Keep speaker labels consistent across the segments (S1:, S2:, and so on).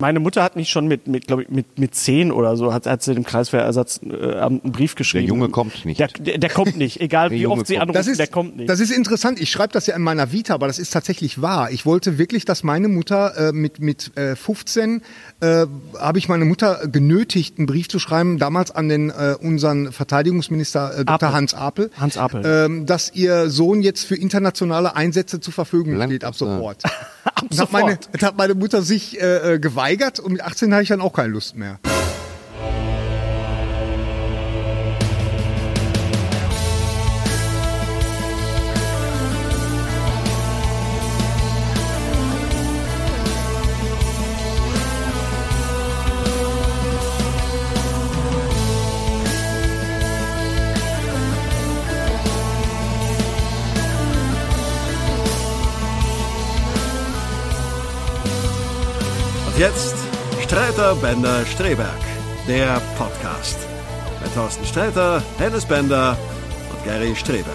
S1: Meine Mutter hat mich schon mit, mit glaube ich, mit, mit zehn oder so, hat, hat sie dem Kreiswehrersatzamt äh, Amt einen Brief geschrieben.
S2: Junge kommt nicht.
S1: Der, der, der kommt nicht, egal wie
S2: Junge
S1: oft sie
S2: kommt.
S1: anruft,
S3: Das ist,
S1: der kommt nicht.
S3: das ist interessant. Ich schreibe das ja in meiner Vita, aber das ist tatsächlich wahr. Ich wollte wirklich, dass meine Mutter äh, mit, mit äh, 15 äh, habe ich meine Mutter genötigt, einen Brief zu schreiben, damals an den äh, unseren Verteidigungsminister äh, Dr.
S1: Apel.
S3: Hans Apel.
S1: Hans Apel.
S3: Ähm, dass ihr Sohn jetzt für internationale Einsätze zur Verfügung
S2: Lang-
S3: steht ab sofort. ab
S1: sofort.
S3: Hat meine, das hat meine Mutter sich äh, äh, geweigert und mit 18 hatte ich dann auch keine Lust mehr.
S4: Und jetzt Streiter Bender Streberg, der Podcast. Mit Thorsten Streiter, Hennes Bender und Gary Streberg.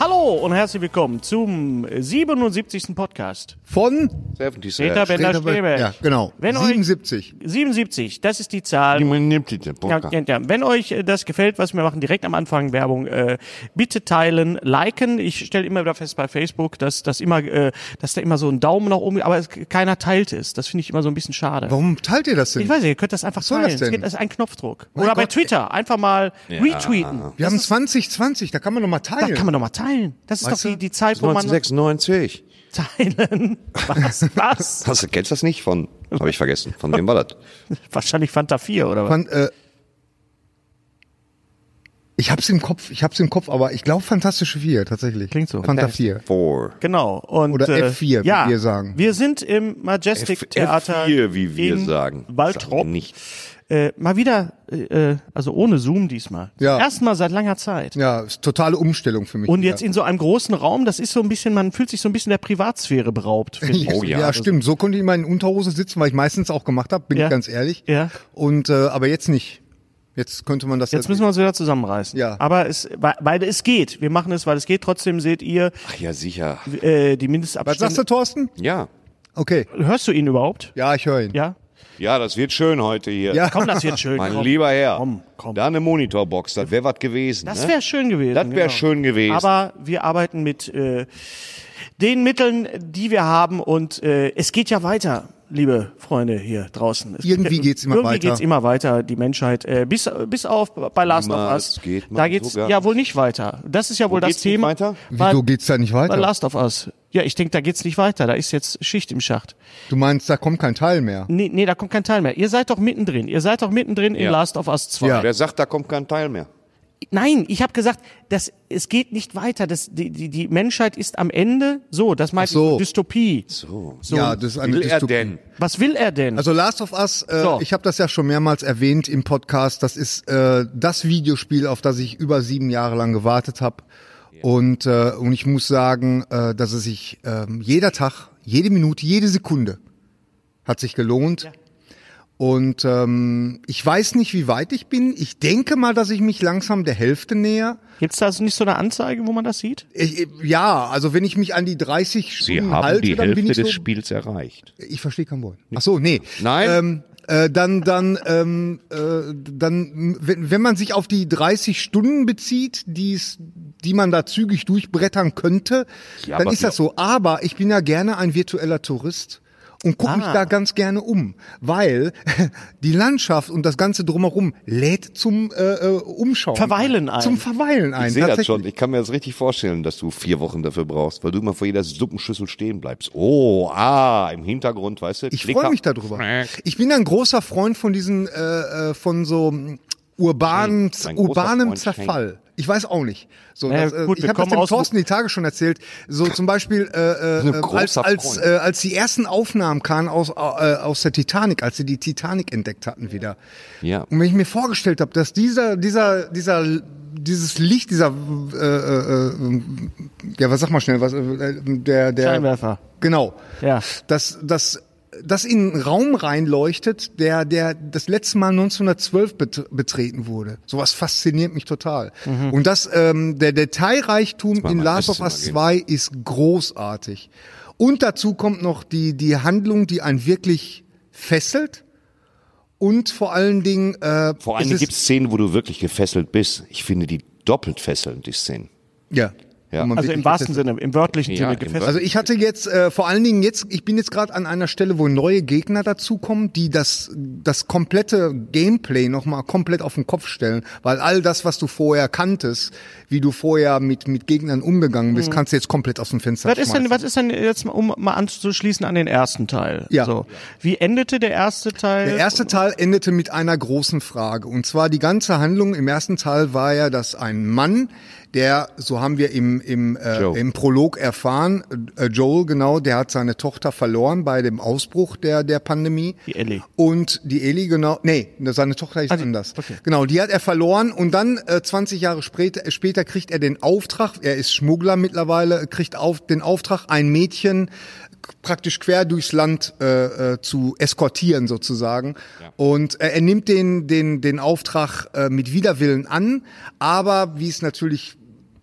S1: Hallo und herzlich willkommen zum 77. Podcast.
S3: Von
S2: Äh,
S1: Peter Bender Streberg.
S3: ja, genau.
S1: Wenn euch
S3: 77.
S1: 77, das ist die Zahl.
S2: Man nimmt den
S1: Ja,
S2: Podcast.
S1: ja, ja. Wenn euch äh, das gefällt, was wir machen, direkt am Anfang Werbung, äh, bitte teilen, liken. Ich stelle immer wieder fest bei Facebook, dass, dass, immer, äh, dass da immer so ein Daumen nach oben, aber es, keiner teilt es. Das finde ich immer so ein bisschen schade.
S3: Warum teilt ihr das denn?
S1: Ich weiß nicht, ihr könnt das einfach
S3: soll
S1: teilen. Es
S3: das denn?
S1: geht, das ist ein Knopfdruck.
S3: Mein
S1: Oder bei
S3: Gott,
S1: Twitter einfach mal retweeten.
S3: Wir haben 2020, da kann man nochmal teilen.
S1: Da kann man doch mal teilen. Das ist doch die, die Zeit, wo man
S2: 1996.
S1: teilen. Was? Was?
S2: Hast du, kennst das nicht von, habe ich vergessen, von wem war das?
S1: Wahrscheinlich Fanta 4 oder was?
S3: Fan, äh, ich hab's im Kopf, ich hab's im Kopf, aber ich glaube Fantastische Vier tatsächlich.
S1: Klingt so.
S3: Fanta 4.
S2: Four.
S1: Genau. Und,
S3: Oder
S1: äh,
S3: F4, wie
S1: ja,
S3: wir sagen.
S1: Wir sind im Majestic
S2: F-
S1: Theater.
S2: F4, wie wir
S1: in
S2: sagen.
S1: Waltrop.
S2: Sagen Nicht.
S1: Äh, mal wieder, äh, äh, also ohne Zoom diesmal.
S3: Ja.
S1: Erstmal seit langer Zeit.
S3: Ja, ist totale Umstellung für mich.
S1: Und
S3: wieder.
S1: jetzt in so einem großen Raum, das ist so ein bisschen, man fühlt sich so ein bisschen der Privatsphäre beraubt. finde ich.
S3: ja,
S2: Oh ja.
S3: ja, stimmt. So konnte ich immer in Unterhose sitzen, weil ich meistens auch gemacht habe, bin
S1: Ja.
S3: ich ganz ehrlich.
S1: Ja.
S3: Und äh, aber jetzt nicht. Jetzt könnte man das
S1: Jetzt müssen wir uns wieder zusammenreißen.
S3: Ja.
S1: Aber es, weil, weil es geht. Wir machen es, weil es geht. Trotzdem seht ihr
S2: Ach ja, sicher.
S1: äh, die
S3: Was sagst
S1: Mindestabstände.
S3: du, Thorsten?
S2: Ja.
S3: Okay.
S1: Hörst du ihn überhaupt?
S3: Ja, ich höre ihn.
S1: Ja.
S2: Ja, das wird schön heute hier.
S3: Ja.
S1: Komm, das wird schön.
S2: Mein
S1: komm.
S2: lieber Herr.
S1: Komm, komm.
S2: Da eine Monitorbox, das wäre was gewesen.
S1: Das
S2: ne?
S1: wäre schön gewesen. genau.
S2: Das wär schön gewesen.
S1: Aber wir arbeiten mit äh, den Mitteln, die wir haben und äh, es geht ja weiter, liebe Freunde hier draußen. Es
S3: Irgendwie geht's immer
S1: irgendwie
S3: weiter.
S1: geht's immer weiter, die Menschheit. Äh, bis, bis auf bei Last
S2: Niemals
S1: of Us.
S2: geht man
S1: da geht's
S2: so gar
S1: ja
S2: nicht.
S1: wohl nicht weiter. Das ist ja wohl das
S2: geht's nicht
S1: Thema.
S2: weiter?
S1: Bei,
S3: Wieso geht's da nicht
S1: bei
S3: weiter?
S1: Last of Us. Ja, ich denke, da geht's nicht weiter. Da ist jetzt Schicht im Schacht.
S3: Du meinst, da kommt kein Teil mehr.
S1: Nee, nee, da kommt kein Teil mehr. Ihr seid doch mittendrin. Ihr seid doch mittendrin in
S2: Ja.
S1: Last of Us 2.
S3: Ja.
S2: Wer sagt, da kommt kein Teil mehr?
S1: Nein, ich habe gesagt, das, es geht nicht weiter. Das, die, die, die Menschheit ist am Ende. So, das meint
S3: Ach so.
S1: Dystopie.
S2: So.
S1: So,
S3: Ja, das ist eine
S2: Will er
S3: Dystopie.
S2: denn?
S1: was will er denn?
S3: Also Last of Us, äh,
S1: So.
S3: ich habe das ja schon mehrmals erwähnt im Podcast, das ist äh, das Videospiel, auf das ich über sieben Jahre lang gewartet habe. Und, äh, und ich muss sagen, äh, dass es sich ähm, jeder Tag, jede Minute, jede Sekunde hat sich gelohnt. Und ähm, ich weiß nicht, wie weit ich bin. Ich denke mal, dass ich mich langsam der Hälfte näher.
S1: Gibt's da also nicht so eine Anzeige, wo man das sieht?
S3: Ich, ich- ja, also wenn ich mich an die 30
S2: Sie
S3: Stunden
S2: haben
S3: halte,
S2: die
S3: Hm, halt dann bin
S2: Hälfte
S3: ich so.
S2: des Spiels erreicht.
S3: Ich verstehe kein Wort. Ach so, nee.
S2: Nein?
S3: Ähm, äh, dann, dann, ähm, äh, dann, wenn, wenn man sich auf die 30 Stunden bezieht, die's, die man da zügig durchbrettern könnte,
S2: Ja,
S3: dann
S2: aber
S3: ist das so. Aber ich bin ja gerne ein virtueller Tourist und gucke mich
S1: Ah.
S3: da ganz gerne um, weil die Landschaft und das ganze drumherum lädt zum äh, äh, Umschauen,
S1: Verweilen ein.
S3: zum Verweilen ein.
S2: Ich sehe das
S3: tatsächlich.
S2: schon. Ich kann mir das richtig vorstellen, dass du vier Wochen dafür brauchst, weil du immer vor jeder Suppenschüssel stehen bleibst. Oh, ah, im Hintergrund, weißt du?
S3: Ich
S2: Klicker.
S3: freue mich darüber. Ich bin ein großer Freund von diesen, äh, äh, von so mm, urbanen,
S2: Schenk, ein großer
S3: urbanem
S2: Freund Schenk.
S3: Zerfall. Ich weiß auch nicht. So,
S1: Naja,
S3: das, äh,
S1: gut,
S3: ich
S1: wir
S3: habe das
S1: kommen
S3: dem
S1: aus-
S3: Thorsten die Tage schon erzählt. So zum Beispiel, äh,
S2: sind ein
S3: äh, als,
S2: großer
S3: als,
S2: Freund.
S3: äh, als die ersten Aufnahmen kamen aus, äh, aus der Titanic, als sie die Titanic entdeckt hatten wieder.
S2: Ja.
S3: Und wenn ich Um mir vorgestellt habe, dass dieser, dieser, dieser, dieses Licht, dieser, äh, äh, äh, ja, was sag mal schnell, was, äh, der, der
S1: Scheinwerfer.
S3: Genau.
S1: Ja.
S3: Dass, dass, dass in einen Raum reinleuchtet, der, der das letzte Mal 1912 bet betreten wurde. Sowas fasziniert mich total.
S1: Mhm.
S3: Und das, ähm, der Detailreichtum
S2: mal
S3: in
S2: mein
S3: Last of Us
S2: Esszimmer gehen.
S3: 2 ist großartig. Und dazu kommt noch die, die Handlung, die einen wirklich fesselt. Und vor allen Dingen, äh,
S2: Vor
S3: es
S2: allem
S3: ist-
S2: gibt es Szenen, wo du wirklich gefesselt bist. Ich finde die doppelt fesselnd, die Szenen.
S3: ja.
S2: Ja.
S3: wo man
S1: Also
S3: wirklich
S1: im wahrsten
S3: gefesselt-
S1: Sinne, im wörtlichen
S2: Ja,
S1: Sinne
S2: im
S1: gefesselt.
S3: Also ich hatte jetzt äh, vor allen Dingen jetzt, ich bin jetzt gerade an einer Stelle, wo neue Gegner dazukommen, die das das komplette Gameplay nochmal komplett auf den Kopf stellen, weil all das, was du vorher kanntest, wie du vorher mit mit Gegnern umgegangen bist, kannst du jetzt komplett aus dem Fenster
S1: Mhm. was ist,
S3: schmeißen.
S1: denn, was ist denn jetzt, mal, um mal anzuschließen an den ersten Teil?
S3: Ja.
S1: So, wie endete der erste Teil?
S3: Der erste Teil endete mit einer großen Frage. Und zwar die ganze Handlung im ersten Teil war ja, dass ein Mann, der, so haben wir im, im, äh,
S2: Joe.
S3: im Prolog erfahren, äh, Joel genau, der hat seine Tochter verloren bei dem Ausbruch der, der Pandemie.
S1: Die Ellie.
S3: Und die Ellie, genau, nee, seine Tochter ist
S1: Ah, die-
S3: anders.
S1: okay.
S3: Genau, die hat er verloren und dann äh, 20 Jahre später, später kriegt er den Auftrag, er ist Schmuggler mittlerweile, kriegt auf, den Auftrag, ein Mädchen praktisch quer durchs Land äh, äh, zu eskortieren sozusagen. Und äh, er nimmt den, den, den Auftrag äh, mit Widerwillen an, aber wie es natürlich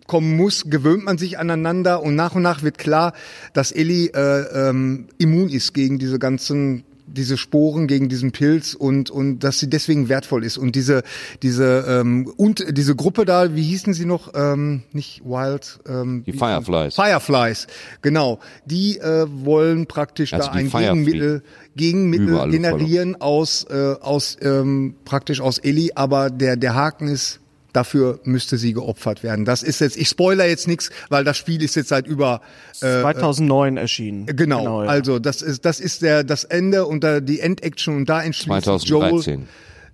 S3: kommen muss, gewöhnt man sich aneinander und nach und nach wird klar, dass Ellie äh, ähm, immun ist gegen diese ganzen diese Sporen gegen diesen Pilz und und dass sie deswegen wertvoll ist und diese diese ähm, und diese Gruppe da wie hießen sie noch ähm, nicht Wild ähm,
S2: Die
S3: wie-
S2: Fireflies.
S3: Fireflies genau die äh, wollen praktisch
S2: Also
S3: da
S2: die
S3: ein
S2: Firefly-
S3: Gegenmittel Gegenmittel
S2: Überall Luftballon.
S3: generieren aus äh, aus ähm, praktisch aus Ellie aber der der Haken ist Dafür müsste sie geopfert werden. Das ist jetzt, ich spoiler jetzt nichts, weil das Spiel ist jetzt seit über
S1: Äh, 2009 erschienen.
S3: Genau,
S1: ja.
S3: also das ist das ist der das Ende und da die Endaction und da entschließt sich Joel
S2: 2013.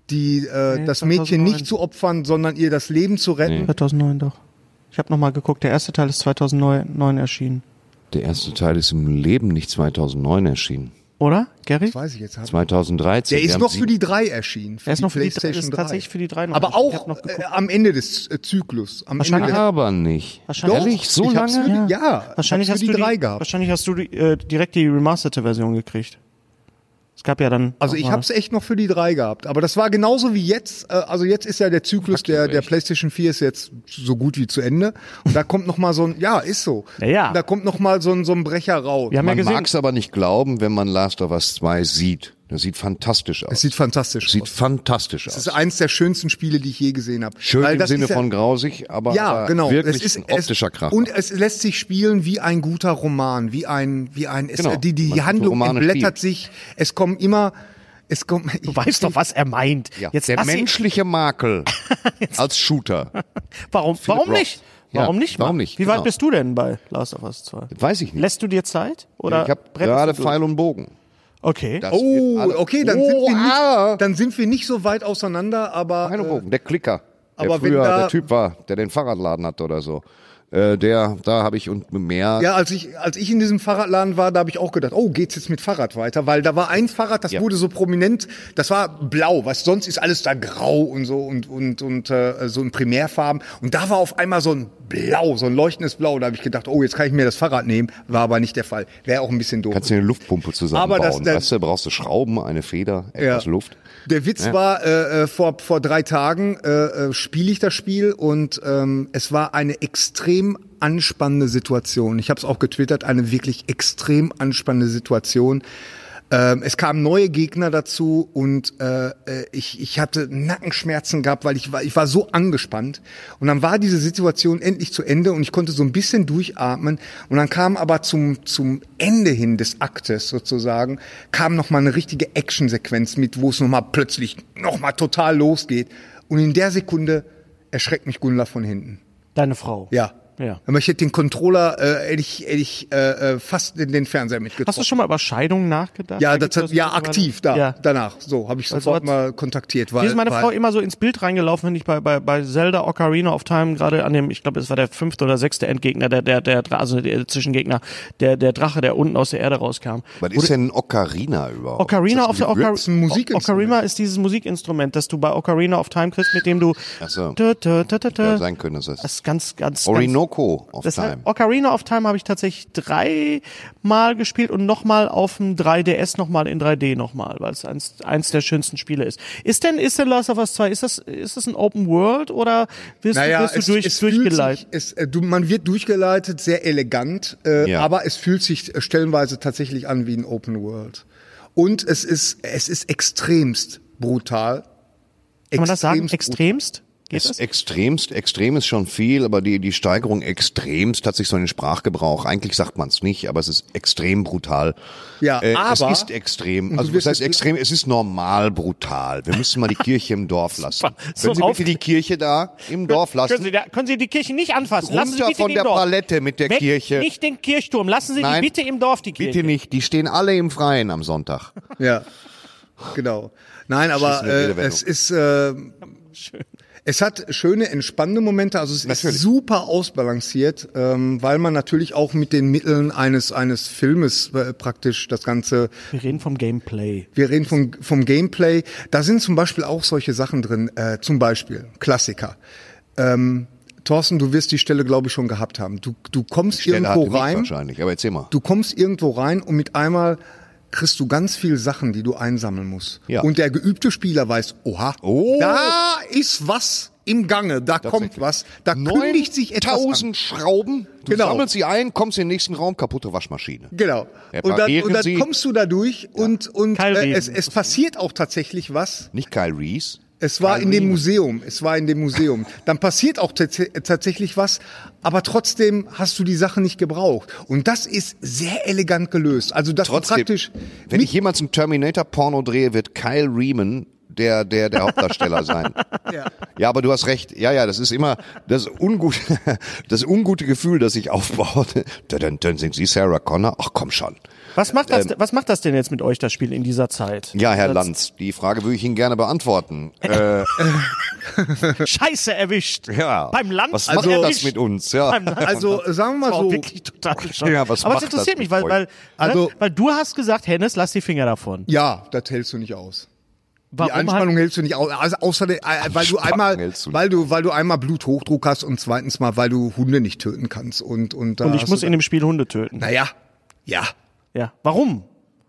S3: die äh,
S1: Nee,
S3: das Mädchen
S1: 2009.
S3: nicht zu opfern, sondern ihr das Leben zu retten.
S1: 2009 doch. Ich habe nochmal geguckt, der erste Teil ist 2009 erschienen.
S2: Der erste Teil ist im Leben nicht 2009 erschienen.
S1: Oder, Gary?
S3: Das weiß ich jetzt. hab-
S2: 2013.
S3: Der
S2: Wir
S3: ist
S2: haben
S3: noch
S2: sie-
S3: für die 3 erschienen, für
S1: Er ist
S3: die
S1: noch für die-
S3: PlayStation
S1: ist
S3: 3.
S1: tatsächlich für die 3 noch
S3: Aber
S1: erschienen. Ich hab
S3: auch
S1: noch
S3: äh,
S1: geguckt.
S3: am Ende des äh, Zyklus, am Ende
S1: Wahrscheinlich-
S3: der,
S2: Aber nicht.
S1: Wahrscheinlich-
S2: Ehrlich, so
S3: ich hab's
S2: lange?
S3: Für die, ja,
S1: Wahrscheinlich
S3: ich
S1: hast
S3: hab's für
S1: du
S3: die 3
S1: die,
S3: gehabt.
S1: Wahrscheinlich hast du die, äh, direkt die remasterte Version gekriegt. Es gab ja dann.
S3: Also
S1: noch
S3: ich
S1: mal-
S3: hab's echt noch für die 3 gehabt, aber das war genauso wie jetzt, äh, also jetzt ist ja der Zyklus der der
S2: recht.
S3: PlayStation 4 ist jetzt so gut wie zu Ende und da kommt noch mal so ein ja, ist so.
S1: Ja, ja.
S3: Da kommt noch mal so ein so ein Brecher raus.
S1: Wir haben ja
S2: Man
S1: gesehen,
S2: mag es aber nicht glauben, wenn man Last of Us 2 sieht. Das sieht fantastisch aus.
S3: Es sieht fantastisch
S2: Sieht
S3: aus.
S2: fantastisch
S3: Es
S2: aus.
S3: ist eins der schönsten Spiele, die ich je gesehen habe.
S2: Schön
S3: Weil
S2: im
S3: das
S2: Sinne
S3: ist ja-
S2: von grausig, aber,
S3: ja,
S2: aber
S3: genau.
S2: wirklich
S3: es ist,
S2: ein optischer
S3: es,
S2: Kracher.
S3: Und es lässt sich spielen wie ein guter Roman, wie ein, wie ein, es,
S2: Genau.
S3: die, die,
S2: Man
S3: die
S2: kann
S3: Handlung
S2: Romane
S3: entblättert sich, es kommen immer, es kommen,
S1: du weißt doch, was er meint.
S2: ja.
S1: Jetzt
S2: Der
S1: lass ihn-
S2: menschliche Makel als Shooter.
S1: Warum,
S2: Philip
S1: warum
S2: Roth.
S1: nicht?
S2: Ja,
S1: Warum nicht?
S2: warum
S1: Mann?
S2: nicht?
S1: Wie
S2: Genau.
S1: weit bist du denn bei Last of Us 2?
S2: Weiß ich nicht.
S1: Lässt du dir Zeit? Oder
S2: ich habe
S1: bretterst
S2: gerade
S1: du?
S2: Pfeil und Bogen.
S1: Okay.
S2: Das
S3: oh,
S2: wird alles-
S3: okay, dann,
S2: oh,
S3: sind wir nicht,
S2: ah,
S3: dann sind wir nicht so weit auseinander, aber,
S2: Pfeil und
S3: äh,
S2: Bogen, der Klicker. Der
S3: aber wenn
S2: früher
S3: da-
S2: der Typ war, der den Fahrradladen hatte oder so. Äh, der, da habe ich und mehr.
S3: Ja, als ich, als ich in diesem Fahrradladen war, da habe ich auch gedacht, oh, geht's jetzt mit Fahrrad weiter? Weil da war ein Fahrrad, das
S2: Ja.
S3: wurde so prominent, das war blau, was sonst ist alles da grau und so und, und, und äh, so in Primärfarben. Und da war auf einmal so ein Blau, so ein leuchtendes Blau. Da habe ich gedacht, oh, jetzt kann ich mir das Fahrrad nehmen. War aber nicht der Fall. Wäre auch ein bisschen doof.
S2: Kannst du eine Luftpumpe zusammenbauen?
S3: Aber das- das-
S2: weißt du, brauchst du Schrauben, eine Feder, etwas Luft.
S3: Der Witz war, äh, äh, vor, vor drei Tagen äh, äh, spiele ich das Spiel und ähm, es war eine extrem anspannende Situation. Ich habe es auch getwittert, eine wirklich extrem anspannende Situation. Ähm, es kamen neue Gegner dazu und äh, äh, ich, ich hatte Nackenschmerzen gehabt, weil ich war, ich war so angespannt. Und dann war diese Situation endlich zu Ende und ich konnte so ein bisschen durchatmen. Und dann kam aber zum, zum Ende hin des Aktes sozusagen, kam nochmal eine richtige Actionsequenz mit, wo es nochmal plötzlich nochmal total losgeht. Und in der Sekunde erschreckt mich Gunla von hinten.
S1: Deine Frau.
S3: Ja.
S1: Ja.
S3: Aber ich hätte den Controller, äh, hätte ich, hätte ich äh, äh, fast in den Fernseher mitgetroffen.
S1: Hast du schon mal über Scheidungen nachgedacht?
S3: Ja,
S1: Da
S3: das
S1: gibt's
S3: hat, ja,
S1: mittlerweile.
S3: aktiv, da,
S1: Ja.
S3: danach. So, habe ich
S1: Also
S3: sofort
S1: was-
S3: mal kontaktiert. Weil,
S1: Hier ist meine
S3: weil,
S1: Frau immer so ins Bild reingelaufen, wenn ich bei, bei, bei Zelda Ocarina of Time gerade an dem, ich glaube, es war der fünfte oder sechste Endgegner, der, der, der, Dra- also der Zwischengegner, der, der Drache, der unten aus der Erde rauskam.
S2: Was ist denn ein Ocarina überhaupt?
S1: Ocarina
S2: Ist
S1: of
S2: das
S1: the
S2: ein
S1: Ocar
S2: Gewürz?
S3: ein Musikinstrument.
S1: Ocarina ist dieses Musikinstrument, das du bei Ocarina of Time kriegst, mit dem du.
S2: Ach so.
S1: Tö, tö, tö, tö, tö.
S3: Äh,
S2: Ja, sein können, dass das
S1: Das ist ganz, ganz. ganz
S2: Orinoco of
S1: das
S2: Time.
S1: Ocarina of Time habe ich tatsächlich dreimal gespielt und nochmal auf dem 3DS nochmal in 3D nochmal, weil es eins, eins der schönsten Spiele ist. Ist denn, ist denn Last of Us 2, ist das, ist das ein Open World oder wirst
S3: naja,
S1: du, wirst du
S3: es,
S1: durch,
S3: es fühlt
S1: durchgeleitet?
S3: Sich, es, äh, du, man wird durchgeleitet, sehr elegant, äh,
S2: Ja.
S3: aber es fühlt sich äh, stellenweise tatsächlich an wie ein Open World. Und es ist, es ist extremst brutal.
S1: Kann man das sagen?
S3: Extremst
S1: Extremst? Geht
S2: Es
S1: das?
S2: extremst, extrem ist schon viel, aber die, die Steigerung extremst hat sich so in den Sprachgebrauch. Eigentlich sagt man es nicht, aber es ist extrem brutal.
S3: Ja,
S2: äh,
S3: aber-
S2: es ist extrem.
S3: du
S2: Also das
S3: wirst
S2: heißt
S3: es-
S2: extrem, es ist normal brutal. Wir müssen mal die Kirche im Dorf lassen.
S1: So
S2: Können Sie bitte
S1: auf-
S2: die Kirche da im Dorf
S1: Können
S2: lassen?
S1: Sie, da, können Sie die Kirche nicht anfassen? Lassen Sie
S2: Runter
S1: bitte
S2: von
S1: den
S2: der
S1: Dorf.
S2: Palette mit der
S1: Weg,
S2: Kirche.
S1: Nicht den Kirchturm. Lassen Sie
S2: Nein.
S1: die bitte im Dorf die Kirche.
S2: Bitte nicht, die stehen alle im Freien am Sonntag.
S3: Gut. Ja, genau. Nein, aber
S2: Schießende
S3: äh,
S2: Redewendung.
S3: es ist... Äh, Es hat schöne, entspannende Momente, also es
S2: Natürlich.
S3: ist super ausbalanciert, ähm, weil man natürlich auch mit den Mitteln eines eines Filmes äh, praktisch das Ganze
S1: Wir reden vom Gameplay.
S3: wir reden vom, vom Gameplay. Da sind zum Beispiel auch solche Sachen drin. Äh, zum Beispiel Klassiker. Ähm, Thorsten, du wirst die Stelle, glaube ich, schon gehabt haben. Du, du kommst
S2: Der hatte
S3: irgendwo
S2: nicht
S3: rein.
S2: wahrscheinlich, aber erzähl mal.
S3: Du kommst irgendwo rein und mit einmal kriegst du ganz viel Sachen, die du einsammeln musst.
S2: Ja.
S3: Und der geübte Spieler weiß, oha,
S2: Oh.
S3: da ist was im Gange, da kommt was, da kündigt sich etwas an.
S2: 9000 Schrauben, du
S3: Genau.
S2: sammelst sie ein, kommst in den nächsten Raum, kaputte Waschmaschine.
S3: Genau. Und dann,
S2: Reparieren
S3: und dann
S2: Sie-
S3: kommst du da durch und, und
S1: Keil
S3: äh,
S1: reden.
S3: es, es passiert auch tatsächlich was.
S2: Nicht Kyle Reese.
S3: Es war in dem Museum, es war in dem Museum. Dann passiert auch tats tatsächlich was, aber trotzdem hast du die Sache nicht gebraucht. Und das ist sehr elegant gelöst. Also das
S2: Trotzdem,
S3: praktisch
S2: wenn ich jemals einen Terminator-Porno drehe, wird Kyle Riemann der, der, der Hauptdarsteller sein. Ja. ja, aber du hast recht. Ja, ja, das ist immer das ungute, das ungute Gefühl, das ich aufbaute. Dann, dann sind Sie Sarah Connor? Ach komm schon.
S1: Was macht das, was macht das denn jetzt mit euch, das Spiel in dieser Zeit?
S2: Ähm. Ja, Herr Lanz, die Frage würde ich Ihnen gerne beantworten. Äh,
S1: Scheiße erwischt.
S2: ja.
S1: Beim Land.
S2: Was
S1: also
S2: macht das
S1: erwischt.
S2: mit uns? Ja.
S1: Beim Land.
S3: also sagen wir
S1: Das
S3: mal
S1: war
S3: so,
S1: wirklich total schade.
S2: Ja, was
S1: Aber es
S2: macht
S1: interessiert
S2: das
S1: mich, weil,
S2: mit
S1: weil, also,
S3: Also-
S1: ne, weil du hast gesagt, Hennes, lass die Finger davon.
S3: ja, das hältst du nicht aus.
S1: Warum
S3: Die Anspannung hältst du nicht aus, also außer der, äh, weil du
S2: Anspannung
S3: einmal,
S2: hältst du nicht
S3: weil du, weil du einmal Bluthochdruck hast und zweitens mal, weil du Hunde nicht töten kannst und und, da
S1: Hat, und ich
S3: hast
S1: muss
S3: du
S1: in
S3: dann-
S1: dem Spiel Hunde töten.
S3: naja, ja.
S1: Ja. Warum?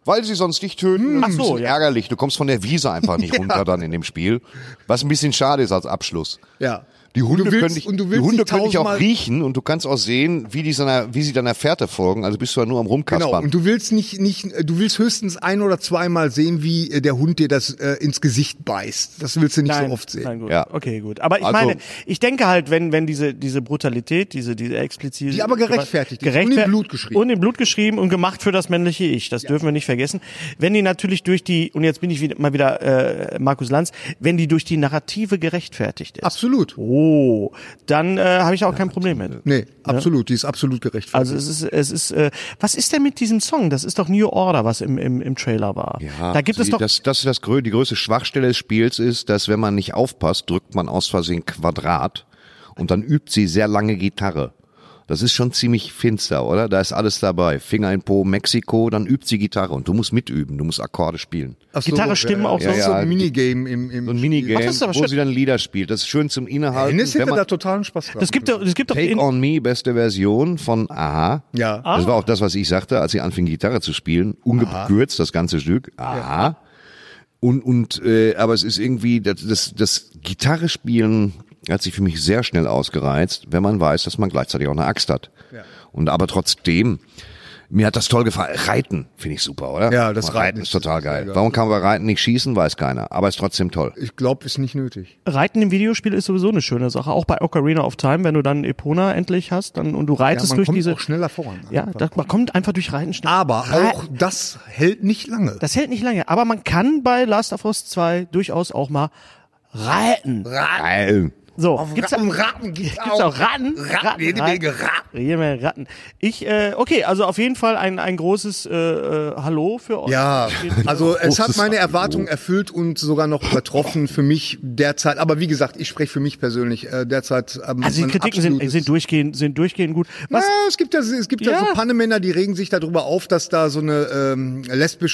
S2: Weil sie sonst dich töten.
S1: Hm. Ach so,
S2: Das ist
S1: ja.
S2: ärgerlich. Du kommst von der Wiese einfach nicht runter dann in dem Spiel. Was ein bisschen schade ist als Abschluss.
S3: Ja.
S2: Die Hunde
S3: Und du willst-
S2: können dich,
S3: und du
S2: die
S3: willst
S2: Hunde
S3: sie
S2: können dich auch
S3: tausendmal-
S2: riechen und du kannst auch sehen, wie, die seiner, wie sie deiner Fährte folgen. Also bist du ja nur am Rumkaspern.
S3: Genau, und du willst nicht, nicht, du willst höchstens ein oder zweimal sehen, wie äh, der Hund dir das äh, ins Gesicht beißt. Das willst du nicht so oft sehen.
S1: Nein, gut.
S2: Ja.
S1: Okay, gut. Aber ich
S2: Also-
S1: meine, ich denke halt, wenn, wenn diese, diese Brutalität, diese, diese explizite.
S3: Die aber gerechtfertigt ist und
S1: gerechtfer-
S3: in Blut geschrieben.
S1: Und in Blut geschrieben und gemacht für das männliche Ich. Das dürfen wir nicht vergessen. Wenn die natürlich durch die, und jetzt bin ich wieder, mal wieder, äh, Markus Lanz, wenn die durch die Narrative gerechtfertigt ist.
S3: Absolut.
S1: Oh, dann äh, habe ich auch kein Problem mit.
S3: Nee, absolut. Die ist absolut gerechtfertigt.
S1: Also es ist, es ist, äh, was ist denn mit diesem Song? Das ist doch New Order, was im, im, im Trailer war.
S2: Ja,
S1: da gibt es
S3: also
S2: sie-
S1: doch.
S2: Das, das, das, grö- die größte Schwachstelle des Spiels ist, dass wenn man nicht aufpasst, drückt man aus Versehen Quadrat und dann übt sie sehr lange Gitarre. Das ist schon ziemlich finster, oder? Da ist alles dabei. Finger in Po, Mexiko, dann übt sie Gitarre und du musst mitüben, du musst Akkorde spielen.
S3: Ach so,
S1: Gitarre, Stimmen auch
S3: ja,
S1: so.
S3: ja, so
S2: Ja,
S3: ein
S2: die-
S3: Minigame im, im
S2: So ein Minigame,
S1: Ach, das ist aber
S2: wo
S1: schön.
S2: sie dann Lieder spielt. Das ist schön zum Innehalten.
S3: Hennes
S2: Wenn
S3: hätte
S2: man-
S3: da totalen Spaß dran.
S1: Es gibt doch, es gibt doch
S2: Take
S1: in,
S2: on Me, beste Version von Aha.
S3: Ja.
S2: Das war auch das, was ich sagte, als sie anfing, Gitarre zu spielen. Ungekürzt, das ganze Stück. Aha. Und, und äh, aber es ist irgendwie, das, das, das Gitarrespielen hat sich für mich sehr schnell ausgereizt, wenn man weiß, dass man gleichzeitig auch eine Axt hat.
S3: Ja.
S2: Und aber trotzdem, mir hat das toll gefallen. Reiten finde ich super, oder?
S3: Ja, das
S2: Reiten,
S3: Reiten
S2: ist
S3: ist
S2: total
S3: sehr
S2: geil.
S3: geil.
S2: Warum kann man bei Reiten nicht schießen, weiß keiner. Aber ist trotzdem toll.
S3: Ich glaube, ist nicht nötig.
S1: Reiten im Videospiel ist sowieso eine schöne Sache. Auch bei Ocarina of Time, wenn du dann Epona endlich hast dann, und du
S3: Ja,
S1: reitest
S3: man
S1: durch
S3: kommt
S1: diese.
S3: auch schneller voran.
S1: Ja, da, man kommt einfach durch Reiten schnell.
S3: Aber
S1: Re-
S3: auch das hält nicht lange.
S1: Das hält nicht lange. Aber man kann bei Last of Us 2 durchaus auch mal reiten.
S2: Geil.
S1: So, gibt's da,
S3: um Ratten gibt's,
S1: gibt's auch Ratten? Ratten,
S3: jede
S1: Ratten.
S3: Menge Ratten.
S1: Jede Menge Ratten. Ich, äh, okay, also auf jeden Fall ein, ein großes äh, äh, Hallo für euch.
S3: Ja, also es hat
S2: Großes
S3: meine
S2: Hallo.
S3: Erwartungen erfüllt und sogar noch übertroffen für mich derzeit. Aber wie gesagt, ich spreche für mich persönlich äh, derzeit. ähm,
S1: Also die
S3: mein
S1: Kritiken sind,
S3: absolutes-
S1: sind durchgehend, sind durchgehend gut. Was,
S3: Ja, es gibt ja, es gibt ja,
S1: Ja.
S3: so Pannemänner, die regen sich darüber auf, dass da so eine ähm,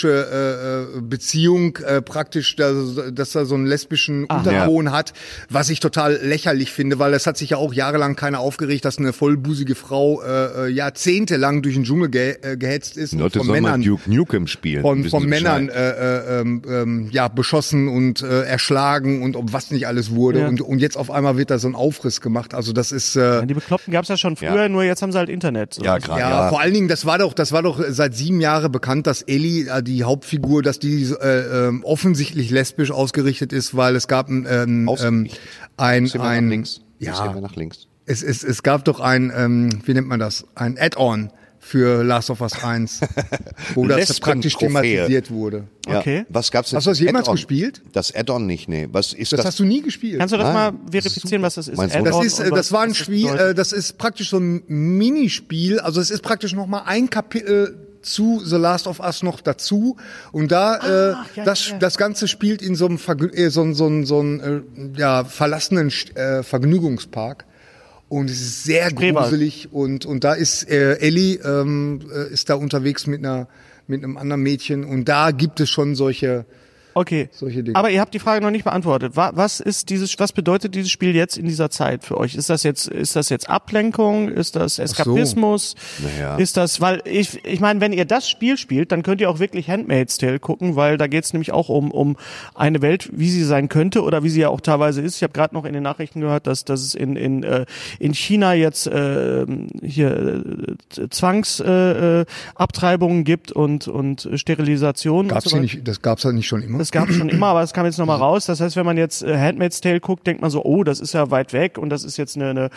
S3: lesbische äh, äh, Beziehung äh, praktisch, da, so- dass da so einen lesbischen Unterton hat, was ich total lächerlich finde, weil es hat sich ja auch jahrelang keiner aufgeregt, dass eine vollbusige Frau äh, äh, jahrzehntelang durch den Dschungel ge äh, gehetzt ist
S2: Die
S3: und
S2: Leute
S3: von
S2: sollen mal
S3: Männern
S2: Duke Nukem spielen.
S3: von,
S2: Wissen
S3: von
S2: Sie
S3: Männern
S2: Bescheid.
S3: äh, äh, ähm, ähm, ja, beschossen und äh, erschlagen und um was nicht alles wurde.
S1: Ja.
S3: Und, und jetzt auf einmal wird da so ein Aufriss gemacht. Also das ist äh,
S1: die Bekloppten gab's ja schon früher,
S2: Ja.
S1: nur jetzt haben sie halt Internet. So.
S2: Ja, gerade.
S3: ja, vor allen Dingen, das war doch, das war doch seit sieben Jahren bekannt, dass Ellie, äh, die Hauptfigur, dass die äh, ähm, offensichtlich lesbisch ausgerichtet ist, weil es gab ein, ähm, ähm,
S2: Ausgerichtet.
S3: ein,
S2: Bisschen mehr nach
S3: ein
S2: links. Bisschen
S3: ja,
S2: mehr nach links.
S3: es, es, es gab doch ein, ähm, wie nennt man das, ein Add-on für Last of Us 1, wo das praktisch
S2: Lesben-Trophäe.
S3: thematisiert wurde.
S2: Ja.
S1: Okay.
S2: Was gab's denn?
S3: Hast du das
S2: für
S3: jemals
S2: Add-on?
S3: gespielt?
S2: Das Add-on nicht, nee. Was ist
S3: Das,
S2: das?
S3: hast du nie gespielt.
S1: Kannst du das
S2: Nein.
S1: mal verifizieren, was das ist?
S2: Mein Sohn-
S1: Add-on
S3: Das ist, äh,
S1: und was-
S3: das war ein
S1: was
S3: Spiel,
S1: bedeutet?
S3: äh, das ist praktisch so ein Minispiel. Also es ist praktisch noch mal ein Kapitel zu The Last of Us noch dazu. Und da, äh,
S1: Ah, ja,
S3: das,
S1: ja.
S3: das Ganze spielt in so einem, Vergnü- äh, so, einem- so, einem- so einem äh, ja, verlassenen St- äh, Vergnügungspark. Und es ist sehr
S1: Spreewald.
S3: gruselig. Und, und da ist äh, Ellie, ähm, äh, ist da unterwegs mit einer mit einem anderen Mädchen. Und da gibt es schon solche...
S1: okay.
S3: solche Dinge.
S1: Aber ihr habt die Frage noch nicht beantwortet. Wa- Was ist dieses, was bedeutet dieses Spiel jetzt in dieser Zeit für euch? Ist das jetzt, ist das jetzt Ablenkung? Ist das Eskapismus?
S2: Naja.
S1: Ist das, weil ich, ich meine, wenn ihr das Spiel spielt, dann könnt ihr auch wirklich Handmaid's Tale gucken, weil da geht's nämlich auch um, um eine Welt, wie sie sein könnte oder wie sie ja auch teilweise ist. Ich habe gerade noch in den Nachrichten gehört, dass, dass es in, in, äh, in China jetzt äh, hier äh, Zwangsabtreibungen äh, Abtreibungen gibt und, und Sterilisation. und
S3: Gab's
S1: so
S3: die
S1: weiter.
S3: nicht, das gab's ja nicht schon immer.
S1: Das gab es schon immer, aber es kam jetzt
S3: Mhm.
S1: nochmal raus. Das heißt, wenn man jetzt äh, Handmaid's Tale guckt, denkt man so, oh, das ist ja weit weg und das ist jetzt eine, eine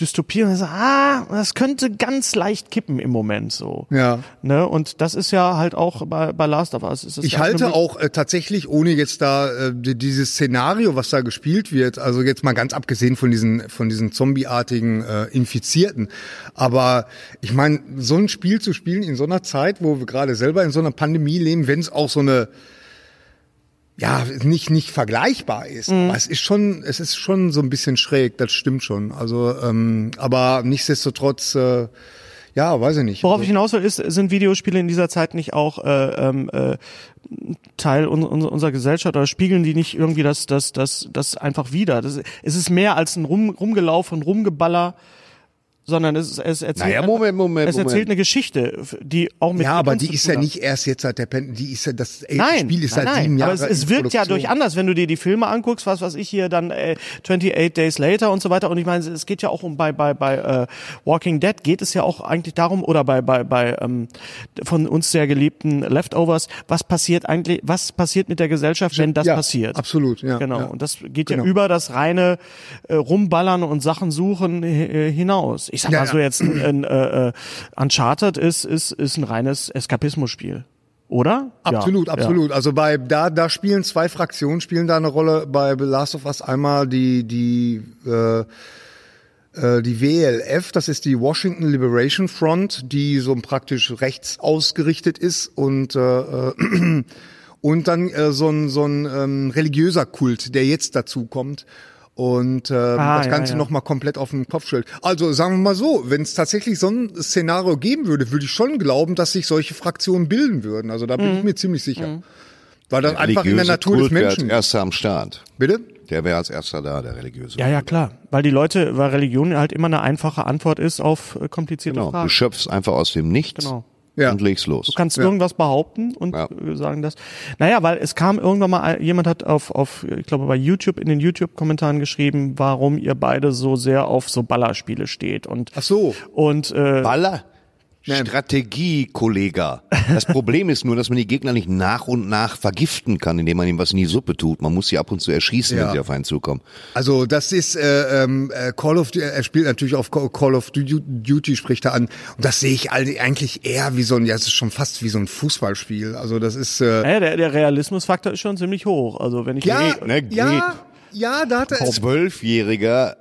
S1: Dystopie. Und dann so, ah, das könnte ganz leicht kippen im Moment so.
S3: Ja.
S1: Ne? Und das ist ja halt auch bei, bei Last of Us. Ist das
S3: Ich
S1: ja auch eine
S3: halte
S1: Mö-
S3: auch äh, tatsächlich, ohne jetzt da äh, die- dieses Szenario, was da gespielt wird, also jetzt mal ganz abgesehen von diesen von diesen zombieartigen äh, Infizierten, aber ich meine, so ein Spiel zu spielen in so einer Zeit, wo wir gerade selber in so einer Pandemie leben, wenn es auch so eine ja, nicht nicht vergleichbar ist.
S1: Mhm.
S3: Aber es ist schon, es ist schon so ein bisschen schräg. Das stimmt schon. Also, ähm, aber nichtsdestotrotz, äh, ja, weiß ich nicht.
S1: Worauf ich
S3: also,
S1: hinaus will, ist, sind Videospiele in dieser Zeit nicht auch äh, ähm, äh, Teil un un unserer Gesellschaft oder spiegeln die nicht irgendwie das, das, das, das einfach wieder? Das, es ist mehr als ein Rum Rumgelauf und Rumgeballer, sondern es, ist- es erzählt,
S2: Naja, Moment, Moment,
S1: es erzählt
S2: Moment.
S1: eine Geschichte, die auch mit
S3: ja, aber
S1: Kunst
S3: die
S1: zu
S3: ist
S1: tun
S3: ja
S1: hat.
S3: nicht erst jetzt seit der Pen, die ist ja das ey, das
S1: Nein,
S3: Spiel ist
S1: nein,
S3: seit sieben
S1: nein.
S3: Jahren.
S1: aber es, es
S3: in
S1: wirkt ja
S3: Produktion.
S1: durch anders, wenn du dir die Filme anguckst, was weiß ich hier dann äh, 28 Days Later und so weiter. Und ich meine, es geht ja auch um bei bei bei äh, Walking Dead geht es ja auch eigentlich darum oder bei bei bei ähm, von uns sehr geliebten Leftovers, was passiert eigentlich, was passiert mit der Gesellschaft, wenn das
S3: Ja,
S1: passiert?
S3: absolut, ja,
S1: Genau.
S3: ja.
S1: Und das geht
S3: Genau.
S1: ja über das reine äh, Rumballern und Sachen suchen hi- äh, hinaus. Ich sag
S3: Ja,
S1: mal so
S3: ja.
S1: jetzt ein, ein, äh, äh, Uncharted ist ist ist ein reines Eskapismusspiel. Oder? Ja,
S3: Absolut,
S1: ja.
S3: absolut. Also bei da da spielen zwei Fraktionen spielen da eine Rolle. Bei The Last of Us einmal die die äh, äh, die WLF, das ist die Washington Liberation Front, die so praktisch rechts ausgerichtet ist und äh, äh, und dann äh, so ein so ein ähm, religiöser Kult, der jetzt dazu kommt. und äh,
S1: Ah,
S3: das
S1: ja,
S3: Ganze
S1: ja.
S3: noch mal komplett auf den Kopf stellt. Also sagen wir mal so, wenn es tatsächlich so ein Szenario geben würde, würde ich schon glauben, dass sich solche Fraktionen bilden würden. Also da bin
S1: Mhm.
S3: ich mir ziemlich sicher. Weil das einfach in der
S2: Religiöser
S3: Natur
S2: Kult
S3: des
S2: wäre als
S3: Menschen ist.
S2: Erster am Start.
S3: Bitte?
S2: Der wäre als erster da, der religiöse.
S1: Ja, ja, klar. Weil die Leute, weil Religion halt immer eine einfache Antwort ist auf äh, komplizierte
S2: Genau. Du
S1: Fragen.
S2: schöpfst einfach aus dem Nichts
S1: Genau.
S3: Ja.
S2: und legst los.
S1: Du kannst irgendwas behaupten und
S2: Ja.
S1: äh, sagen das. Naja, weil es kam irgendwann mal, ein- jemand hat auf, auf, ich glaube bei YouTube, in den YouTube-Kommentaren geschrieben, warum ihr beide so sehr auf so Ballerspiele steht. Und,
S3: Ach so.
S1: und äh,
S2: Baller. Strategie, Kollega. Das Problem ist nur, dass man die Gegner nicht nach und nach vergiften kann, indem man ihm was in die Suppe tut. Man muss sie ab und zu erschießen,
S3: Ja.
S2: wenn sie auf einen zukommen.
S3: Also das ist äh, ähm, äh, Call of Duty, er spielt natürlich auf Ca- Call of Du- Duty, spricht er an. Und das sehe ich all- eigentlich eher wie so ein, ja, es ist schon fast wie so ein Fußballspiel. Also das ist äh,
S1: naja, Ah der, der Realismusfaktor ist schon ziemlich hoch. Also wenn ich
S3: ja,
S2: geht, ne,
S3: ja, ja, da hat er
S2: Ein
S3: es.
S2: Zwölfjähriger,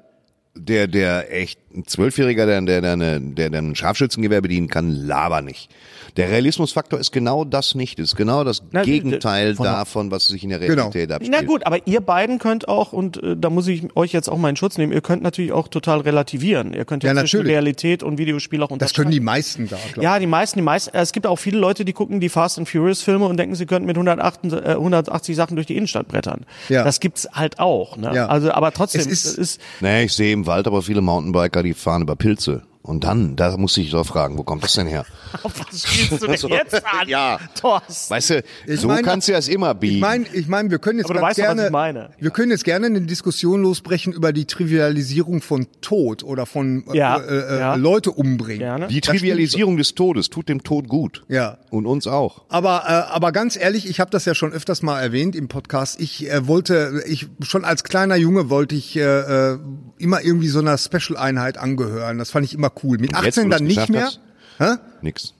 S2: der, der echt, ein Zwölfjähriger, der, der, der, eine- der, der ein Scharfschützengewehr bedienen kann, laber nicht. Der Realismusfaktor ist genau das nicht, ist genau das
S1: Na,
S2: Gegenteil davon, was sich in der
S3: Genau.
S2: Realität abspielt.
S1: Na gut, aber ihr beiden könnt auch, und äh, da muss ich euch jetzt auch mal in Schutz nehmen, ihr könnt natürlich auch total relativieren. Ihr könnt ja,
S3: Ja,
S1: zwischen
S3: natürlich.
S1: Realität und Videospiel auch
S3: Das können
S1: unterscheiden.
S3: die meisten da, glaube ich.
S1: Ja, die meisten, die meisten. Es gibt auch viele Leute, die gucken die Fast and Furious Filme und denken, sie könnten mit 108, äh, 180 Sachen durch die Innenstadt brettern.
S3: Ja.
S1: Das gibt's halt auch. Ne?
S3: Ja.
S1: Also, aber trotzdem,
S3: Es ist-
S1: es ist
S2: Nee, ich sehe im Wald aber viele Mountainbiker, die fahren über Pilze. Und dann, da muss ich doch fragen, wo kommt das denn her?
S1: auf was spielst du denn
S2: So.
S1: jetzt an?
S2: Ja.
S1: Thorsten?
S2: Weißt du,
S3: Ich
S2: so
S3: meine-
S2: kannst du das immer biegen.
S3: Ich meine, ich mein, wir können jetzt
S1: Aber du
S3: ganz
S1: weißt doch, was
S3: gerne,
S1: ich meine.
S3: wir können jetzt gerne eine Diskussion losbrechen über die Trivialisierung von Tod oder von äh,
S1: Ja,
S3: äh, äh,
S1: ja.
S3: Leute umbringen.
S1: Gerne.
S2: die Trivialisierung des Todes tut dem Tod gut.
S3: Ja.
S2: Und uns auch.
S3: Aber, äh, aber ganz ehrlich, ich habe das ja schon öfters mal erwähnt im Podcast. Ich äh, wollte, ich schon als kleiner Junge wollte ich äh, äh, immer irgendwie so einer Special-Einheit angehören. Das fand ich immer cool. Mit
S2: Und jetzt, wo
S3: 18
S2: du's
S3: dann nicht
S2: geschafft
S3: mehr.
S2: hast? Nix.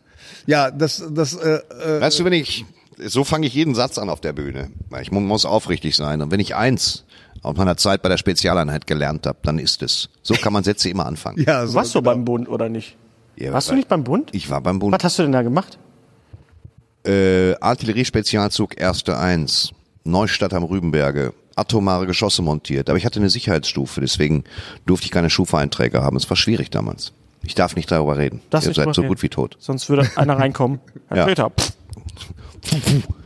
S3: Ja, das, das äh, äh,
S2: Weißt du, wenn ich, so fange ich jeden Satz an auf der Bühne. Ich mu- muss aufrichtig sein. Und wenn ich eins auf meiner Zeit bei der Spezialeinheit gelernt habe, dann ist es. So kann man Sätze immer anfangen.
S3: ja, so,
S1: Warst du beim Bund oder nicht?
S2: Ja,
S1: Warst du
S2: weil-
S1: nicht beim Bund?
S2: Ich war beim Bund.
S1: Was hast du denn da gemacht?
S2: Äh, Artillerie-Spezialzug, erste Eins. Neustadt am Rübenberge. Atomare Geschosse montiert. Aber ich hatte eine Sicherheitsstufe, deswegen durfte ich keine Schufa-Einträge haben. Es war schwierig damals. Ich darf nicht darüber reden.
S1: Das
S2: Ihr
S1: nicht
S2: seid so
S1: überreden.
S2: gut wie tot.
S1: Sonst würde einer reinkommen. Herr
S2: Ja.
S1: Peter. pff.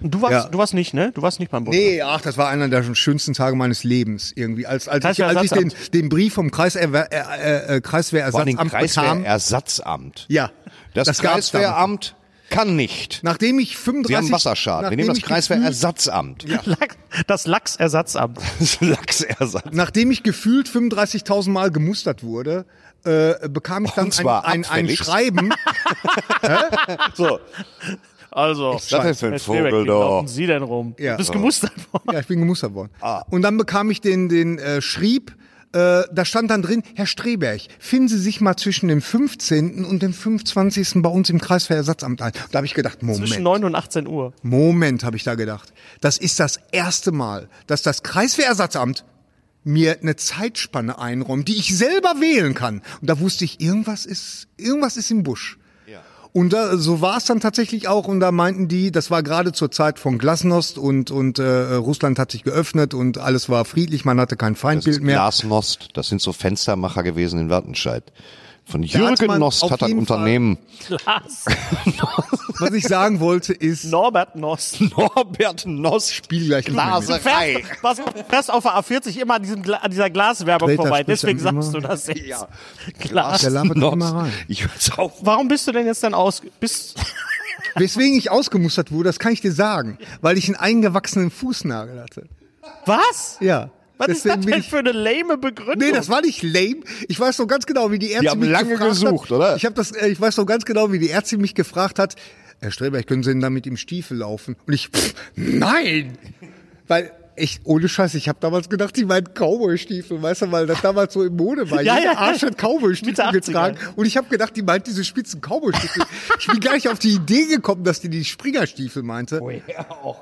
S1: Und Du warst,
S3: Ja.
S1: du warst nicht, ne? Du warst nicht beim Bund.
S3: Nee, ach, das war einer der schönsten Tage meines Lebens irgendwie. Als, als ich, als ich den,
S1: Kreiswehrersatzamt.
S3: den Brief vom Kreiswehr, äh, äh,
S2: Vor allem
S3: Kreiswehrersatzamt bekam.
S2: Kreiswehrersatzamt.
S3: Ja,
S2: Das,
S3: das gab's damals.
S2: Kreiswehramt kann nicht.
S3: Nachdem ich
S2: Wir haben
S3: 35...
S2: Wasserschaden. Wir nehmen das
S3: nachdem ich gefühlt-
S2: Kreiswehrersatzamt.
S1: Lachs- Das Lachsersatzamt.
S2: Das Lachsersatz.
S3: Nachdem ich gefühlt 35.000 Mal gemustert wurde, äh, bekam ich dann
S2: Und
S3: ein,
S2: zwar
S3: ein, ein
S2: abfälligst.
S3: Schreiben.
S2: So,
S1: Also,
S2: das ist für ein
S1: Herr Strebeck,
S2: Vogel
S1: wie laufen
S2: da.
S1: Sie denn rum?
S3: Ja.
S1: Du bist gemustert worden.
S3: ja, ich bin gemustert worden.
S2: Ah.
S3: Und dann bekam ich den, den äh, Schrieb. Äh, da stand dann drin, Herr Streberg, finden Sie sich mal zwischen dem 15. und dem 25. bei uns im Kreiswehrersatzamt ein. Da habe ich gedacht, Moment.
S1: Zwischen 9 und 18 Uhr.
S3: Moment, habe ich da gedacht. Das ist das erste Mal, dass das Kreiswehrersatzamt mir eine Zeitspanne einräumt, die ich selber wählen kann. Und da wusste ich, irgendwas ist, irgendwas ist im Busch. Und da, so war es dann tatsächlich auch. Und da meinten die, das war gerade zur Zeit von Glasnost und, und äh, Russland hat sich geöffnet und alles war friedlich, man hatte kein
S2: Das ist
S3: Feindbild mehr.
S2: Glasnost. Das sind so Fenstermacher gewesen in Wattenscheid. Von
S3: hat
S2: Jürgen
S3: man
S2: Nost
S3: auf
S2: hat ein
S3: jeden Fall-
S2: Unternehmen.
S3: Was ich sagen wollte ist,
S1: Norbert Noss.
S2: Norbert Nost
S3: Spiel gleich nicht mehr mit.
S2: Glaserei.
S1: Was, fährst auf der A40 immer an, diesem, Gla- an dieser Glaswerbung
S3: Später
S1: vorbei.
S3: spricht er
S1: Deswegen
S3: immer-
S1: sagst du das jetzt.
S2: Ja.
S1: Glas.
S3: Der labert doch immer
S2: Nost.
S3: rein.
S2: Ich hör's auf.
S1: Warum bist du denn jetzt dann aus? Bist,
S3: weswegen ich ausgemustert wurde, das kann ich dir sagen, weil ich einen eingewachsenen Fußnagel hatte.
S1: was?
S3: Ja.
S1: Was ist
S3: Deswegen
S1: das
S3: bin
S1: denn
S3: ich-
S1: für eine lame Begründung?
S3: Nee, das war nicht lame. Ich weiß noch ganz genau, wie die Ärzte
S2: haben
S3: mich
S2: lange
S3: gefragt
S2: gesucht,
S3: hat.
S2: oder?
S3: Ich habe das äh, ich weiß noch ganz genau, wie die Ärzte mich gefragt hat. Herr Streberg, können Sie denn da mit dem Stiefel laufen? Und ich pff, nein. Weil ich ohne Scheiß, ich habe damals gedacht, die meinen Cowboy-Stiefel, weißt du, weil das damals so im Mode war.
S1: Ja,
S3: Jeder
S1: ja.
S3: Arsch hat
S1: Mitte
S3: Cowboy-Stiefel
S1: 80er.
S3: getragen. Und ich habe gedacht, die meint diese spitzen Cowboy-Stiefel. ich bin gar nicht auf die Idee gekommen, dass die die Springerstiefel meinte.
S1: Oh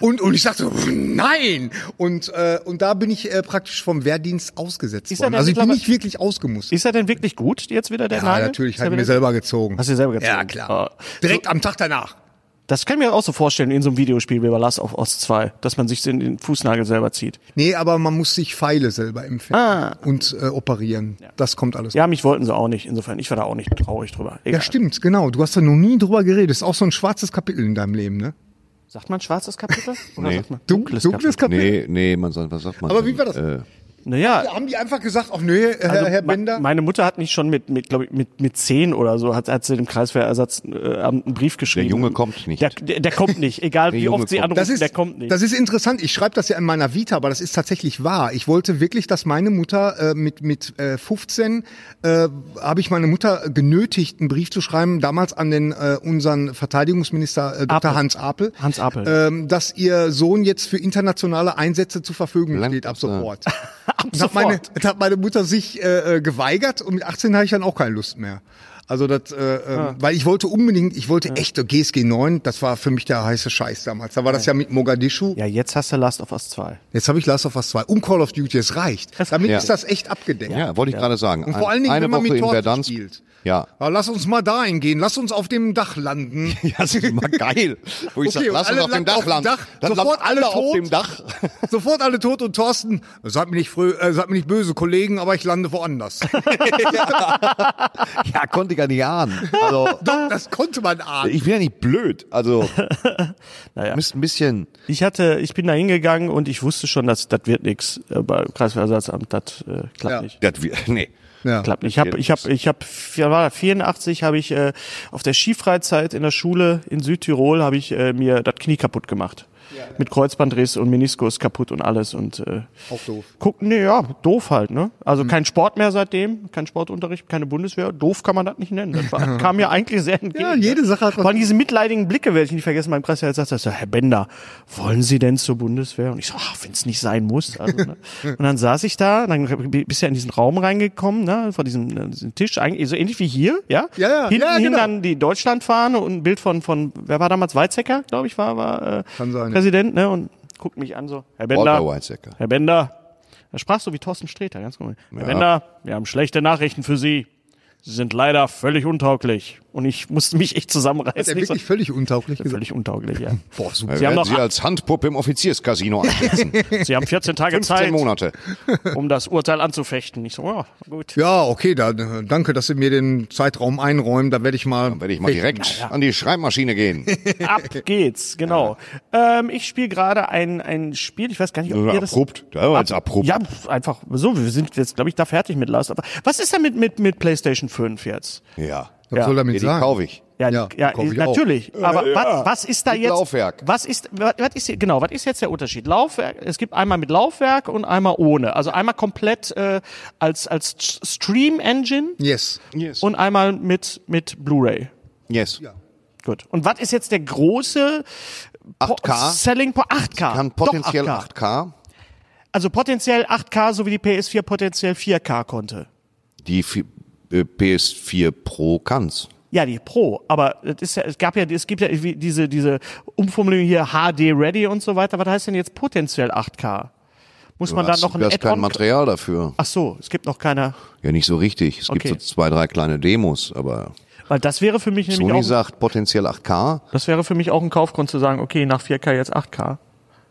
S3: Und, und ich dachte, so, nein! Und, äh, und da bin ich äh, praktisch vom Wehrdienst ausgesetzt
S1: Ist er
S3: worden.
S1: denn
S3: Also ich bin
S1: mittlerweile-
S3: nicht wirklich ausgemustert.
S1: ist er denn wirklich gut jetzt wieder der
S3: Ja,
S1: Nagel?
S3: natürlich,
S1: Ist er
S3: habe ich mir
S1: wieder-
S3: selber gezogen.
S1: Hast du dir selber gezogen?
S3: Ja, klar.
S1: Ah.
S3: Direkt am Tag danach.
S1: Das kann ich mir auch so vorstellen in so einem Videospiel wie bei Last of Us 2, dass man sich den, den Fußnagel selber zieht.
S3: Nee, aber man muss sich Pfeile selber empfinden
S1: Ah.
S3: und äh, operieren. Das kommt alles.
S1: Ja, mich wollten sie auch nicht. Insofern, ich war da auch nicht traurig drüber. Egal.
S3: Ja, stimmt, genau. Du hast da noch nie drüber geredet. Ist auch so ein schwarzes Kapitel in deinem Leben, ne?
S1: Sagt man schwarzes Kapitel? Oder
S2: Nee.
S1: sagt man
S3: Dunkles, dunkles
S2: Nee,
S3: Kapitel.
S2: nee, man soll, was sagt man?
S3: Aber
S2: denn?
S3: wie war das?
S2: Äh,
S1: Naja,
S3: Haben die einfach gesagt, ach nee, äh, Herr, Herr
S1: me-
S3: Bender?
S1: Meine Mutter hat mich schon mit, mit glaube ich, mit, mit zehn oder so, hat, hat sie dem Kreiswehrersatzamt äh, Amt einen Brief geschrieben.
S2: Junge kommt nicht.
S1: Der, der, der kommt nicht, egal wie
S2: Junge
S1: oft sie
S2: kommt.
S1: anrufen,
S3: Das ist,
S1: der kommt nicht.
S3: das ist interessant. Ich schreibe das ja in meiner Vita, aber das ist tatsächlich wahr. Ich wollte wirklich, dass meine Mutter äh, mit, mit äh, 15 äh, habe ich meine Mutter genötigt, einen Brief zu schreiben, damals an den äh, unseren Verteidigungsminister äh, Dr.
S1: Apel.
S3: Hans Apel.
S1: Hans Apel.
S3: Ähm, dass ihr Sohn jetzt für internationale Einsätze zur Verfügung
S2: Lang-
S3: steht ab sofort. ab
S1: sofort.
S3: Meine, das hat meine Mutter sich äh, äh, geweigert und mit 18 hatte ich dann auch keine Lust mehr. Also das, äh, ähm, weil ich wollte unbedingt, ich wollte echte GSG 9, das war für mich der heiße Scheiß damals. Da war das ja mit Mogadischu.
S1: ja, jetzt hast du Last of Us 2.
S3: Jetzt habe ich Last of Us 2 und Call of Duty, es reicht. Damit
S2: Ja.
S3: ist das echt abgedeckt.
S2: ja, wollte ich gerade sagen.
S3: Und vor allen Dingen,
S2: Eine
S3: wenn man
S2: Woche
S3: mit
S2: in
S3: Torten
S2: Verdansk.
S3: spielt.
S2: Ja.
S3: Ja, lass uns mal dahin gehen, lass uns auf dem Dach landen.
S2: Ja, das ist immer geil. Wo ich sage,
S3: Okay, und
S2: lass uns
S3: alle
S2: auf dem
S3: landen auf
S2: Dach
S3: dem
S2: landen.
S3: Dach,
S2: Dann
S3: sofort
S2: landen alle
S3: alle
S2: auf
S3: tot.
S2: dem Dach.
S3: Sofort alle tot und Thorsten, seid mir nicht, frö äh, seid mir nicht böse, Kollegen, aber ich lande woanders.
S2: Ja, konnte ich gar nicht ahnen. Also,
S3: das konnte man ahnen.
S2: ich bin ja nicht blöd. Also,
S1: Naja.
S2: müsst ein bisschen.
S1: Ich hatte, ich bin da hingegangen und ich wusste schon, dass das wird nichts äh, bei Kreiswehrersatzamt, das äh, klappt
S3: Ja.
S1: nicht.
S2: Das, wir- nee.
S3: Ja.
S1: Klappt. nicht. Ich habe, ich habe, ich habe, war 84, habe ich äh, auf der Skifreizeit in der Schule in Südtirol habe ich äh, mir das Knie kaputt gemacht. Mit Kreuzbandriss und Meniskus kaputt und alles und äh,
S3: Auch doof. Mhm.
S1: guck, nee, ja, doof halt, ne? Also kein Sport mehr seitdem, kein Sportunterricht, keine Bundeswehr, doof kann man das nicht nennen. Das war, kam mir eigentlich sehr entgegen.
S3: Ja, jede
S1: ne?
S3: Sache hat was-
S1: Vor allem diese mitleidigen Blicke, welche ich nicht vergessen beim Kreisjahr sagt, so, Herr Bender, wollen Sie denn zur Bundeswehr? Und ich so, wenn es nicht sein muss. Also, ne? und dann saß ich da, dann bist ja in diesen Raum reingekommen, ne, vor diesem, äh, diesem Tisch, eigentlich so ähnlich wie hier, ja?
S3: Ja, ja,
S1: Hinten
S3: ja,
S1: hin
S3: genau.
S1: dann die Deutschlandfahne und ein Bild von, von, wer war damals Weizsäcker, glaube ich, war, war äh,
S3: Kann sein, ja.
S1: Präsident, ne? Und guckt mich an so, Herr Bender.
S2: Walter Weizsäcker.
S1: Herr Bender, er sprach so wie Thorsten Sträter, ganz komisch. Herr Bender, wir haben schlechte Nachrichten für Sie. Sie sind leider völlig untauglich. Und ich musste mich echt
S3: Hat
S1: zusammenreißen.
S3: er
S1: Ich so,
S3: wirklich völlig untauglich gesagt.
S1: völlig untauglich, ja.
S3: Boah, super.
S2: Wir
S1: Sie haben
S2: werden
S1: noch
S2: Sie als Handpuppe im Offizierscasino einsetzen.
S1: Sie haben 14 Tage
S2: 15
S1: Zeit,
S2: Monate.
S1: um das Urteil anzufechten. Ich so, ja, gut.
S3: Ja, okay, da, äh, danke, dass Sie mir den Zeitraum einräumen. Da werde ich mal. Dann
S2: Werde ich mal direkt an die Schreibmaschine gehen.
S1: Ab geht's, genau. Ähm, ich spiele gerade ein, ein Spiel, ich weiß gar nicht, ob ihr das...
S2: Äh, abrupt. Das war jetzt abrupt.
S1: Ja, pf, einfach so, wir sind jetzt, glaube ich, da fertig mit Last. of Us. Was ist denn mit, mit, mit PlayStation 5 jetzt?
S2: Ja.
S3: Was soll damit
S2: Die
S3: sagen?
S2: kaufe ich.
S1: Ja,
S3: Ja,
S1: ja, ja
S3: kauf ich auch.
S1: natürlich. Aber
S2: ja.
S1: Was, was ist da
S2: Mit
S1: jetzt?
S2: Laufwerk.
S1: Was ist, was ist hier, genau, was ist jetzt der Unterschied? Laufwerk, es gibt einmal mit Laufwerk und einmal ohne. Also einmal komplett äh, als, als Stream Engine
S3: Yes.
S2: Yes.
S1: und einmal mit, mit Blu-ray.
S2: yes.
S1: Gut. Und was ist jetzt der große
S2: 8K.
S1: Selling Point? 8K.
S2: Kann
S1: Doch,
S2: potenziell
S1: 8K.
S2: 8K.
S1: Also potenziell 8K, so wie die PS4 potenziell 4K konnte.
S2: Die F- äh, PS4 Pro kann's.
S1: Ja, die Pro, aber es ist ja, es gab ja, es gibt ja wie diese, diese Umformulierung hier HD Ready und so weiter. Was heißt denn jetzt potenziell 8K? Muss man da noch ein
S2: da ist kein
S1: Add-on?
S2: Material dafür.
S1: Ach so, es gibt noch keine,
S2: Ja, nicht so richtig. Es
S1: Okay.
S2: gibt so zwei, drei kleine Demos, aber
S1: weil das wäre für mich nämlich
S2: Sony
S1: auch,
S2: sagt potenziell 8K.
S1: das wäre für mich auch ein Kaufgrund zu sagen, okay, nach 4K jetzt 8K.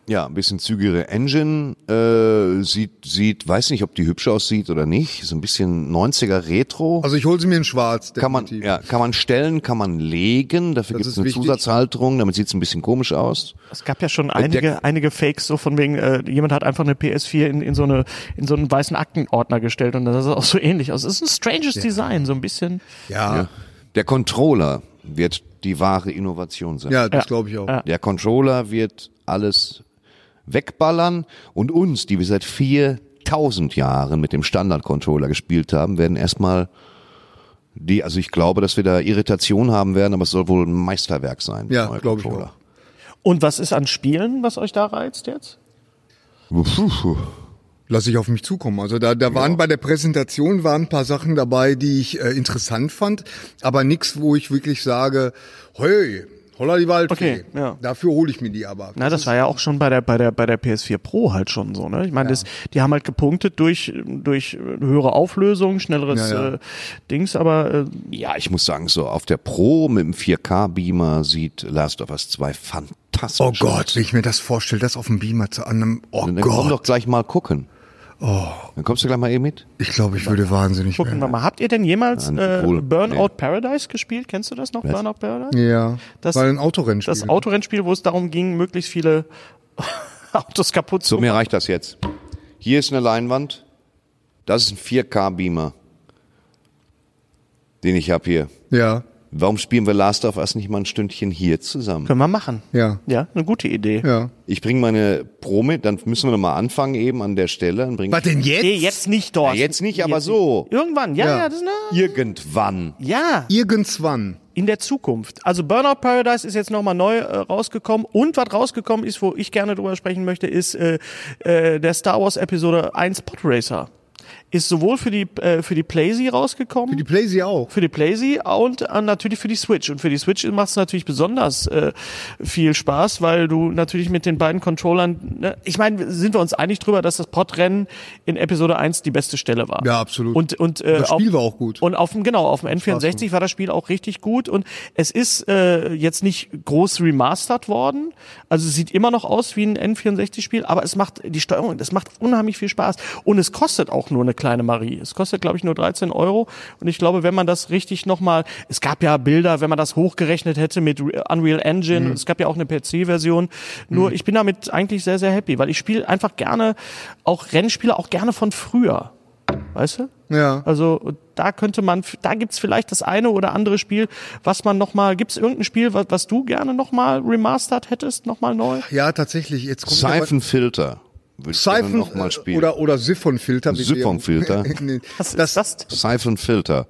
S2: Ja, ein bisschen zügigere Engine. Äh, sieht, sieht, weiß nicht, ob die hübsch aussieht oder nicht. So ein bisschen 90er Retro.
S3: Also ich hole sie mir in Schwarz.
S2: kann man,
S3: definitiv.
S2: ja, kann man stellen, kann man legen. Dafür gibt
S3: ist
S2: es eine
S3: wichtig.
S2: Zusatzhalterung. Damit sieht es ein bisschen komisch aus.
S1: Es gab ja schon
S2: Äh,
S1: einige, einige Fakes, so von wegen, äh, jemand hat einfach eine PS4 in, in so eine, in so einen weißen Aktenordner gestellt und das sah auch so ähnlich aus. Es ist ein stranges Design, so ein bisschen.
S3: Ja, ja,
S2: Der Controller wird die wahre Innovation sein.
S3: das
S1: Ja.
S3: glaube ich auch.
S2: Der Controller wird alles wegballern und uns, die wir seit 4000 Jahren mit dem Standard-Controller gespielt haben, werden erstmal die, also ich glaube, dass wir da Irritation haben werden, aber es soll wohl ein Meisterwerk sein. der
S3: Ja,
S2: neue
S3: glaube ich
S2: Controller.
S1: Und was ist an Spielen, was euch da reizt jetzt?
S2: Puh, puh.
S3: Lass ich auf mich zukommen. Also da, da waren bei der Präsentation waren ein paar Sachen dabei, die ich äh, interessant fand, aber nichts, wo ich wirklich sage, hey, Holla die
S1: Okay,
S3: Waldfee.
S1: ja.
S3: Dafür hole ich mir die aber.
S1: Na, das war ja auch schon bei der bei der bei der PS4 Pro halt schon so, ne? Ich meine, das die haben halt gepunktet durch durch höhere Auflösung, schnelleres
S3: Ja, ja.
S1: Äh, Dings, aber äh,
S2: Ja, ich muss sagen, so auf der Pro mit dem 4K-Beamer sieht Last of Us 2 fantastisch
S3: Oh
S2: aus.
S3: Gott, wenn ich mir das vorstelle, das auf dem Beamer zu einem. Oh
S2: Dann komm
S3: Gott. Oh.
S2: doch gleich mal gucken. Dann kommst du gleich mal eben mit.
S3: Ich glaube, ich würde wahnsinnig
S1: gucken wir
S3: werden.
S1: mal. Habt ihr denn jemals
S2: Nein,
S1: äh,
S2: wohl,
S1: Burnout
S2: nee.
S1: Paradise gespielt? Kennst du das noch, Burnout Paradise?
S3: Ja,
S1: Das-
S3: das war ein Autorennen.
S1: Das Autorennspiel, wo es darum ging, möglichst viele Autos kaputt zu
S2: So, mir reicht das jetzt. Hier ist eine Leinwand. Das ist ein 4K-Beamer, den ich habe hier.
S3: Ja,
S2: Warum spielen wir Last of Us nicht mal ein Stündchen hier zusammen?
S1: Können wir machen.
S3: ja,
S1: Ja, eine gute Idee.
S3: ja.
S2: Ich bringe meine Pro mit, dann müssen wir nochmal anfangen eben an der Stelle. Dann bring
S3: Was denn jetzt?
S1: Nee, jetzt nicht dort.
S2: Ja, jetzt nicht, aber so.
S1: Irgendwann, ja, ja,
S3: Ja.
S1: das, na,
S2: Irgendwann.
S1: ja,
S3: Irgendwann.
S1: in der Zukunft. Also Burnout Paradise ist jetzt nochmal neu äh, rausgekommen und was rausgekommen ist, wo ich gerne drüber sprechen möchte, ist äh, äh, der Star Wars Episode 1 Podracer. Ist sowohl für die äh, für die Playsee rausgekommen.
S3: Für die Playsee auch.
S1: für die Playsee und äh, natürlich für die Switch. Und für die Switch macht es natürlich besonders äh, viel Spaß, weil du natürlich mit den beiden Controllern, ne, ich meine, sind wir uns einig drüber, dass das Podrennen in Episode 1 die beste Stelle war.
S3: Ja, absolut.
S1: Und, und, äh,
S3: Das Spiel war auch gut.
S1: Und auf dem, genau, auf dem N64 war das Spiel auch richtig gut und es ist äh, jetzt nicht groß remastert worden. Also es sieht immer noch aus wie ein N64-Spiel, aber es macht die Steuerung, das macht unheimlich viel Spaß. Und es kostet auch nur eine kleine Marie. Es kostet, glaube ich, nur 13 Euro. Und ich glaube, wenn man das richtig nochmal, es gab ja Bilder, wenn man das hochgerechnet hätte mit Re- Unreal Engine,
S3: Mhm.
S1: es gab ja auch eine PC-Version. Nur ich bin damit eigentlich sehr, sehr happy, weil ich spiele einfach gerne auch Rennspiele, auch gerne von früher. Weißt du?
S3: Ja.
S1: Also da könnte man, da gibt's vielleicht das eine oder andere Spiel, was man nochmal, gibt's irgendein Spiel, was, was du gerne nochmal remastert hättest, nochmal neu?
S3: Ja, tatsächlich. Jetzt kommt
S2: Siphonfilter. Würde ich gerne
S3: Siphon
S2: noch mal spielen.
S3: oder oder Siphonfilter. wie wir-
S2: Siphonfilter?
S3: Nee,
S1: Was
S3: das,
S1: ist das? denn?
S2: Siphonfilter.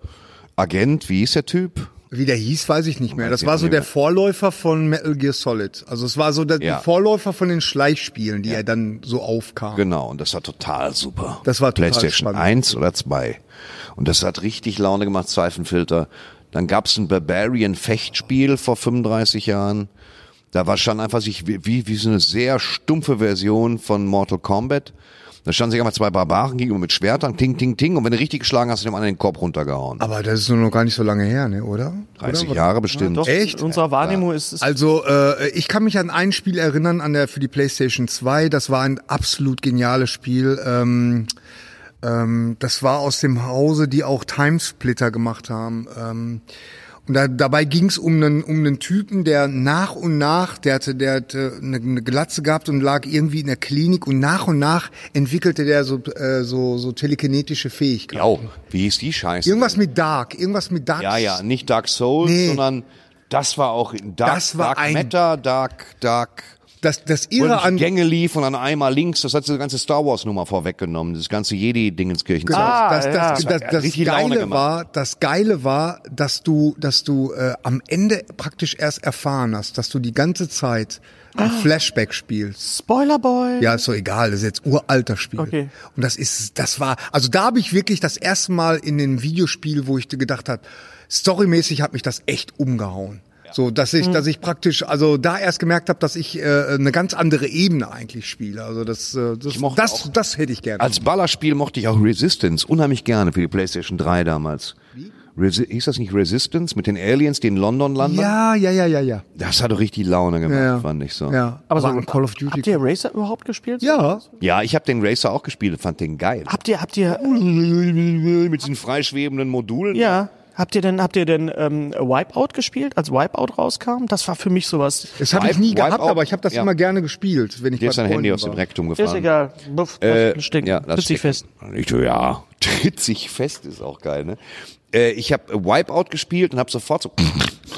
S2: Agent, wie ist der Typ?
S3: wie der hieß, weiß ich nicht mehr.
S2: Weiß
S3: Das
S2: ich
S3: war
S2: auch
S3: so
S2: nicht
S3: der
S2: mehr.
S3: Vorläufer von Metal Gear Solid. Also es war so der
S2: Ja.
S3: der Vorläufer von den Schleichspielen, die er dann so aufkam.
S2: Genau, und das war total super.
S3: Das war total
S2: PlayStation
S3: spannend.
S2: 1 oder 2. Und das hat richtig Laune gemacht, Seifenfilter. Dann gab's ein Barbarian-Fechtspiel vor 35 Jahren. Da war stand einfach sich wie, wie, wie so eine sehr stumpfe Version von Mortal Kombat. Da standen sich einmal zwei Barbaren gegenüber mit Schwertern, ting, ting, ting. Und wenn du richtig geschlagen hast, hast du dem anderen den Korb runtergehauen.
S3: Aber das ist nur noch gar nicht so lange her, ne, oder?
S2: 30 Jahre bestimmt.
S1: Doch,
S3: Echt?
S1: in unserer Wahrnehmung ist es.
S3: Also äh, ich kann mich an ein Spiel erinnern, an der für die PlayStation 2. Das war ein absolut geniales Spiel. Ähm, ähm, das war aus dem Hause, die auch Timesplitter gemacht haben. Ähm, und da, dabei ging es um einen um einen Typen, der nach und nach, der hatte, der hatte eine, eine Glatze gehabt und lag irgendwie in der Klinik und nach und nach entwickelte der so äh, so, so telekinetische Fähigkeiten.
S2: Ja, wie hieß die Scheiße?
S3: Irgendwas mit Dark, irgendwas mit Dark.
S2: Ja, ja, nicht Dark Souls,
S3: Nee.
S2: sondern das war auch in Dark,
S3: Das war
S2: Dark
S3: ein-
S2: Matter, Dark, Dark.
S3: Das, das
S2: Wo
S3: Irre
S2: er durch
S3: an
S2: die Gänge lief und dann einmal links, das hat diese ganze Star Wars Nummer vorweggenommen, das ganze Jedi-Dingenskirchen.
S1: Ah,
S3: das, das,
S1: ja.
S3: das, das,
S2: hat
S3: das,
S2: richtig Laune
S3: Geile
S2: gemacht.
S3: war, das Geile war, dass du, dass du äh, am Ende praktisch erst erfahren hast, dass du die ganze Zeit
S1: Ah.
S3: ein Flashback spielst.
S1: Spoilerboy.
S3: Ja, ist doch egal, das ist jetzt uralter Spiel.
S1: Okay.
S3: Und das ist, das war, also da habe ich wirklich das erste Mal in dem Videospiel, wo ich gedacht habe, storymäßig hat mich das echt umgehauen. So, dass ich,
S1: Mhm.
S3: dass ich praktisch, also da erst gemerkt habe, dass ich äh, eine ganz andere Ebene eigentlich spiele. Also das, äh, das,
S2: mochte auch- Also
S3: das, das hätte ich gerne.
S2: Als Ballerspiel mochte ich auch Resistance unheimlich gerne für die PlayStation 3 damals. Resi hieß das nicht Resistance mit den Aliens, die in London landen?
S3: ja, ja, ja, ja, ja.
S2: Das hat doch richtig Laune gemacht,
S3: Ja, ja.
S2: fand ich so.
S3: Ja,
S1: Aber
S3: aber
S1: so-
S3: so ein Call of Duty.
S1: Habt ihr Racer überhaupt gespielt?
S3: ja,
S2: Ja, ich habe den Racer auch gespielt, fand den geil.
S1: Habt ihr, habt ihr,
S2: Mit diesen freischwebenden Modulen.
S1: ja. Habt ihr denn, habt ihr denn ähm, Wipeout gespielt, als Wipeout rauskam? Das war für mich sowas.
S3: das habe ich
S2: Wipe-
S3: nie gehabt,
S2: Wipeout,
S3: aber ich habe das
S2: ja.
S3: immer gerne gespielt, wenn ich
S2: Dir
S3: bei
S2: ist dein Handy
S3: Freunden
S2: aus dem
S3: war.
S2: Rektum gefahren.
S1: Ist egal. Buff,
S2: Äh,
S1: stinkt.
S2: Ja,
S1: Sitz
S2: das
S1: Halt dich fest.
S2: stinkt. Ich, so, ja, tritt sich fest ist auch geil, ne? Äh, ich habe Wipeout gespielt und habe sofort so.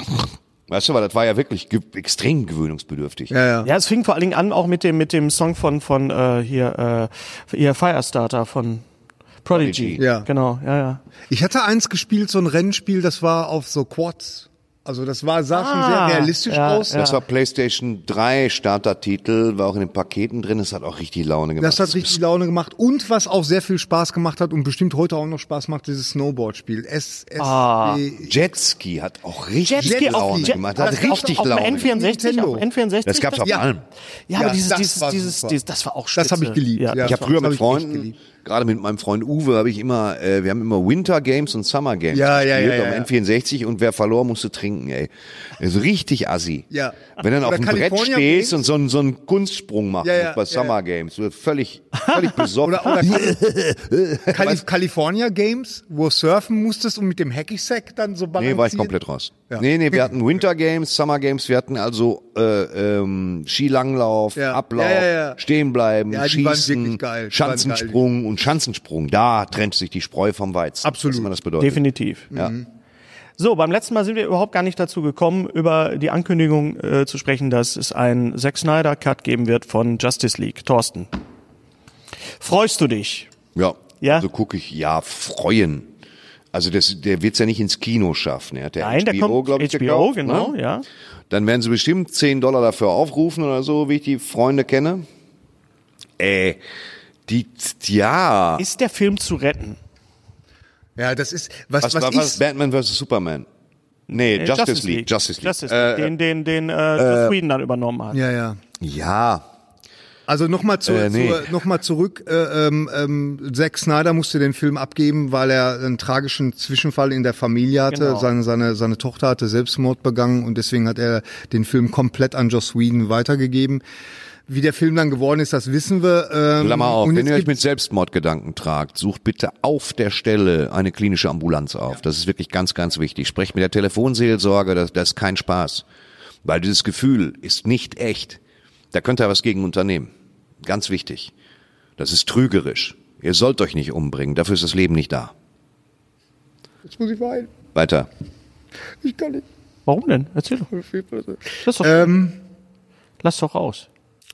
S2: weißt du, weil das war ja wirklich ge extrem gewöhnungsbedürftig.
S3: Ja, ja.
S1: Ja, es fing vor allen Dingen an auch mit dem mit dem Song von von äh, hier äh, hier Firestarter von Prodigy.
S2: Prodigy.
S3: Ja.
S1: Genau, ja, ja.
S3: Ich hatte eins gespielt, so ein Rennspiel, das war auf so Quads. Also das war, sah schon
S1: Ah,
S3: sehr realistisch
S1: ja,
S3: aus.
S1: ja.
S2: Das war PlayStation 3 Startertitel, war auch in den Paketen drin. Das hat auch richtig Laune gemacht.
S3: Das hat richtig Laune gemacht und was auch sehr viel Spaß gemacht hat und bestimmt heute auch noch Spaß macht, dieses Snowboard-Spiel. S S
S1: Ah.
S3: B-
S2: Jetski hat auch richtig
S3: Jetski auf-
S2: Laune
S3: Jet-
S2: gemacht.
S3: das
S2: Hat
S3: gab's
S2: richtig
S1: auf dem
S2: Laune gemacht.
S1: N64, auf dem N64.
S2: Das gab's auf
S3: Ja.
S2: allem.
S1: Ja, aber
S3: Ja,
S1: dieses,
S3: das
S1: dieses,
S3: war
S1: dieses,
S3: super.
S1: dieses, das war auch spitze.
S3: Das habe ich geliebt.
S1: Ja.
S3: Ja,
S2: Ich habe
S3: das
S2: früher
S3: hab
S2: mit
S3: ich echt
S2: Freunden,
S3: geliebt.
S2: gerade mit meinem Freund Uwe, habe ich immer, äh, wir haben immer Winter Games und Summer Games
S3: Ja, ja,
S2: gespielt
S3: ja, ja, ja.
S2: am N64 und wer verlor, musste trinken, ey. Das ist richtig assi.
S3: Ja.
S2: Wenn dann auf
S3: Oder
S2: dem Brett
S3: California
S2: stehst
S3: Games.
S2: und so, einen- so einen Kunstsprung machst
S3: Ja, ja,
S2: bei
S3: ja,
S2: Summer
S3: ja.
S2: Games. Du wirst Völlig, völlig besoffen.
S3: Oder, oder Cali California Games, wo du surfen musstest und mit dem Hacky Sack dann so balancieren.
S2: Nee, war ich komplett raus.
S3: Ja.
S2: Nee, nee, wir hatten Winter Games, Summer Games, wir hatten also äh, ähm, Skilanglauf,
S3: Ja.
S2: Ablauf,
S3: Ja, ja, ja.
S2: Stehenbleiben,
S3: Ja, die waren
S2: Schießen,
S3: wirklich geil. Die waren
S2: Schanzensprung und Schanzensprung. Da trennt sich die Spreu vom Weizen.
S3: Absolut.
S2: Was immer das bedeutet.
S1: Definitiv. Mhm.
S2: Ja.
S1: So, beim letzten Mal sind wir überhaupt gar nicht dazu gekommen, über die Ankündigung äh, zu sprechen, dass es einen Zack Snyder Cut geben wird von Justice League. Thorsten. Freust du dich?
S2: Ja.
S1: Ja?
S2: So gucke ich, ja, freuen. Also das, der wird's ja nicht ins Kino schaffen. Er hat der
S1: Nein,
S2: HBO,
S1: da kommt
S2: glaub ich,
S1: HBO,
S2: gekauft,
S1: genau,
S2: ne?
S1: ja.
S2: Dann werden sie bestimmt 10 Dollar dafür aufrufen oder so, wie ich die Freunde kenne. Äh, die, ja.
S1: Ist der Film zu retten?
S3: Ja, das ist, was,
S2: Was,
S3: was,
S2: was, was?
S3: ist,
S2: Batman vs. Superman. Nee, Justice, League. Justice League.
S1: Äh, Justice League. den, den, den äh, Joss Whedon dann übernommen hat.
S3: ja, ja.
S2: Äh, Ja,
S3: Also nochmal zu,
S2: Äh, nee.
S3: zu, noch mal zurück. Äh, ähm, ähm, Zack Snyder musste den Film abgeben, weil er einen tragischen Zwischenfall in der Familie hatte.
S1: Genau.
S3: Seine, seine, seine Tochter hatte Selbstmord begangen und deswegen hat er den Film komplett an Joss Whedon weitergegeben. Wie der Film dann geworden ist, das wissen wir. Ähm,
S2: Klammer auf.
S3: und
S2: Wenn
S3: jetzt
S2: ihr euch
S3: gibt-
S2: mit Selbstmordgedanken tragt, sucht bitte auf der Stelle eine klinische Ambulanz auf. Das ist wirklich ganz, ganz wichtig. Sprecht mit der Telefonseelsorge, das, das ist kein Spaß. Weil dieses Gefühl ist nicht echt. Da könnt ihr was gegen unternehmen. Ganz wichtig. Das ist trügerisch. Ihr sollt euch nicht umbringen. Dafür ist das Leben nicht da.
S3: Jetzt muss ich weinen.
S2: Weiter.
S3: Ich kann nicht.
S1: Warum denn? Erzähl doch. Lass
S2: Äh,
S1: doch,
S3: Ähm,
S1: lass doch raus.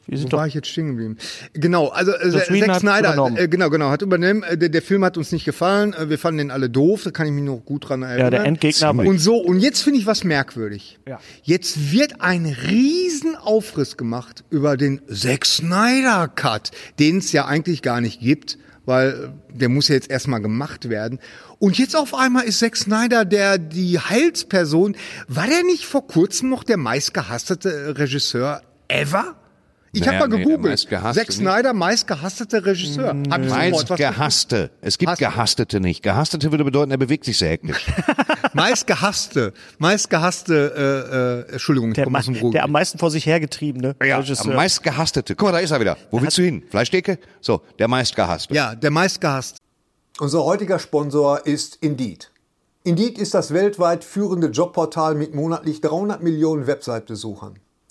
S1: Wir sind
S3: Wo
S1: doch
S3: war ich jetzt stehen geblieben? Genau, also äh,
S1: Joss Whedon
S3: Zack
S1: hat's übernommen.
S3: Snyder, äh, genau, genau, hat übernommen. Äh, der, der Film hat uns nicht gefallen. Äh, wir fanden den alle doof. Da kann ich mich noch gut dran erinnern.
S1: ja, der Endgegner.
S3: Und so, und jetzt finde ich was merkwürdig.
S1: Ja.
S3: Jetzt wird ein riesen Aufriss gemacht über den Zack Snyder Cut, den es ja eigentlich gar nicht gibt, weil äh, der muss ja jetzt erstmal gemacht werden. Und jetzt auf einmal ist Zack Snyder der, die Heilsperson. War der nicht vor kurzem noch der meistgehasste äh, Regisseur ever? Ich
S2: Naja,
S3: habe mal
S2: nee, der
S3: gegoogelt.
S2: meistgehasste
S3: Zack
S2: nicht. Mm,
S3: Snyder, meistgehassteter Regisseur. Hab ich
S2: Meist
S3: sofort was
S2: gehasste. Es gibt
S3: Hass-
S2: gehasstete nicht. Gehasstete würde bedeuten, er bewegt sich sehr hektisch.
S3: Meistgehasste, meistgehasste, äh, äh, Entschuldigung, ich
S1: Der,
S3: komme
S1: ma-
S3: aus dem Ruhrgebiet.
S1: der am meisten vor sich hergetriebene
S2: am meist gehasstete. Guck mal, da ist er wieder. Wo willst du hin? Fleischdecke? So, der meist gehasste.
S3: Ja, der meistgehasste.
S5: Unser heutiger Sponsor ist Indeed. Indeed ist das weltweit führende Jobportal mit monatlich 300 Millionen Website-Besuchern.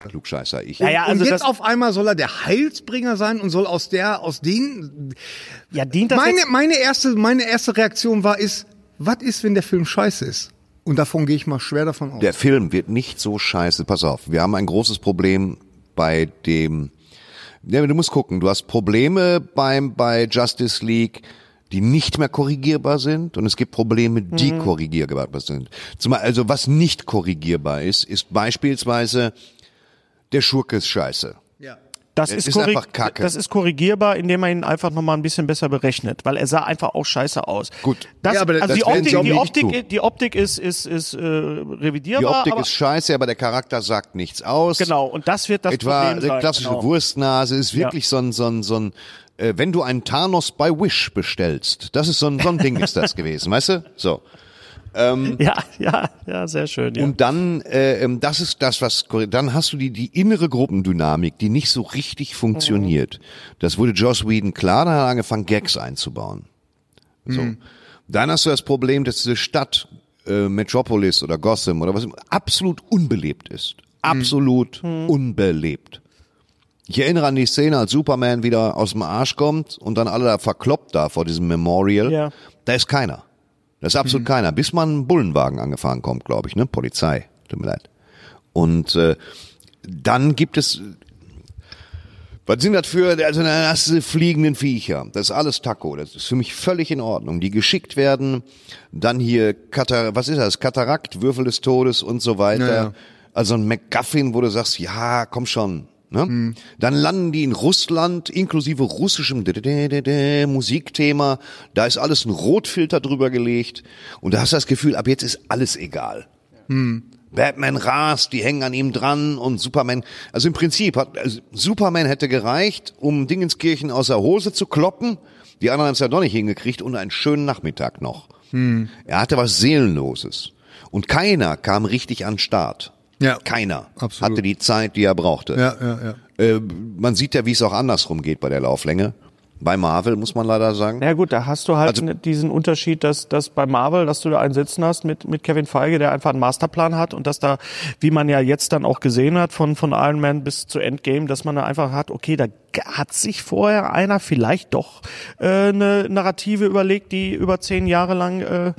S2: Klugscheißer, ich.
S1: Ja, ja, also
S3: und
S1: das,
S3: jetzt auf einmal soll er der Heilsbringer sein und soll aus der, aus den.
S1: ja, dient das
S3: Meine,
S1: jetzt?
S3: meine erste, meine erste Reaktion war ist, was ist, wenn der Film scheiße ist? Und davon gehe ich mal schwer davon aus.
S2: Der Film wird nicht so scheiße. Pass auf, wir haben ein großes Problem bei dem. Ja, du musst gucken, du hast Probleme beim, bei Justice League, die nicht mehr korrigierbar sind und es gibt Probleme, die
S1: Mhm.
S2: korrigierbar sind. Zumal, also was nicht korrigierbar ist, ist beispielsweise der Schurke ist scheiße.
S3: ja.
S1: Das
S2: Es
S1: ist,
S2: ist
S1: korrig-
S2: einfach Kacke.
S1: das ist korrigierbar, indem man ihn einfach nochmal ein bisschen besser berechnet, weil er sah einfach auch scheiße aus.
S2: Gut.
S1: das,
S3: Ja, aber
S1: also
S3: das
S1: die
S3: werden
S1: Optik,
S3: sie auch
S1: die,
S3: nicht
S2: tun.
S1: Optik, die Optik ist, ist, ist äh, revidierbar.
S2: Die Optik
S1: aber,
S2: ist scheiße, aber der Charakter sagt nichts aus.
S1: Genau, und das wird das
S2: Etwa
S1: Problem sein.
S2: eine klassische
S1: genau.
S2: Wurstnase ist wirklich so ein, so ein, so ein äh, wenn du einen Thanos bei Wish bestellst, das ist so ein, so ein Ding ist das gewesen, weißt du? So.
S1: Ja, ja, ja, sehr schön. Ja.
S2: Und dann, äh, ähm, das ist das, was, dann hast du die, die innere Gruppendynamik, die nicht so
S1: Mhm.
S2: richtig funktioniert. Das wurde Joss Whedon klar, dann hat er angefangen, Gags einzubauen. So.
S1: Mhm.
S2: Dann hast du das Problem, dass diese Stadt, äh, Metropolis oder Gotham oder was, immer, absolut unbelebt ist. Absolut unbelebt. Ich erinnere an die Szene, als Superman wieder aus dem Arsch kommt und dann alle da verkloppt da vor diesem Memorial.
S1: Ja.
S2: Da ist keiner. Da ist absolut keiner. Bis man einen Bullenwagen angefahren kommt, glaube ich, ne? Polizei. Tut mir leid. Und äh, dann gibt es. Was sind das für, also dann hast du fliegenden Viecher. Das ist alles Taco. Das ist für mich völlig in Ordnung. Die geschickt werden, dann hier Katar, was ist das? Katarakt, Würfel des Todes und so weiter.
S3: Ja, ja.
S2: Also ein McGuffin, wo du sagst, ja, komm schon. Ne?
S3: Hm.
S2: Dann landen die in Russland, inklusive russischem DDDDD Musikthema. Da ist alles ein Rotfilter drüber gelegt. Und da hast du das Gefühl, ab jetzt ist alles egal. Batman rast, die hängen an ihm dran und Superman, also im Prinzip hat also Superman hätte gereicht, um Dingenskirchen aus der Hose zu kloppen. Die anderen haben es ja doch nicht hingekriegt und einen schönen Nachmittag noch.
S3: Hm.
S2: Er hatte was Seelenloses und keiner kam richtig an den Start.
S3: Ja.
S2: keiner
S3: Absolut.
S2: hatte die Zeit, die er brauchte.
S3: Ja, ja, ja.
S2: Äh, man sieht ja, wie es auch andersrum geht bei der Lauflänge. Bei Marvel muss man leider sagen.
S1: Na gut, da hast du halt
S2: Also
S1: ne- diesen Unterschied, dass, dass bei Marvel, dass du da einen sitzen hast mit, mit Kevin Feige, der einfach einen Masterplan hat und dass da, wie man ja jetzt dann auch gesehen hat von, von Iron Man bis zu Endgame, dass man da einfach hat, okay, da g- hat sich vorher einer vielleicht doch äh, eine Narrative überlegt, die über zehn Jahre lang äh,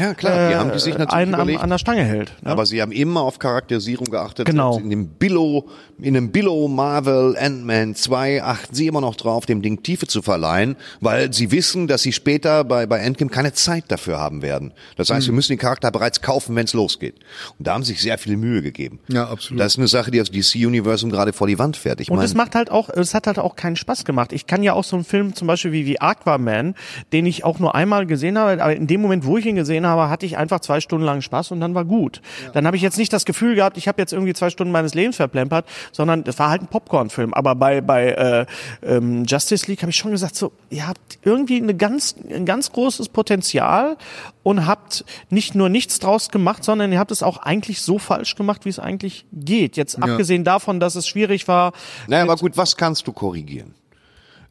S2: Ja, klar, die haben die sich natürlich
S1: einen am,
S2: überlegt.
S1: an der Stange hält. ne?
S2: Aber sie haben immer auf Charakterisierung geachtet.
S1: Genau.
S2: Selbst In dem Billow, in dem Billow Marvel Ant-Man 2 achten sie immer noch drauf, dem Ding Tiefe zu verleihen, weil sie wissen, dass sie später bei, bei Endgame keine Zeit dafür haben werden. Das heißt, wir müssen den Charakter bereits kaufen, wenn es losgeht. Und da haben sie sich sehr viel Mühe gegeben.
S3: Ja, absolut.
S2: Das ist eine Sache, die das DC-Universum gerade vor die Wand fährt. Ich
S1: Und
S2: meine,
S1: es macht halt auch, es hat halt auch keinen Spaß gemacht. Ich kann ja auch so einen Film zum Beispiel wie, wie Aquaman, den ich auch nur einmal gesehen habe, aber in dem Moment, wo ich ihn gesehen habe, hatte ich einfach zwei Stunden lang Spaß und dann war gut. Dann habe ich jetzt nicht das Gefühl gehabt, ich habe jetzt irgendwie zwei Stunden meines Lebens verplempert, sondern das war halt ein Popcorn-Film. Aber bei, bei äh, ähm, Justice League habe ich schon gesagt, so, ihr habt irgendwie eine ganz, ein ganz großes Potenzial und habt nicht nur nichts draus gemacht, sondern ihr habt es auch eigentlich so falsch gemacht, wie es eigentlich geht. Jetzt abgesehen davon, dass es schwierig war,
S2: naja, aber gut, was kannst du korrigieren?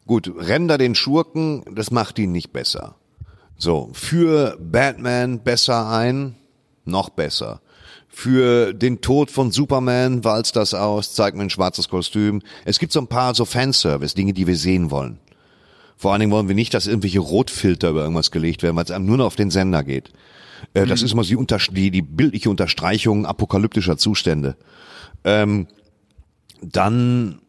S2: Gut, render den Schurken, das macht ihn nicht besser. So, für Batman besser ein, noch besser. Für den Tod von Superman walzt das aus, zeigt mir ein schwarzes Kostüm. Es gibt so ein paar so Fanservice, Dinge, die wir sehen wollen. Vor allen Dingen wollen wir nicht, dass irgendwelche Rotfilter über irgendwas gelegt werden, weil es einem nur noch auf den Sender geht. Äh, Das ist immer so die, Unter die, die bildliche Unterstreichung apokalyptischer Zustände. Ähm, dann,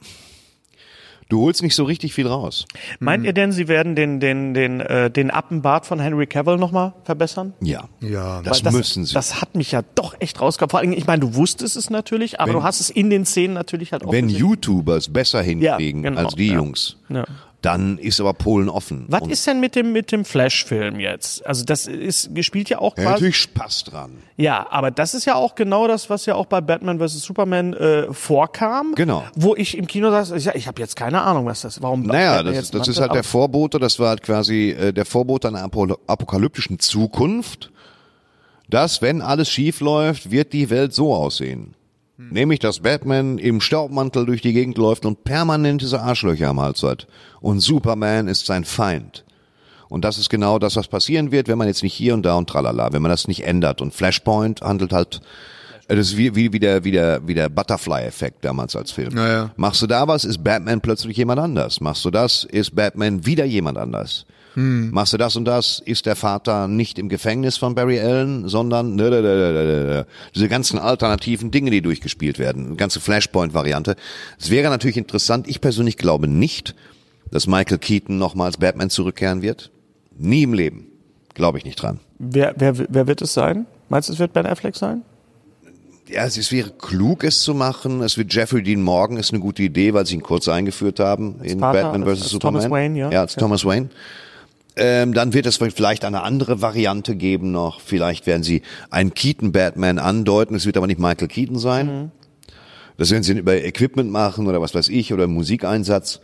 S2: du holst nicht so richtig viel raus. Mhm.
S1: Meint ihr denn, sie werden den, den, den, äh, den Appenbart von Henry Cavill nochmal verbessern?
S2: Ja.
S3: Ja.
S2: das,
S1: Weil das
S2: müssen sie.
S1: Das hat mich ja doch echt rausgehauen. Vor allem, ich meine, du wusstest es natürlich, aber du hast es in den Szenen natürlich halt auch
S2: Wenn
S1: gesehen.
S2: YouTubers besser hinkriegen
S1: genau,
S2: als die
S1: ja.
S2: Jungs,
S1: Ja.
S2: dann ist aber Polen offen.
S1: Was
S2: Und
S1: ist denn mit dem, mit dem Flash-Film jetzt? Also das ist, gespielt ja auch
S2: ja,
S1: quasi.
S2: natürlich Spaß dran.
S1: Ja, aber das ist ja auch genau das, was ja auch bei Batman vs. Superman äh, vorkam.
S2: Genau.
S1: Wo ich im Kino saß, ich, sag, ich habe jetzt keine Ahnung, was das, warum
S2: Naja,
S1: Batman
S2: das,
S1: jetzt
S2: das
S1: macht,
S2: ist halt
S1: aber-
S2: der Vorbote, das war halt quasi äh, der Vorbote einer apo- apokalyptischen Zukunft, dass, wenn alles schief läuft, wird die Welt so aussehen. Nämlich, dass Batman im Staubmantel durch die Gegend läuft und permanent diese Arschlöcher am Hals hat. Und Superman ist sein Feind. Und das ist genau das, was passieren wird, wenn man jetzt nicht hier und da und tralala, wenn man das nicht ändert. Und Flashpoint handelt halt, äh, das ist wie, wie, wie der, wie der, wie der Butterfly-Effekt damals als Film.
S3: Naja.
S2: Machst du da was, ist Batman plötzlich jemand anders. Machst du das, ist Batman wieder jemand anders. Machst du das und das, ist der Vater nicht im Gefängnis von Barry Allen, sondern nö, nö, nö, nö, nö, nö. diese ganzen alternativen Dinge, die durchgespielt werden, eine ganze Flashpoint-Variante. Es wäre natürlich interessant, ich persönlich glaube nicht, dass Michael Keaton nochmals Batman zurückkehren wird. Nie im Leben. Glaube ich nicht dran.
S1: Wer, wer, wer wird es sein? Meinst du, es wird Ben Affleck sein?
S2: ja, es ist, wäre klug, es zu machen. Es wird Jeffrey Dean Morgan ist eine gute Idee, weil sie ihn kurz eingeführt haben in
S1: Vater,
S2: Batman
S1: als-
S2: vs.
S1: als
S2: Superman.
S1: Thomas Wayne, ja.
S2: Ja, als
S1: Ja.
S2: Thomas Wayne. Ähm, dann wird es vielleicht eine andere Variante geben noch. Vielleicht werden sie einen Keaton-Batman andeuten. Es wird aber nicht Michael Keaton sein.
S1: Mhm.
S2: Das werden sie über Equipment machen oder was weiß ich oder Musikeinsatz.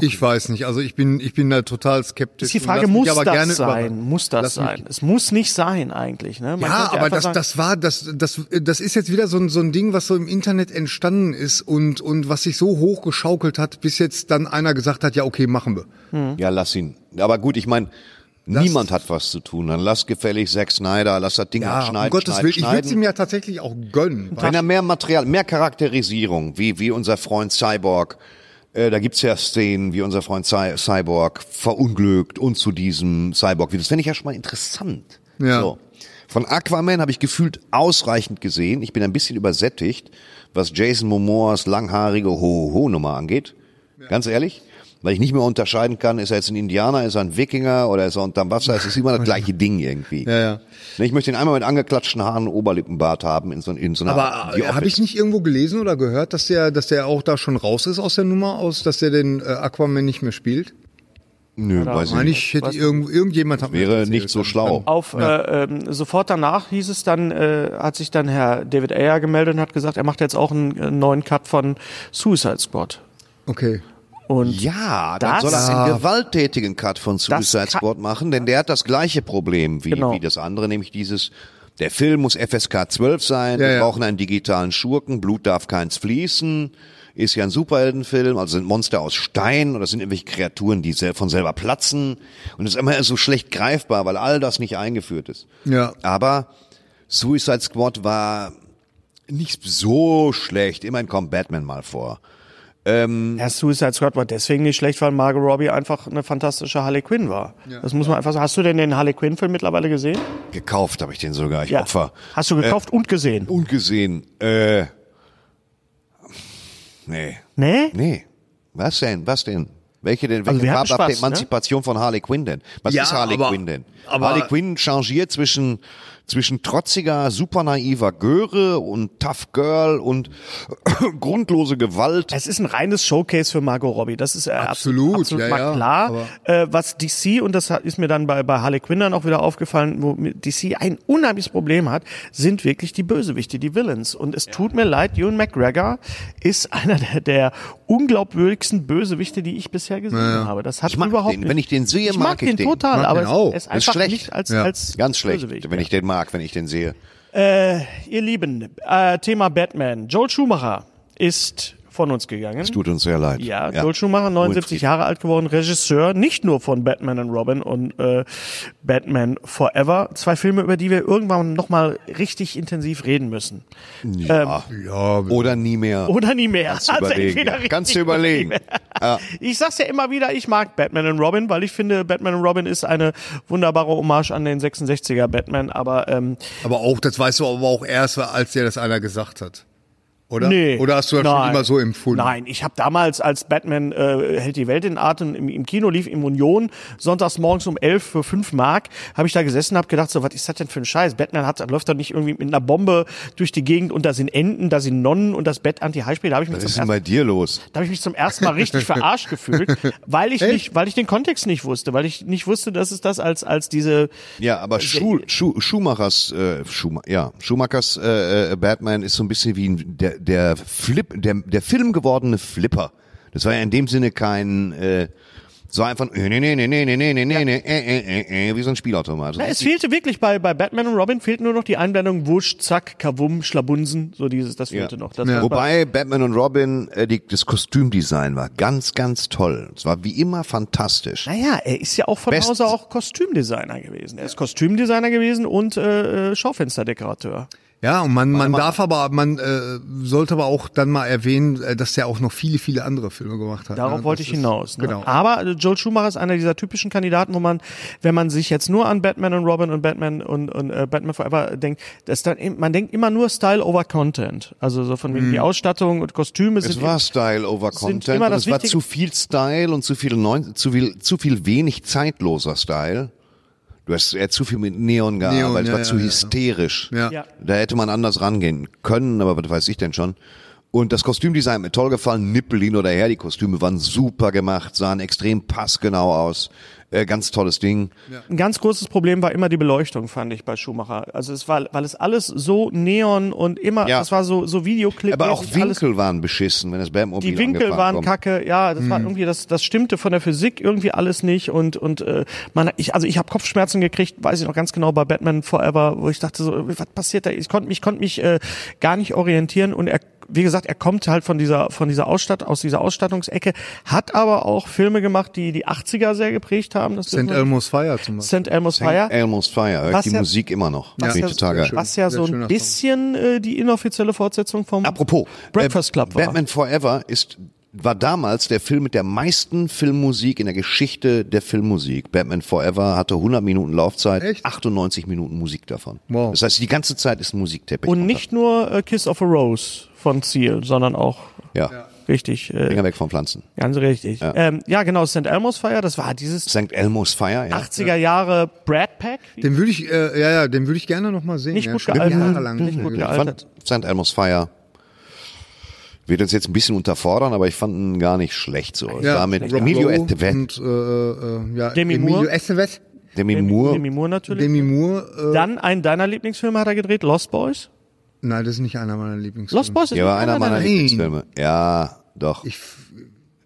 S3: Ich weiß nicht. Also ich bin, ich bin da total skeptisch.
S1: Ist die
S3: und
S1: Frage,
S3: lass mich
S1: muss
S3: aber gerne
S1: das
S3: überraschen.
S1: sein? Muss das
S3: Lass mich-
S1: sein? Es muss nicht sein eigentlich. Ne? Man
S3: Ja,
S1: könnte
S3: aber
S1: einfach
S3: das,
S1: sagen-
S3: das war, das, das, das ist jetzt wieder so ein, so ein Ding, was so im Internet entstanden ist und, und was sich so hoch geschaukelt hat, bis jetzt dann einer gesagt hat, ja, okay, machen wir.
S1: Mhm.
S2: Ja, lass ihn. Aber gut, ich meine, niemand hat was zu tun. Dann lass gefällig Zack Snyder, lass das Ding
S3: Ja,
S2: schneiden.
S3: um Gottes
S2: schneiden,
S3: Willen, ich würde
S2: schneiden.
S3: es ihm ja tatsächlich auch gönnen.
S2: Wenn er mehr Material, mehr Charakterisierung, wie, wie unser Freund Cyborg, äh, da gibt's ja Szenen, wie unser Freund Cy Cyborg verunglückt und zu diesem Cyborg wird. Das finde ich ja schon mal interessant.
S3: Ja.
S2: So. Von Aquaman habe ich gefühlt ausreichend gesehen. Ich bin ein bisschen übersättigt, was Jason Momoas langhaarige Ho-Ho-Nummer angeht. Ganz ehrlich. Weil ich nicht mehr unterscheiden kann, ist er jetzt ein Indianer, ist er ein Wikinger oder ist er unterm Wasser. Es ist immer das gleiche Ding irgendwie.
S3: Ja, ja.
S2: Ne, Ich möchte ihn einmal mit angeklatschten Haaren und Oberlippenbart haben in so, in so einer
S3: Aber
S2: The
S3: äh, habe
S2: Office.
S3: ich nicht irgendwo gelesen oder gehört, dass der, dass der auch da schon raus ist aus der Nummer, aus, dass der den äh, Aquaman nicht mehr spielt?
S2: Nö, weiß ich
S3: Meine
S2: nicht.
S3: ich, hätte irgend, irgendjemand hat mir das
S2: Wäre
S3: erzählt.
S2: nicht so schlau.
S1: Auf, äh, ähm, sofort danach hieß es dann, äh, hat sich dann Herr David Ayer gemeldet und hat gesagt, er macht jetzt auch einen äh, neuen Cut von Suicide Squad.
S3: Okay.
S1: Und
S2: Ja,
S1: Das-
S2: dann soll er
S3: Ah.
S2: einen gewalttätigen Cut von Suicide
S1: kann-
S2: Squad machen, denn der hat das gleiche Problem wie,
S1: Genau.
S2: wie das andere, nämlich dieses, der Film muss FSK 12 sein,
S3: Ja,
S2: wir
S3: ja.
S2: brauchen einen digitalen Schurken, Blut darf keins fließen, ist ja ein Superheldenfilm, also sind Monster aus Stein oder sind irgendwelche Kreaturen, die sel- von selber platzen und ist immer so schlecht greifbar, weil all das nicht eingeführt ist.
S3: Ja.
S2: Aber Suicide Squad war nicht so schlecht, immerhin kommt Batman mal vor.
S1: Herr Suicide Squad war deswegen nicht schlecht, weil Margot Robbie einfach eine fantastische Harley Quinn war. Das muss man einfach sagen. Hast du denn den Harley Quinn-Film mittlerweile gesehen?
S2: Gekauft habe ich den sogar, ich Opfer.
S1: Hast du gekauft
S3: Äh.
S1: und gesehen?
S2: Ungesehen. Äh. Nee.
S1: Nee?
S2: Nee. Was denn? Was denn? Welche denn?
S1: Also
S2: Welche
S1: wir hatten
S2: Farbe habt ihr
S1: Spaß, ne?
S2: Emanzipation von Harley Quinn denn? Was
S3: Ja,
S2: ist Harley
S3: aber-
S2: Quinn denn?
S3: aber-
S2: Harley Quinn changiert zwischen, zwischen trotziger, super naiver Göre und Tough Girl und grundlose Gewalt.
S1: Es ist ein reines Showcase für Margot Robbie. Das ist äh,
S3: Absolut,
S1: absolut
S3: ja,
S1: mal
S3: ja,
S1: klar.
S3: aber-
S1: Äh, was DC, und das hat- ist mir dann bei, bei Harley Quinn dann auch wieder aufgefallen, wo mir DC ein unheimliches Problem hat, sind wirklich die Bösewichte, die Villains. Und es tut mir leid, Ewan McGregor ist einer der, der unglaubwürdigsten Bösewichte, die ich bisher gesehen habe. Das hat
S2: Ich mag
S1: überhaupt
S2: den.
S1: nicht.
S2: Wenn ich den sehe,
S1: ich
S2: mag
S1: mag,
S2: ich
S1: den
S2: den.
S1: total,
S3: Mag
S1: aber
S3: den auch.
S1: es ist
S3: Ist
S1: einfach
S2: schlecht.
S1: nicht als,
S3: Ja,
S1: als
S2: Ganz schlecht,
S1: Bösewicht.
S2: wenn ich den mag, wenn ich den sehe.
S1: Ihr Lieben, äh, Thema Batman. Joel Schumacher ist von uns gegangen.
S2: Tut uns sehr leid.
S1: Ja, Joel Schumacher, 79 Jahre alt geworden, Regisseur, nicht nur von Batman and Robin und äh, Batman Forever. Zwei Filme, über die wir irgendwann nochmal richtig intensiv reden müssen.
S3: Ja,
S2: Ah, Oder nie mehr.
S1: ähm, Oder nie mehr. Also
S2: Kannst du überlegen.
S1: entweder
S2: Ja.
S1: richtig
S2: Kannst du überlegen.
S1: oder nie mehr. Ich sag's ja immer wieder, ich mag Batman and Robin, weil ich finde, Batman and Robin ist eine wunderbare Hommage an den 66er Batman, aber ähm,
S3: aber auch, das weißt du aber auch erst, als dir das einer gesagt hat. Oder?
S1: Nee.
S3: Oder hast du das
S1: Nein.
S3: schon immer so empfunden?
S1: Nein, ich habe damals, als Batman äh, hält die Welt in Atem im, im Kino lief, im Union, sonntags morgens um 11 für 5 Mark, habe ich da gesessen und habe gedacht, so, was ist das denn für ein Scheiß? Batman hat, läuft doch nicht irgendwie mit einer Bombe durch die Gegend und da sind Enten, da sind Nonnen und das Bett anti-Highspiel. Da habe ich, mich
S2: Was
S1: zum
S2: ist denn
S1: ersten-
S2: bei dir los?
S1: da hab ich mich zum ersten Mal richtig verarscht gefühlt, weil ich, nicht, weil ich den Kontext nicht wusste, weil ich nicht wusste, dass es das als, als diese
S2: Ja, aber Schu Schu Schumachers, äh, Schuma ja, Schumachers äh, äh, Batman ist so ein bisschen wie ein, der, der Flip, der, der Film gewordene Flipper. Das war ja in dem Sinne kein, äh, so einfach, äh, nee, nee, nee, nee, nee, nee, nee, nee, nee, äh, äh, äh, äh, wie so ein Spielautomat.
S1: Na, es fehlte wirklich bei, bei Batman und Robin fehlt nur noch die Einblendung Wusch, Zack, Kavum, Schlabunsen, so dieses, das fehlte noch. Das war-
S2: Wobei Batman und Robin, äh, die, das Kostümdesign war ganz, ganz toll. Es war wie immer fantastisch.
S1: Naja, er ist ja auch von
S2: Best-
S1: Hause auch Kostümdesigner gewesen. Er ist Kostümdesigner gewesen und äh, äh, Schaufensterdekorateur.
S3: Ja, und man, man darf aber, man äh, sollte aber auch dann mal erwähnen, äh, dass der auch noch viele, viele andere Filme gemacht hat.
S1: Darauf
S3: ne?
S1: wollte
S3: Das
S1: ich
S3: ist-
S1: hinaus. Ne?
S3: Genau.
S1: Aber äh, Joel Schumacher ist einer dieser typischen Kandidaten, wo man, wenn man sich jetzt nur an Batman und Robin und Batman und, und äh, Batman Forever denkt, dass dann eben- man denkt immer nur Style over Content. Also so von wegen die Ausstattung und Kostüme
S2: Mhm. Es
S1: sind
S2: war Style over Content
S1: immer
S2: und
S1: das
S2: es war
S1: Wichtige-
S2: zu viel Style und zu viel, neun, zu viel, zu viel wenig zeitloser Style. Du hast er hat zu viel mit Neon gearbeitet,
S3: Neon,
S2: es
S3: ja,
S2: war
S3: ja,
S2: zu
S3: ja.
S2: hysterisch.
S3: Ja.
S1: Ja.
S2: Da hätte man anders rangehen können, aber was weiß ich denn schon. Und das Kostümdesign hat mir toll gefallen, Nippel hin oder her, die Kostüme waren super gemacht, sahen extrem passgenau aus. Äh, ganz tolles Ding.
S1: Ein ganz großes Problem war immer die Beleuchtung, fand ich bei Schumacher. Also es war, weil es alles so neon und immer,
S2: Ja.
S1: das war so, so Videoclip.
S2: Aber auch
S1: alles,
S2: Winkel waren beschissen, wenn das Batmobil
S1: die Winkel
S2: angefahren
S1: waren
S2: kommt. Hm.
S1: kacke, ja, das war irgendwie, das, das stimmte von der Physik irgendwie alles nicht und, und äh, man, ich, also ich habe Kopfschmerzen gekriegt, weiß ich noch ganz genau, bei Batman Forever, wo ich dachte so, äh, was passiert da? Ich konnte mich, konnte mich äh, gar nicht orientieren und er wie gesagt, er kommt halt von dieser, von dieser Ausstatt, aus dieser Ausstattungsecke, hat aber auch Filme gemacht, die die 80er sehr geprägt haben. Das
S3: St. Elmo's Fire zum Beispiel.
S1: St. Elmo's Fire.
S2: Elmo's Fire, höre ich
S1: Was
S2: die
S1: ja-
S2: Musik immer noch.
S1: was ja,
S2: Finde ich total geil.
S1: was ja
S3: Sehr
S1: so
S3: schöner
S1: ein
S3: Song.
S1: bisschen äh, die inoffizielle Fortsetzung vom
S2: Apropos,
S1: Breakfast
S2: äh,
S1: Club war.
S2: Batman Forever ist war damals der Film mit der meisten Filmmusik in der Geschichte der Filmmusik. Batman Forever hatte 100 Minuten Laufzeit,
S3: Echt?
S2: 98 Minuten Musik davon.
S3: Wow.
S2: Das heißt, die ganze Zeit ist ein Musikteppich.
S1: Und
S2: drunter.
S1: nicht nur äh, Kiss of a Rose von Ziel, sondern auch
S2: ja.
S1: richtig, äh,
S2: Finger weg von Pflanzen.
S1: ganz richtig. Ja, ähm, ja genau, St. Elmo's Fire, das war dieses
S2: St. Elmo's Fire, ja.
S1: 80er Jahre Brad Pack. Wie-
S3: Den würde ich, äh, ja, ja, den würde ich gerne nochmal sehen.
S1: Nicht
S3: ja,
S1: gut
S3: schon
S1: gealtert.
S3: jahrelang.
S1: Nicht gut
S2: Ich fand St. Elmo's Fire wird uns jetzt ein bisschen unterfordern, aber ich fand ihn gar nicht schlecht so. Ja, war mit
S3: Rob
S2: Emilio
S3: Lowe
S2: Estevez,
S3: Und, äh, äh, ja,
S1: Demi
S3: Emilio
S1: Moore.
S3: Estevez.
S2: Demi Moore,
S1: Demi Moore natürlich.
S3: Demi Moore. Äh,
S1: Dann einen deiner Lieblingsfilme hat er gedreht, Lost Boys.
S3: nein, das ist nicht einer meiner Lieblingsfilme.
S1: Lost Boys ist
S2: Ja, war einer meiner
S1: deiner-
S3: Nein.
S2: Lieblingsfilme. Ja, doch.
S3: Ich,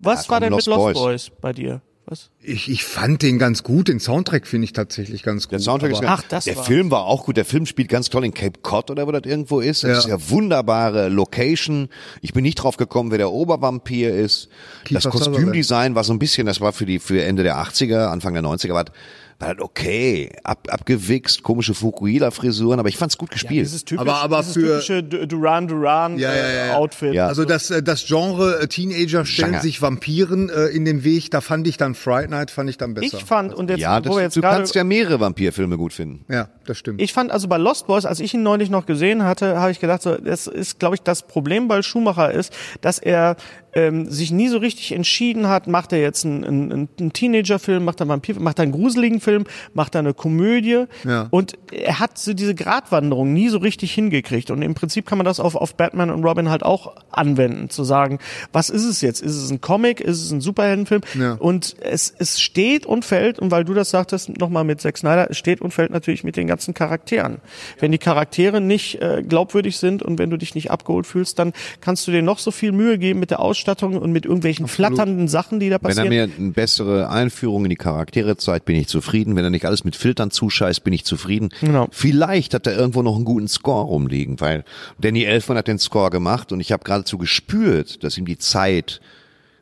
S1: Was
S2: Ja,
S1: war
S2: komm,
S1: denn
S2: Lost
S1: mit Lost Boys,
S2: Boys.
S1: bei dir? Was?
S3: ich, ich fand den ganz gut. Den Soundtrack finde ich tatsächlich ganz gut.
S2: der Soundtrack ist
S3: aber-
S2: ganz,
S1: Ach, das
S2: Der
S1: war's.
S2: Film war auch gut. Der Film spielt ganz toll in Cape Cod oder wo das irgendwo ist. Das
S3: Ja.
S2: ist ja wunderbare Location. Ich bin nicht drauf gekommen, wer der Obervampir ist. das
S3: Kiefer
S2: Kostümdesign war so ein bisschen, das war für die für Ende der 80er, Anfang der 90er, war das, war das okay. Ab, abgewichst, komische Fukuhila-Frisuren, aber ich fand's gut gespielt.
S1: Dieses typische,
S3: Aber- aber
S1: dieses
S3: für-
S1: typische Du- Duran Duran
S3: Ja, ja, ja,
S1: äh,
S3: ja.
S1: Outfit.
S2: Ja.
S3: Also das, äh, das Genre äh, Teenager stellen
S2: Genre.
S3: sich Vampiren äh, in den Weg, da fand ich dann Fright Night, fand ich dann besser.
S1: Ich fand, und jetzt,
S2: Also
S1: wo
S2: ja,
S1: wir
S2: das,
S1: jetzt
S2: du
S1: gerade
S2: kannst ja mehrere Vampirfilme gut finden.
S3: ja, das stimmt.
S1: Ich fand also bei Lost Boys, als ich ihn neulich noch gesehen hatte, habe ich gedacht, so, das ist, glaube ich, das Problem bei Schumacher ist, dass er ähm, sich nie so richtig entschieden hat, macht er jetzt einen, einen, einen Teenager-Film, macht er einen Vampir, macht er einen gruseligen Film, macht er eine Komödie.
S3: Ja.
S1: Und er hat so diese Gratwanderung nie so richtig hingekriegt. Und im Prinzip kann man das auf, auf Batman und Robin halt auch anwenden, zu sagen, was ist es jetzt? Ist es ein Comic? Ist es ein Superheldenfilm?
S3: Ja.
S1: Und es, es steht und fällt, und weil du das sagtest, nochmal mit Zack Snyder, es steht und fällt natürlich mit den ganzen Charakteren. Wenn die Charaktere nicht äh, glaubwürdig sind und wenn du dich nicht abgeholt fühlst, dann kannst du dir noch so viel Mühe geben mit der Ausstattung und mit irgendwelchen flatternden Sachen, die da
S2: Wenn er
S1: passieren.
S2: mir eine bessere Einführung in die Charaktere zeigt, bin ich zufrieden. Wenn er nicht alles mit Filtern zuscheißt, bin ich zufrieden.
S1: Genau.
S2: Vielleicht hat er irgendwo noch einen guten Score rumliegen, weil Danny Elfman hat den Score gemacht und ich habe geradezu gespürt, dass ihm die Zeit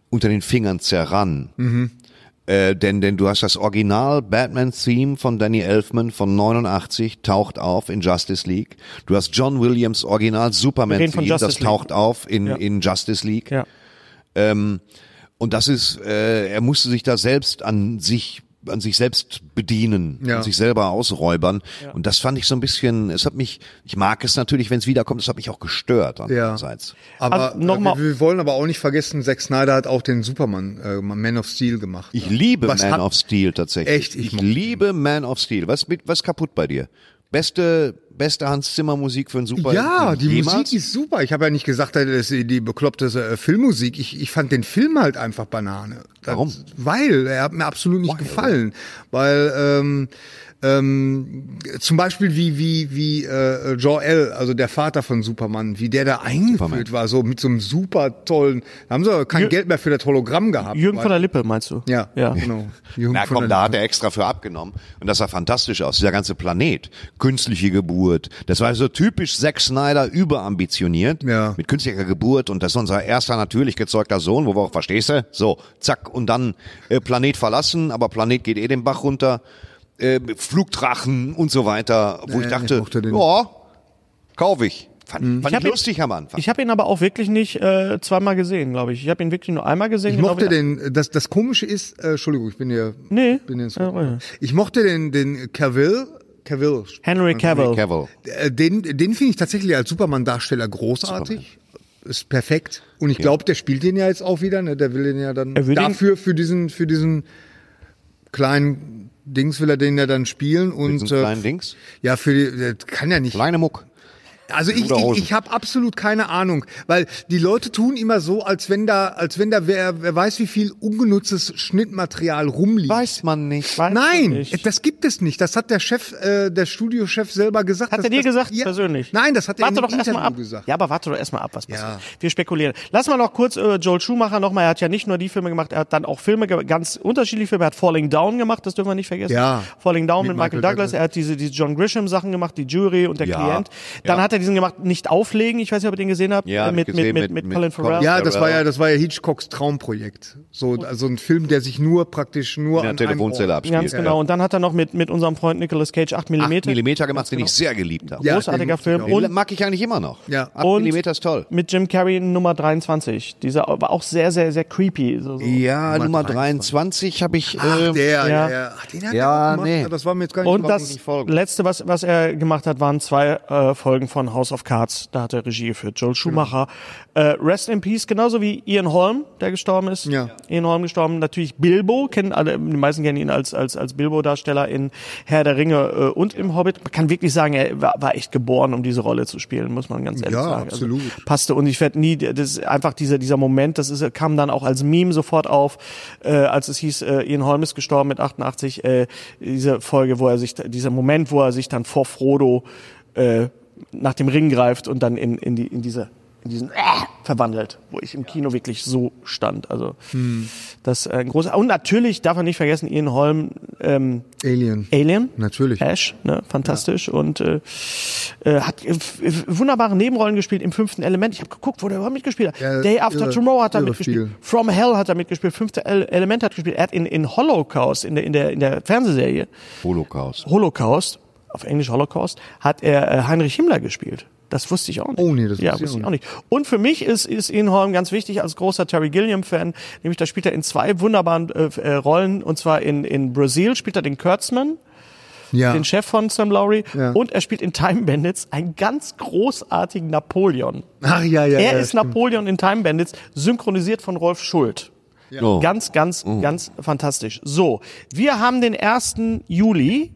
S2: unter den Fingern zerrann.
S1: Mhm.
S2: Äh, denn, denn du hast das Original Batman-Theme von Danny Elfman von 89 taucht auf in Justice League. Du hast John Williams Original
S1: reden von
S2: Superman-Theme, das
S1: Justice League.
S2: taucht auf in, in Justice League.
S1: ja.
S2: Und das ist, äh, er musste sich da selbst an sich an sich selbst bedienen,
S3: Ja.
S2: an sich selber ausräubern. Und das fand ich so ein bisschen, es hat mich, ich mag es natürlich, wenn es wiederkommt, es hat mich auch gestört andererseits.
S3: aber äh,
S1: Also noch mal-
S3: wir, wir wollen aber auch nicht vergessen, Zack Snyder hat auch den Superman, äh, Man of Steel gemacht. ne?
S2: Ich liebe
S3: Was
S2: Man
S3: hat-
S2: of Steel tatsächlich.
S3: Echt? Ich
S2: Ich,
S3: mochte
S2: liebe Man of Steel. Was mit, was kaputt bei dir? Beste, beste Hans Zimmer Musik für einen Super.
S3: ja, die
S2: jemals?
S3: Musik ist super. Ich habe ja nicht gesagt, das ist die bekloppte äh, Filmmusik. Ich, ich fand den Film halt einfach Banane. Das,
S2: Warum?
S3: Weil, er hat mir absolut nicht gefallen. Weil, ähm, ähm, zum Beispiel wie, wie, wie äh, Jor-El, also der Vater von Superman, wie der da eingeführt war, so mit so einem super tollen, da haben sie aber kein Geld mehr für das Hologramm gehabt.
S1: Jürgen von
S3: weil,
S1: der Lippe, meinst du?
S3: ja,
S1: ja.
S3: genau. Jürgen
S2: Na
S3: von
S2: komm,
S3: der
S2: da hat er extra für abgenommen. Und das sah fantastisch aus. Dieser ganze Planet. Künstliche Geburt. Das war so typisch Zack Snyder überambitioniert.
S3: Ja.
S2: Mit künstlicher Geburt. Und das ist unser erster natürlich gezeugter Sohn, wo wir auch, verstehst du? So, zack. Und dann äh, Planet verlassen. Aber Planet geht eh den Bach runter. Äh, Flugdrachen und so weiter. Wo ich
S3: ich
S2: dachte,
S3: mochte den.
S2: ja, kauf ich. Fand, fand ich,
S1: Hm. hab ihn-
S2: lustig am Anfang.
S1: Ich habe ihn aber auch wirklich nicht äh, zweimal gesehen, glaube ich. Ich habe ihn wirklich nur einmal gesehen.
S3: Ich
S1: genau
S3: mochte
S1: wie-
S3: den, das, das Komische ist, äh, Entschuldigung, ich bin hier.
S1: Nee.
S3: Bin hier
S1: Ja, ja.
S3: ich mochte den, den Cavill, Cavill,
S1: Henry Cavill.
S2: Cavill.
S3: äh, den, den finde ich tatsächlich als Superman-Darsteller großartig. Ist perfekt. Und ich glaube, der spielt den ja jetzt auch wieder, ne? Der will den ja dann
S1: Er will
S3: dafür, für diesen, für diesen kleinen Dings will er den ja dann spielen
S2: Mit
S3: und
S2: so einem kleinen
S3: äh,
S2: Dings.
S3: ja für die der kann ja nicht.
S2: Kleine Muck.
S3: Also ich,
S2: Bruder
S3: ich,
S2: Hosen.
S3: ich habe absolut keine Ahnung, weil die Leute tun immer so, als wenn da, als wenn da wer, wer weiß wie viel ungenutztes Schnittmaterial rumliegt.
S2: Weiß man nicht.
S1: Weiß
S3: Nein,
S1: ich nicht.
S3: das gibt es nicht. Das hat der Chef, äh, der Studiochef selber gesagt.
S1: Hat
S3: dass,
S1: er dir
S3: das,
S1: gesagt,
S3: Ja.
S1: persönlich?
S3: Nein, das hat er
S1: warte
S3: in einem
S1: doch erst mal
S3: Interview
S1: ab.
S3: gesagt.
S1: Ja, aber warte doch erstmal ab, was passiert.
S3: Ja.
S1: Wir spekulieren. Lass mal noch kurz äh, Joel Schumacher nochmal. Er hat ja nicht nur die Filme gemacht, er hat dann auch Filme, ge- ganz unterschiedliche Filme. Er hat Falling Down gemacht, das dürfen wir nicht vergessen.
S3: Ja.
S1: Falling Down mit,
S3: Mit
S1: Michael,
S3: Michael
S1: Douglas.
S3: Douglas.
S1: Er hat diese, diese John Grisham Sachen gemacht, die Jury und der
S2: Ja.
S1: Klient. Dann
S2: Ja.
S1: hat er diesen gemacht, Nicht auflegen. Ich weiß nicht, ob ihr den gesehen habt. Äh,
S2: Ja, hab ich
S1: mit, mit,
S2: gesehen, mit-
S1: mit, mit
S2: mit
S1: Colin Farrell.
S3: Ja, das
S2: Farrell.
S3: war ja, das war ja Hitchcocks Traumprojekt. So, also ein Film, der sich nur praktisch nur
S2: In der
S3: an einem
S2: Telefonzelle
S3: Ort-
S2: abspielt.
S1: Ganz genau. Und dann hat er noch mit, mit unserem Freund Nicolas Cage 8 mm.
S2: 8 Millimeter gemacht, den ich sehr geliebt habe.
S3: Ja, den
S1: Großartiger
S3: mochte ich
S1: Film.
S3: auch.
S2: Den
S1: Und
S2: mag ich eigentlich immer noch.
S3: Ja.
S2: 8
S1: Und-
S2: Millimeter ist toll.
S1: mit Jim Carrey Nummer 23. Dieser war auch sehr, sehr, sehr creepy. So, so.
S2: Ja, Nummer 23 habe ich. äh,
S3: Ach, der, ja,
S1: ja.
S3: ja. Ach, den hat
S2: Ja,
S3: er auch gemacht.
S2: nee.
S3: Ja, Das war mir jetzt gar nicht
S1: Und
S3: überhaupt
S1: das
S3: nicht-
S2: Folgen.
S1: letzte, was, was er gemacht hat, waren zwei äh, Folgen von House of Cards. Da hat er Regie geführt. Joel Schumacher. Äh, Rest in Peace, genauso wie Ian Holm, der gestorben ist.
S3: Ja.
S1: Ian Holm gestorben. Natürlich Bilbo, kennen alle, die meisten kennen ihn als, als, als Bilbo-Darsteller in Herr der Ringe äh, und im Hobbit. Man kann wirklich sagen, er war, war echt geboren, um diese Rolle zu spielen, muss man ganz ehrlich
S3: Ja,
S1: sagen. Also
S3: absolut.
S1: passte und ich werde nie, das ist einfach dieser, dieser Moment, das ist, kam dann auch als Meme sofort auf, äh, als es hieß, äh, Ian Holm ist gestorben mit 88, äh, diese Folge, wo er sich, dieser Moment, wo er sich dann vor Frodo äh, nach dem Ring greift und dann in, in, die, in diese in diesen äh, verwandelt, wo ich im Kino wirklich so stand. Also
S3: Hm.
S1: das äh, ein großer und natürlich darf man nicht vergessen Ian Holm ähm,
S3: Alien.
S1: Alien
S3: Natürlich.
S1: Ash, ne? fantastisch und äh, äh, hat äh, f- f- wunderbare Nebenrollen gespielt im fünften Element. Ich habe geguckt, wo der überhaupt mitgespielt hat.
S3: Ja,
S1: Day After
S3: irre,
S1: Tomorrow hat er
S3: irre
S1: mitgespielt.
S3: viel.
S1: From Hell hat er mitgespielt. Fünfte Ele- Element hat gespielt. Er hat in, in Holocaust in der in der in der Fernsehserie
S2: Holocaust.
S1: Holocaust auf Englisch Holocaust hat er äh, Heinrich Himmler gespielt. Das wusste ich auch nicht.
S3: Oh, nee, das
S1: ja,
S3: wusste ich auch
S1: auch nicht. Und für mich ist, ist Ian Holm ganz wichtig als großer Terry Gilliam-Fan. Nämlich, da spielt er in zwei wunderbaren äh, äh, Rollen. Und zwar in, in Brasil spielt er den Kurtzman
S3: Ja.
S1: den Chef von Sam Lowry.
S3: Ja.
S1: Und er spielt in Time Bandits einen ganz großartigen Napoleon.
S3: Ach ja, ja.
S1: er
S3: ja,
S1: ist
S3: stimmt.
S1: Napoleon in Time Bandits, synchronisiert von Rolf Schult.
S2: Oh.
S1: Ganz, ganz, ganz fantastisch. So, wir haben den 1. Juli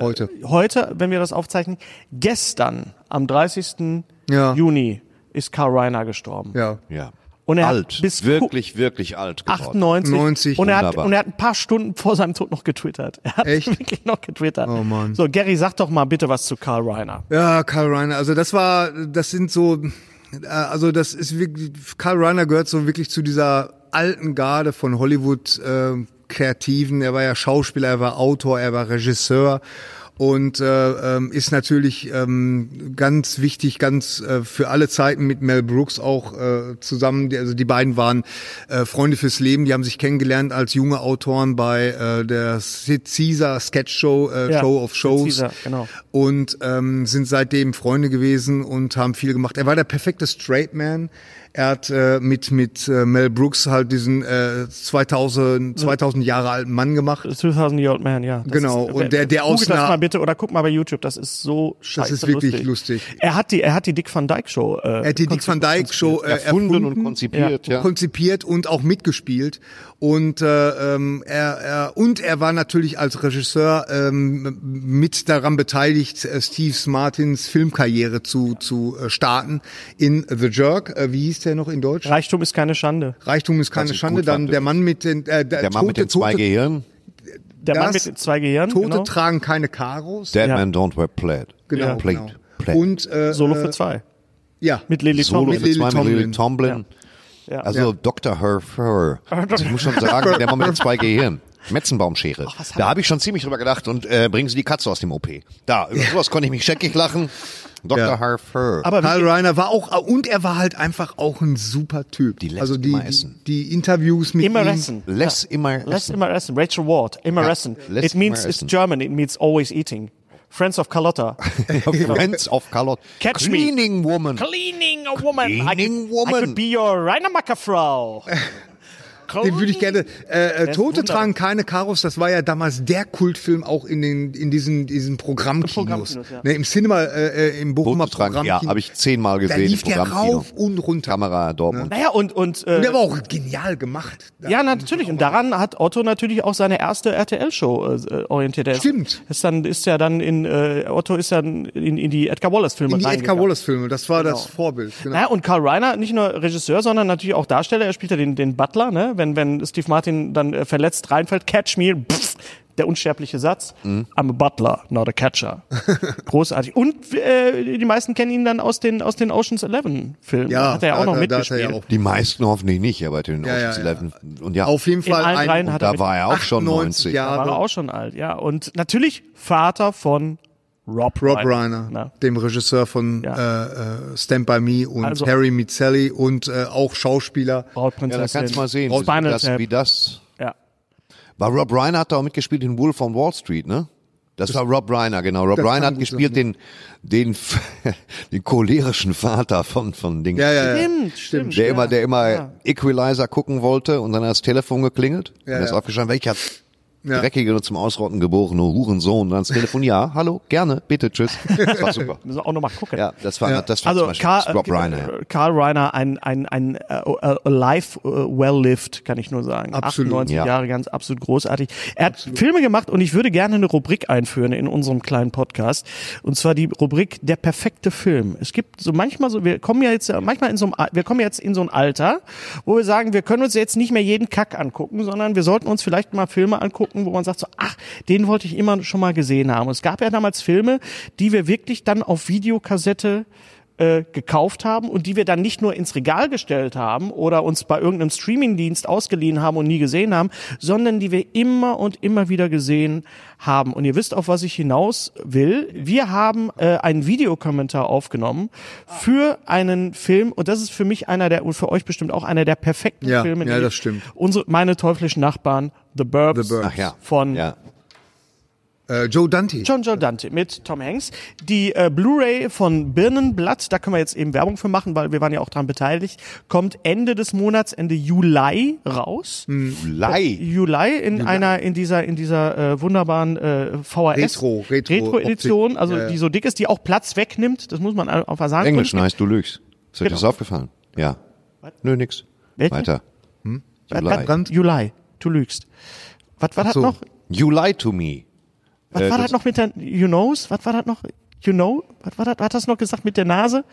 S3: heute.
S1: heute, wenn wir das aufzeichnen. Gestern, am 30.
S3: Ja.
S1: Juni, ist Karl Reiner gestorben.
S3: Ja.
S2: Ja.
S1: Und er hat
S2: alt.
S1: bis-
S2: wirklich, wirklich alt geworden.
S1: 98.
S3: 90,
S1: und, er hat,
S2: wunderbar.
S1: und er hat ein paar Stunden vor seinem Tod noch getwittert. Er hat
S3: Echt?
S1: wirklich noch getwittert.
S3: Oh Mann.
S1: So, Gary, sag doch mal bitte was zu Karl Reiner.
S3: Ja, Karl Reiner, also das war, das sind so, äh, also das ist wirklich, Karl Reiner gehört so wirklich zu dieser alten Garde von Hollywood äh, Kreativen. Er war ja Schauspieler, er war Autor, er war Regisseur und äh, ähm, ist natürlich ähm, ganz wichtig, ganz äh, für alle Zeiten mit Mel Brooks auch äh, zusammen. Die, also die beiden waren äh, Freunde fürs Leben, die haben sich kennengelernt als junge Autoren bei äh, der Sid Caesar Sketch Show, äh,
S1: Ja,
S3: Show of
S1: Sid
S3: Shows.
S1: Caesar, genau.
S3: Und ähm, sind seitdem Freunde gewesen und haben viel gemacht. Er war der perfekte Straight Man. Er hat äh, mit mit äh, Mel Brooks halt diesen äh, 2000 2000 Jahre alten Mann gemacht.
S1: 2000 Year Old Man, ja. Das
S3: Genau,
S1: ist- äh,
S3: und der- der
S1: Googelt
S3: aus
S1: das
S3: einer-
S1: mal bitte oder guck mal bei YouTube, das ist so scheiße
S3: ist wirklich lustig.
S1: Er hat die, er hat die Dick Van Dyke Show. Äh,
S3: Er hat die Dick Van Dyke Show äh,
S2: Erfunden,
S3: erfunden
S2: und konzipiert, ja.
S3: konzipiert und auch mitgespielt und äh, ähm, er, er und er war natürlich als Regisseur ähm, mit daran beteiligt äh, Steve Martins Filmkarriere zu zu äh, starten in The Jerk äh, wie hieß der noch in Deutsch
S1: Reichtum ist keine Schande.
S3: Reichtum ist keine
S2: ich
S3: Schande
S2: gut
S3: dann
S2: fand,
S3: der Mann mit den äh, der,
S2: Der Mann mit den zwei Gehirnen.
S1: Der Mann mit
S3: Das-
S1: den zwei Gehirnen.
S3: Tote
S1: genau.
S3: tragen keine Karos
S2: Dead
S1: Ja.
S2: Man Don't Wear Plaid.
S3: genau,
S2: Plaid.
S3: genau.
S2: Plaid.
S3: und äh,
S1: Solo
S3: äh,
S1: für zwei.
S3: ja
S1: Mit Lily
S2: Solo
S1: Tomlin.
S3: mit
S2: für
S3: Lily
S2: zwei mit Lily
S3: Tomlin.
S2: Tomlin.
S1: Ja.
S2: Also Dr. Herfer. Also ich muss schon sagen, der Mann mit den zwei Gehirnen. Metzenbaumschere.
S1: was
S2: da
S1: haben-
S2: habe ich schon ziemlich drüber gedacht und äh, bringen Sie die Katze aus dem OP. Da, über sowas konnte ich mich scheckig lachen. Dr.
S3: Ja.
S2: Herfer.
S1: Aber
S3: Karl
S1: wie,
S3: Reiner war auch und er war halt einfach auch ein super Typ.
S2: Die lässt
S3: also die,
S2: immer
S3: die,
S2: essen.
S3: die Interviews mit
S1: immer
S3: ihm.
S1: essen.
S2: Less immer.
S1: Less immer essen. Rachel Ward. Immer
S2: Ja,
S1: essen.
S2: less
S1: It means
S2: immer
S1: it's
S2: essen.
S1: German. It means always eating. Friends of Carlotta.
S2: Friends of Carlot.
S1: Catch me.
S2: Cleaning Woman.
S1: Cleaning a woman. I
S2: Cleaning
S1: could, I
S2: woman.
S1: could be your Rainer Macker Frau.
S3: den würde ich gerne. Äh, äh, Tote
S1: wunderbar.
S3: tragen keine Karos, das war ja damals der Kultfilm auch in den in diesen diesen Programmkinos.
S1: Programmkinos, ja.
S3: ne, Im Cinema, äh, äh, im Bochumer
S2: Tote tragen, ja,
S3: Programmkino.
S2: habe ich zehnmal
S3: da
S2: gesehen.
S3: lief
S2: im
S3: der
S2: Programmkino.
S3: rauf und runter.
S2: Kamera Dortmund.
S1: Naja, und, und, äh,
S3: Und der war auch genial gemacht.
S1: Ja, natürlich. Und daran hat Otto natürlich auch seine erste RTL-Show äh, orientiert. Er ist-
S3: Stimmt.
S1: Ist dann, ist ja dann in, äh, Otto ist dann in, in die Edgar Wallace-Filme
S3: in die Edgar
S1: reingegangen.
S3: Wallace-Filme, das war das Vorbild. Genau.
S1: Naja, und Carl Reiner, nicht nur Regisseur, sondern natürlich auch Darsteller. Er spielt ja den, den Butler, ne? Wenn, wenn Steve Martin dann äh, verletzt reinfällt, catch me, pff, der unsterbliche Satz. I'm a Butler, not a catcher. Großartig. Und äh, die meisten kennen ihn dann aus den, aus den Oceans 11 Filmen.
S3: Ja,
S1: hat er ja auch
S3: da-
S1: noch
S3: da- da hat er
S1: mitgespielt.
S3: ja auch-
S2: Die meisten hoffentlich nicht, aber den
S3: Ja, ja,
S2: Ocean's
S3: ja.
S2: Eleven. Und ja,
S3: Auf jeden
S1: In
S3: Fall
S1: allen
S3: ein,
S1: dreien hat er
S2: da
S1: mit-
S2: war er auch schon
S3: 98
S2: 90.
S1: war er
S3: Jahre
S1: auch schon alt, ja. Und natürlich Vater von Rob,
S3: Rob
S1: Reiner.
S3: Reiner,
S1: Na.
S3: dem Regisseur von äh, äh, Stand By Me und
S1: Also-
S3: Harry Meet Sally und äh, auch Schauspieler.
S2: Ja,
S1: Brautprinzessin.
S2: da
S3: äh,
S2: kannst du mal sehen, wie
S1: Spinal
S2: das,
S1: Tap.
S2: wie das.
S1: Ja.
S2: War Rob Reiner hat da auch mitgespielt in Wolf on Wall Street, ne? Das, war Rob Reiner, genau. Rob
S3: Das kann
S2: Reiner hat
S3: gut
S2: gespielt den, den, den cholerischen Vater von, von Ding.
S3: Ja, ja, ja.
S1: Stimmt, stimmt.
S2: Der
S1: ja.
S2: immer, der immer Equalizer gucken wollte und dann hat das Telefon geklingelt. und er ist
S3: ja.
S2: aufgestanden, welcher
S3: Ja.
S2: dreckige und zum Ausrotten geborene Hurensohn. Und dann das Telefon, ja, hallo, gerne, bitte, tschüss. Das war super.
S1: Müssen wir auch nochmal gucken.
S2: Ja, das war, das war
S1: Also
S2: zum Beispiel
S1: Karl,
S2: Rob
S1: äh,
S2: Reiner. ja.
S1: äh, Karl Reiner, ein, ein, ein äh, äh, life äh, well lived, kann ich nur sagen.
S3: Absolut,
S1: 98
S2: ja.
S1: Jahre, ganz absolut großartig. Er hat Filme gemacht und ich würde gerne eine Rubrik einführen in unserem kleinen Podcast. Und zwar die Rubrik Der perfekte Film. Es gibt so manchmal so, wir kommen ja jetzt äh, manchmal in so einem, Al- wir kommen jetzt in so ein Alter, wo wir sagen, wir können uns jetzt nicht mehr jeden Kack angucken, sondern wir sollten uns vielleicht mal Filme angucken, wo man sagt so, ach, den wollte ich immer schon mal gesehen haben. Es gab ja damals Filme, die wir wirklich dann auf Videokassette äh, gekauft haben und die wir dann nicht nur ins Regal gestellt haben oder uns bei irgendeinem Streamingdienst ausgeliehen haben und nie gesehen haben, sondern die wir immer und immer wieder gesehen haben. Und ihr wisst, auf was ich hinaus will. Wir haben äh, einen Videokommentar aufgenommen für einen Film und das ist für mich einer der und für euch bestimmt auch einer der perfekten
S3: Ja,
S1: Filme.
S3: ja,
S1: die
S3: das stimmt.
S1: Unsere meine teuflischen Nachbarn, The Burbs,
S3: The Burbs.
S2: Ach ja.
S1: von
S2: Ja.
S3: Äh, Joe Dante.
S1: John Joe Dante mit Tom Hanks. Die äh, Blu-ray von Birnenblatt, da können wir jetzt eben Werbung für machen, weil wir waren ja auch dran beteiligt, kommt Ende des Monats, Ende Juli raus.
S3: Hm.
S2: Lei.
S1: Juli in einer in dieser in dieser äh, wunderbaren äh, VHS
S3: Retro- Retro-
S1: Edition,
S3: Optik.
S1: also
S3: Ja, ja.
S1: die so dick ist, die auch Platz wegnimmt, das muss man einfach sagen.
S2: Englisch,
S1: Und-
S2: nice, du lügst. Ist euch
S1: Genau.
S2: das aufgefallen? Ja. Nö, nix.
S1: Welche?
S2: Weiter.
S3: Hm?
S2: You
S1: Was-
S2: lie.
S1: Juli, du lügst. Was war das
S3: so.
S1: noch?
S2: You lie to me.
S1: Was
S2: Äh,
S1: war das
S2: das-
S1: noch mit der You knows? Was war das noch? You know? Was war das? Hat das noch gesagt mit der Nase?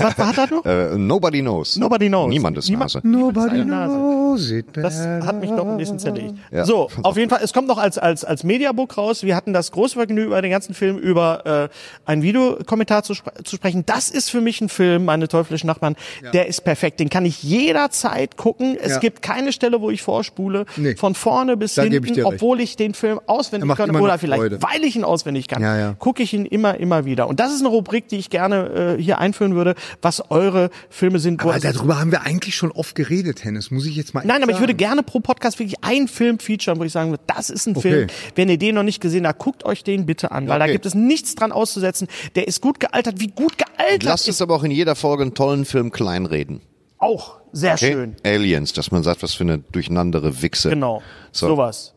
S1: Was war das noch?
S2: Äh, nobody knows.
S1: Nobody knows.
S2: Niemand ist
S1: Niemand-
S2: Nase.
S3: Nobody
S1: Nase.
S3: knows it
S1: Das hat mich doch ein bisschen zerlegt.
S2: Ja.
S1: So, auf jeden Fall, es kommt noch als, als, als Mediabook raus. Wir hatten das große Vergnügen, über den ganzen Film über äh, einen Videokommentar zu, spre zu sprechen. Das ist für mich ein Film, meine teuflischen Nachbarn, der ist perfekt. Den kann ich jederzeit gucken. Es
S3: Ja.
S1: gibt keine Stelle, wo ich vorspule.
S3: Nee.
S1: Von vorne bis
S3: Da geb ich
S1: hinten,
S3: dir recht.
S1: obwohl ich den Film auswendig
S3: macht
S1: kann
S3: immer
S1: oder
S3: noch
S1: vielleicht
S3: Freude.
S1: weil ich ihn auswendig kann,
S3: Ja, ja.
S1: gucke ich ihn immer, immer wieder. Und das ist eine Rubrik, die ich gerne äh, hier einführen würde, was eure Filme sind. wo
S3: Aber
S1: es-
S3: darüber haben wir eigentlich schon oft geredet, Hennes. Muss ich jetzt mal.
S1: Nein, aber ich
S3: sagen.
S1: würde gerne pro Podcast wirklich einen Film featuren, wo ich sagen würde, das ist ein
S3: Okay.
S1: Film. Wenn ihr den noch nicht gesehen habt, guckt euch den bitte an, weil da
S2: Okay.
S1: gibt es nichts dran auszusetzen. Der ist gut gealtert. Wie gut gealtert
S2: Lasst
S1: ist
S2: uns aber auch in jeder Folge einen tollen Film kleinreden.
S1: auch sehr
S2: Okay?
S1: schön.
S2: Aliens, dass man sagt, was für eine durcheinandere Wichse.
S1: Genau.
S2: So.
S1: Sowas.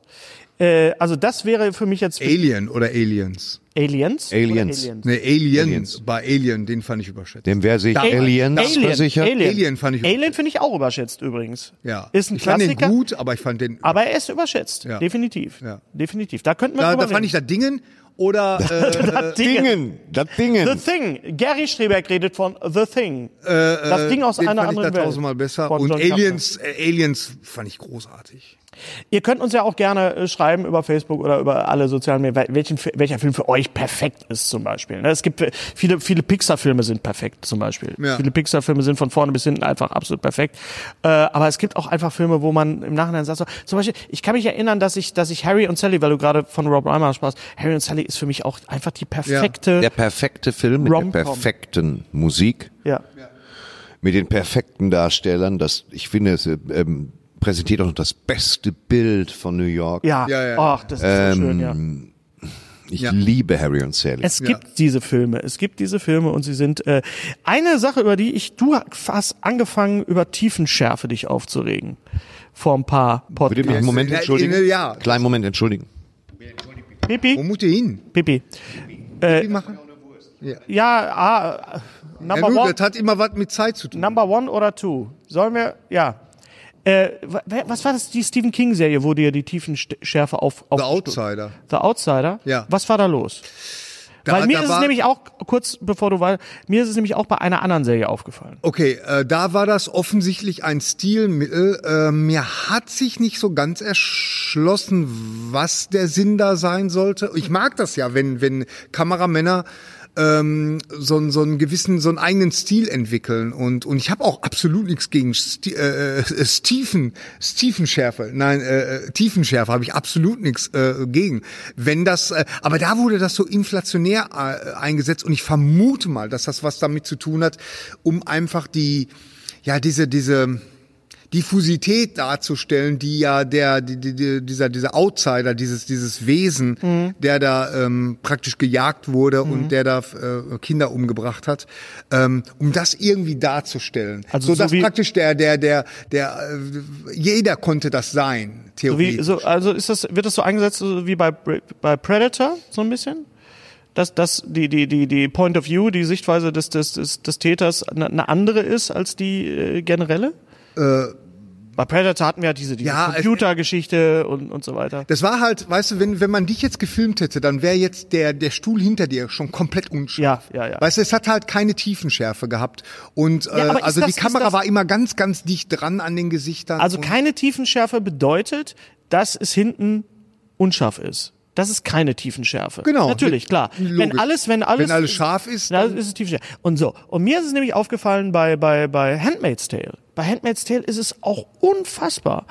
S1: Äh, also das wäre für mich jetzt
S3: Alien oder Aliens.
S1: Aliens. oder
S2: Aliens.
S1: Aliens.
S3: Ne, Alien. Bei Alien, den fand ich überschätzt.
S2: Dem wäre sich
S1: Alien.
S2: Aliens
S1: Alien.
S2: versichert.
S1: Alien.
S3: Alien fand ich
S1: Alien finde ich auch überschätzt übrigens.
S3: Ja.
S1: Ist ein
S3: ich fand
S1: Klassiker.
S3: den gut, aber ich fand den.
S1: Aber er ist überschätzt.
S3: Ja.
S1: Definitiv.
S3: Ja.
S1: Definitiv. Da könnten wir
S3: da,
S1: drüber
S3: da fand ich äh,
S1: reden.
S3: da Dingen oder äh,
S1: Dinge.
S3: äh,
S2: Dingen. Das Dingen.
S1: The Thing. Gary Streberg redet von The Thing. das Ding aus
S3: Äh, den
S1: einer
S3: fand ich
S1: anderen
S3: da
S1: Welt.
S3: tausendmal besser.
S1: Von
S3: Und
S1: John
S3: Aliens, äh, Aliens fand ich großartig.
S1: Carpenter. Ihr könnt uns ja auch gerne äh, schreiben über Facebook oder über alle sozialen Medien, wel- welchen, Fi- welcher Film für euch perfekt ist zum Beispiel. ne? Es gibt äh, viele, viele Pixar-Filme sind perfekt zum Beispiel.
S3: Ja.
S1: Viele Pixar-Filme sind von vorne bis hinten einfach absolut perfekt. Äh, aber es gibt auch einfach Filme, wo man im Nachhinein sagt, so, zum Beispiel, ich kann mich erinnern, dass ich, dass ich Harry und Sally, weil du gerade von Rob Reimer sprachst, Harry und Sally ist für mich auch einfach die perfekte.
S2: Der perfekte Film mit
S1: Rom-Com.
S2: der perfekten Musik.
S1: Ja.
S2: mit den perfekten Darstellern. Das, ich finde, es äh, ähm, präsentiert auch noch das beste Bild von New York.
S1: Ja.
S3: Ja, ja.
S1: Ach, das ist so schön, ja.
S2: Ich
S3: Ja.
S2: liebe Harry und Sally.
S1: Es gibt diese Filme, es gibt diese Filme und sie sind äh, eine Sache, über die ich du hast angefangen über Tiefenschärfe dich aufzuregen. vor ein paar
S2: Würde mich
S1: Podcasts.
S2: einen Moment
S3: Ja, halt
S2: entschuldigen?
S3: ja.
S2: Kleinen Moment entschuldigen.
S3: Wo
S1: Pipi,
S3: muss die hin?
S1: Pipi.
S3: Die machen?
S1: Ja, ah, äh,
S3: Ja,
S1: Number
S3: gut,
S1: One.
S3: das hat immer was mit Zeit zu tun.
S1: Number One oder Two? Sollen wir? Ja. Äh, wa- wer- was war das? Die Stephen King Serie, wo dir die Tiefenschärfe auf, auf
S3: The Outsider.
S1: The Outsider.
S3: Ja.
S1: Was war da los?
S3: Da,
S1: Weil mir
S3: da
S1: ist es
S3: war,
S1: nämlich auch kurz bevor du war, mir ist es nämlich auch bei einer anderen Serie aufgefallen.
S3: Okay, äh, da war das offensichtlich ein Stilmittel. Äh, mir hat sich nicht so ganz erschlossen, was der Sinn da sein sollte. Ich mag das ja, wenn, wenn Kameramänner ähm, so, einen- so einen gewissen, so einen eigenen Stil entwickeln. Und, und ich habe auch absolut nichts gegen Sti äh, äh, Stiefen, Stiefenschärfe. Nein, äh, äh, Tiefenschärfe habe ich absolut nichts äh, gegen. Wenn das, äh, aber da wurde das so inflationär äh, eingesetzt und ich vermute mal, dass das was damit zu tun hat, um einfach die, ja, diese, diese, Diffusität darzustellen, die ja der die, die, die, dieser dieser Outsider, dieses dieses Wesen,
S1: Mhm.
S3: der da ähm, praktisch gejagt wurde und der da äh, Kinder umgebracht hat, ähm, um das irgendwie darzustellen,
S1: Also
S3: so
S1: so
S3: dass
S1: wie-
S3: praktisch der der der der äh, jeder konnte das sein,
S1: So
S3: theoretisch.
S1: wie, so, also ist das, wird das so eingesetzt so wie bei, Pre- bei Predator so ein bisschen? Dass, dass die, die, die, die Point of View, die Sichtweise des, des, des, des Täters eine, eine andere ist als die äh, generelle? bei Predator hatten wir ja diese, diese
S3: Äh. Ja, es-
S1: Computergeschichte und, und so weiter.
S3: das war halt, weißt du, wenn, wenn man dich jetzt gefilmt hätte, dann wäre jetzt der, der Stuhl hinter dir schon komplett unscharf.
S1: Ja, ja, ja.
S3: Weißt du, es hat halt keine Tiefenschärfe gehabt. Und äh,
S1: aber ist
S3: also
S1: das-
S3: die
S1: ist
S3: Kamera
S1: das-
S3: war immer ganz, ganz dicht dran an den Gesichtern.
S1: Also
S3: und-
S1: keine Tiefenschärfe bedeutet, dass es hinten unscharf ist. Das ist keine Tiefenschärfe.
S3: Genau.
S1: Natürlich, klar.
S3: Logisch.
S1: Wenn alles, wenn alles,
S3: Wenn alles scharf ist,
S1: dann
S3: dann-
S1: ist es Tiefenschärfe. Und so. Und mir ist es nämlich aufgefallen bei, bei, bei Handmaid's Tale. Bei Handmaid's Tale ist es auch unfassbar.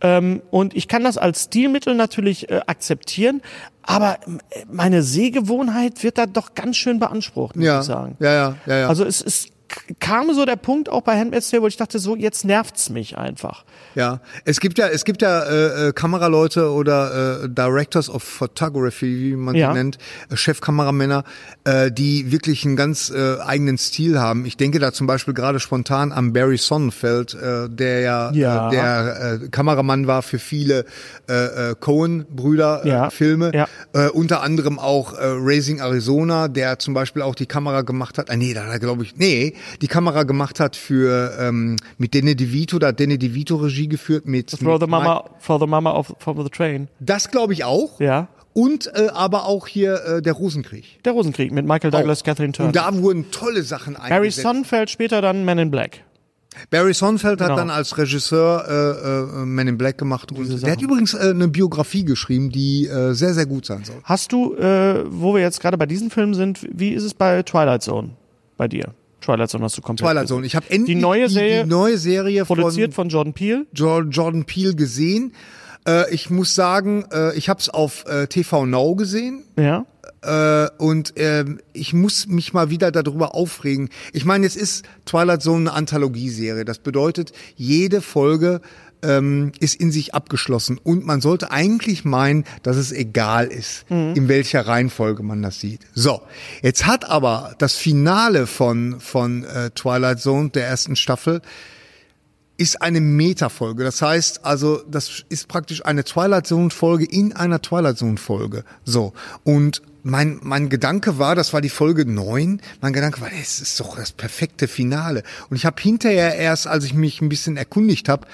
S1: Ähm, und ich kann das als Stilmittel natürlich äh, akzeptieren, aber äh, meine Sehgewohnheit wird da doch ganz schön beansprucht, muss
S3: ja,
S1: ich sagen.
S3: Ja, ja, ja, ja.
S1: Also es, es k- kam so der Punkt auch bei Handmaid's Tale, wo ich dachte, so jetzt nervt's mich einfach.
S3: ja. Es gibt ja, es gibt ja äh, äh, Kameraleute oder äh, Directors of Photography, wie man
S1: Ja.
S3: sie nennt, äh, Chefkameramänner, äh, die wirklich einen ganz äh, eigenen Stil haben. Ich denke da zum Beispiel gerade spontan an Barry Sonnenfeld, äh, der ja,
S1: Ja.
S3: Äh, der äh, Kameramann war für viele äh, äh, Cohen-Brüder-Filme. Äh,
S1: Ja.
S3: Filme.
S1: Ja.
S3: Äh, unter anderem auch äh, Raising Arizona, der zum Beispiel auch die Kamera gemacht hat. Ah, nee, da glaube ich, nee, die Kamera gemacht hat für ähm, mit Danny DeVito, da hat Danny DeVito Regie geführt mit.
S1: Throw
S3: mit
S1: the
S3: Mike-
S1: Mama, throw the Mama off from the train.
S3: Das glaube ich auch.
S1: Ja.
S3: Und äh, aber auch hier äh, der Rosenkrieg.
S1: Der Rosenkrieg mit Michael Douglas,
S3: Auch.
S1: Catherine
S3: Oh. Und
S1: Turner.
S3: da wurden tolle Sachen
S1: Barry
S3: eingesetzt.
S1: Sonnenfeld, später dann Man in Black.
S3: Barry Sonnenfeld hat
S1: Genau.
S3: dann als Regisseur äh, äh, Man in Black gemacht und der hat übrigens äh, eine Biografie geschrieben, die äh, sehr sehr gut sein soll.
S1: Hast du, äh, wo wir jetzt gerade bei diesem Film sind, wie ist es bei Twilight Zone bei dir? Twilight Zone hast du komplett.
S3: Twilight Zone.
S1: gesehen.
S3: Ich habe endlich
S1: Die neue Serie,
S3: die neue Serie von,
S1: produziert von Jordan Peele.
S3: Jor- Jordan Peele gesehen. Äh, ich muss sagen, äh, ich habe es auf äh, TV Now gesehen
S1: Ja.
S3: äh, und ähm, ich muss mich mal wieder darüber aufregen. Ich meine, es ist Twilight Zone eine Anthologieserie. Das bedeutet, jede Folge ähm, ist in sich abgeschlossen und man sollte eigentlich meinen, dass es egal ist, in welcher Reihenfolge man das sieht. So, jetzt hat aber das Finale von von äh, Twilight Zone der ersten Staffel ist eine Metafolge. Das heißt, also das ist praktisch eine Twilight Zone Folge in einer Twilight Zone Folge. So. Und mein, mein Gedanke war, das war die Folge 9, mein Gedanke war, es ist doch das perfekte Finale. Und ich habe hinterher erst, als ich mich ein bisschen erkundigt habe,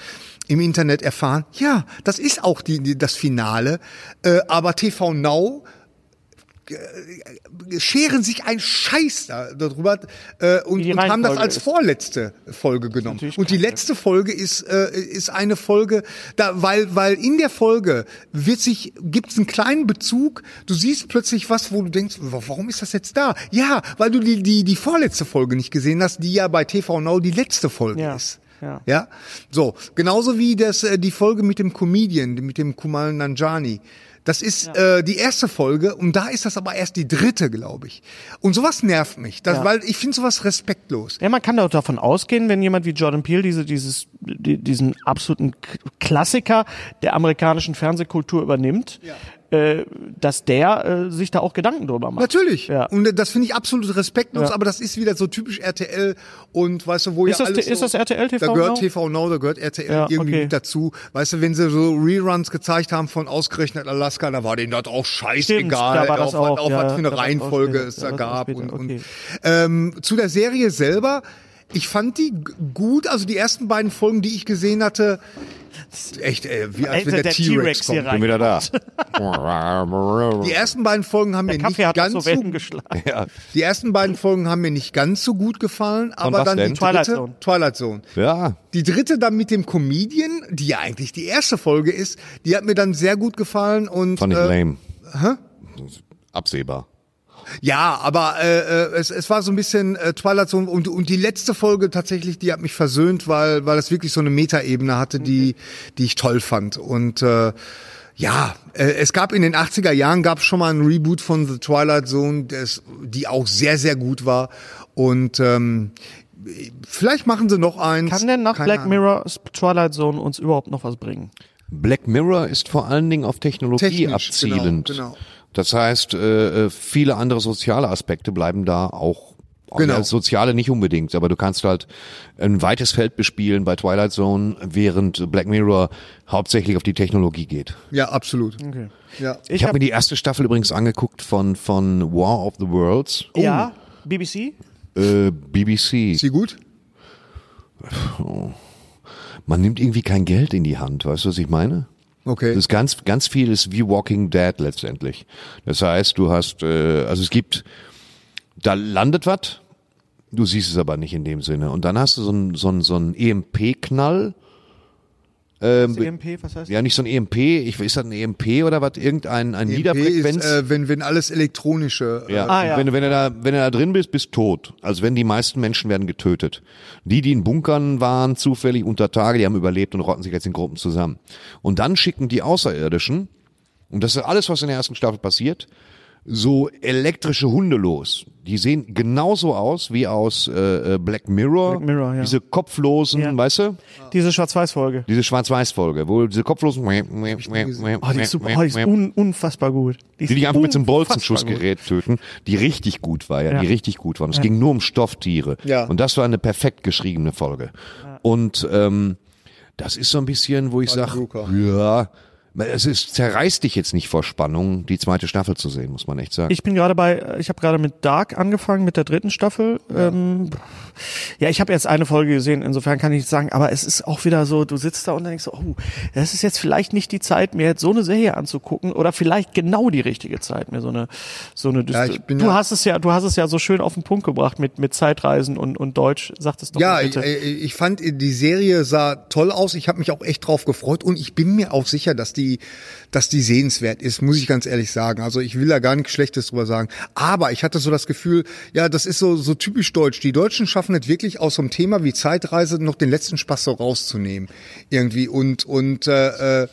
S3: im Internet erfahren, ja, das ist auch die, die, das Finale, äh, aber TV Now äh, scheren sich ein Scheiß da, darüber äh, und,
S1: die
S3: und haben das
S1: Reihenfolge
S3: als
S1: ist.
S3: vorletzte Folge genommen. Und die letzte Folge ist äh, ist eine Folge, da weil weil in der Folge wird sich gibt's einen kleinen Bezug. Du siehst plötzlich was, wo du denkst, wa- warum ist das jetzt da? Ja, weil du die die die vorletzte Folge nicht gesehen hast, die ja bei TV Now die letzte Folge
S1: Ja,
S3: ist.
S1: ja.
S3: Ja, so genauso wie das äh, die Folge mit dem Comedian, mit dem Kumal Nanjani. Das ist äh, die erste Folge und da ist das aber erst die dritte, glaube ich. Und sowas nervt mich, das, weil ich finde sowas respektlos.
S1: Ja, man kann doch davon ausgehen, wenn jemand wie Jordan Peele diese, dieses, die, diesen absoluten K- Klassiker der amerikanischen Fernsehkultur übernimmt, äh, dass der äh, sich da auch Gedanken drüber macht.
S3: Natürlich.
S1: Ja.
S3: Und äh, das finde ich absolut respektlos,
S1: Ja.
S3: aber das ist wieder so typisch RTL und weißt du, wo
S1: Ist
S3: ja
S1: das-
S3: alles
S1: ist
S3: so,
S1: das RTL TV
S3: Da gehört
S1: Now?
S3: TV Now, da gehört RTL
S1: Ja,
S3: irgendwie
S1: okay.
S3: mit dazu. Weißt du, wenn sie so Reruns gezeigt haben von ausgerechnet Alaska, da war denen das auch
S1: Stimmt,
S3: scheißegal,
S1: da war das
S3: auf, was-
S1: auch.
S3: auf
S1: ja,
S3: was für
S1: da war
S3: eine
S1: das auch
S3: Reihenfolge
S1: später.
S3: es
S1: Ja,
S3: da
S1: das war
S3: gab.
S1: später.
S3: Und,
S1: Okay.
S3: und ähm, zu der Serie selber, ich fand die g- gut, also die ersten beiden Folgen, die ich gesehen hatte, echt, äh, wie als
S1: Alter,
S3: wenn der,
S1: der
S3: T-Rex
S1: T-Rex hier
S3: kommt.
S2: Bin
S1: rein.
S2: wieder da.
S3: Die ersten beiden Folgen haben mir nicht
S1: Kaffee hat
S3: ganz
S1: so
S3: so
S1: Wellen geschlagen.
S3: die ersten beiden Folgen haben mir nicht ganz so gut gefallen, aber
S2: was
S3: dann
S2: denn?
S3: die dritte,
S1: Twilight Zone.
S3: Twilight Zone.
S2: Ja.
S3: Die dritte dann mit dem Comedian, die ja eigentlich die erste Folge ist, die hat mir dann sehr gut gefallen und
S2: Fand ich
S3: äh,
S2: lame. Absehbar.
S3: ja, aber äh, äh, es, es war so ein bisschen äh, Twilight Zone und, und die letzte Folge tatsächlich, die hat mich versöhnt, weil weil es wirklich so eine Metaebene hatte, die
S1: Mhm.
S3: die ich toll fand und äh, ja, äh, es gab in den 80er Jahren gab schon mal ein Reboot von The Twilight Zone, das, die auch sehr sehr gut war und ähm, vielleicht machen sie noch eins.
S1: Kann denn nach
S3: Keine
S1: Black
S3: Ahnung.
S1: Mirror Sp- Twilight Zone uns überhaupt noch was bringen?
S2: Black Mirror ist vor allen Dingen auf Technologie
S3: Technisch,
S2: abzielend.
S3: genau, genau.
S2: Das heißt, äh, äh, viele andere soziale Aspekte bleiben da auch.
S3: Genau.
S2: Ja, Das Soziale nicht unbedingt, aber du kannst halt ein weites Feld bespielen bei Twilight Zone, während Black Mirror hauptsächlich auf die Technologie geht.
S3: Ja, absolut. Okay. Ja.
S2: Ich, habe hab mir die erste Staffel übrigens angeguckt von, von War of the Worlds,
S1: Ja, BBC?
S2: äh, BBC.
S3: Ist sie gut?
S2: Man nimmt irgendwie kein Geld in die Hand, weißt du, was ich meine?
S3: Okay.
S2: Das ist ganz, ganz viel ist wie Walking Dead letztendlich. Das heißt, du hast, äh, also es gibt, da landet was, du siehst es aber nicht in dem Sinne. Und dann hast du so einen so einen- so E einen EMP-Knall.
S1: Ähm, EMP, was heißt das?
S2: Ja, nicht so ein EMP, ich, ist das ein EMP oder was? Irgendein ein Niederfrequenz?
S3: E Ist, äh, wenn, wenn alles elektronische.
S2: Ja.
S1: Ah,
S2: Und
S1: ja.
S2: Wenn, du- wenn, du da, wenn du da drin bist, bist tot. Also wenn die meisten Menschen werden getötet. Die, die in Bunkern waren, zufällig unter Tage, die haben überlebt und rotten sich jetzt in Gruppen zusammen. Und dann schicken die Außerirdischen, und das ist alles, was in der ersten Staffel passiert, so elektrische Hunde los. Die sehen genauso aus wie aus äh, äh, Black Mirror.
S1: Black Mirror, ja.
S2: Diese kopflosen,
S1: Ja.
S2: weißt du?
S1: Diese Schwarz-Weiß-Folge.
S2: Diese Schwarz-Weiß-Folge, wo diese kopflosen...
S1: Oh, die ist super. Oh, die ist un unfassbar gut.
S2: Die dich einfach mit so einem
S1: unfassbar gut.
S2: Bolzenschussgerät töten, die richtig gut war, ja,
S1: Ja.
S2: die richtig gut war. Und es ging nur um Stofftiere.
S3: Ja.
S2: Und das war eine perfekt geschriebene Folge. Und ähm, das ist so ein bisschen, wo ich sage,
S3: Luca.
S2: ja, es ist, zerreißt dich jetzt nicht vor Spannung, die zweite Staffel zu sehen, muss man echt sagen.
S1: Ich bin gerade bei, äh, ich habe gerade mit Dark angefangen, mit der dritten Staffel. Ja, ähm, ja ich habe jetzt eine Folge gesehen, insofern kann ich nichts sagen, aber es ist auch wieder so, du sitzt da und denkst, so, oh, das ist jetzt vielleicht nicht die Zeit, mir jetzt so eine Serie anzugucken oder vielleicht genau die richtige Zeit, mir so eine, so eine Dyste.
S3: ich bin
S1: du
S3: ja-
S1: hast es ja, du hast es ja so schön auf den Punkt gebracht mit, mit Zeitreisen und, und Deutsch, sagt es doch
S3: Ja,
S1: mal
S3: ich,
S1: bitte.
S3: ich ich fand, äh, die Serie sah toll aus. Ich habe mich auch echt drauf gefreut und ich bin mir auch sicher, dass die, dass die sehenswert ist, muss ich ganz ehrlich sagen. Also ich will da gar nichts Schlechtes drüber sagen. Aber ich hatte so das Gefühl, ja, das ist so, so typisch deutsch. Die Deutschen schaffen es wirklich aus so einem Thema wie Zeitreise noch den letzten Spaß so rauszunehmen. Irgendwie und, und, äh, äh,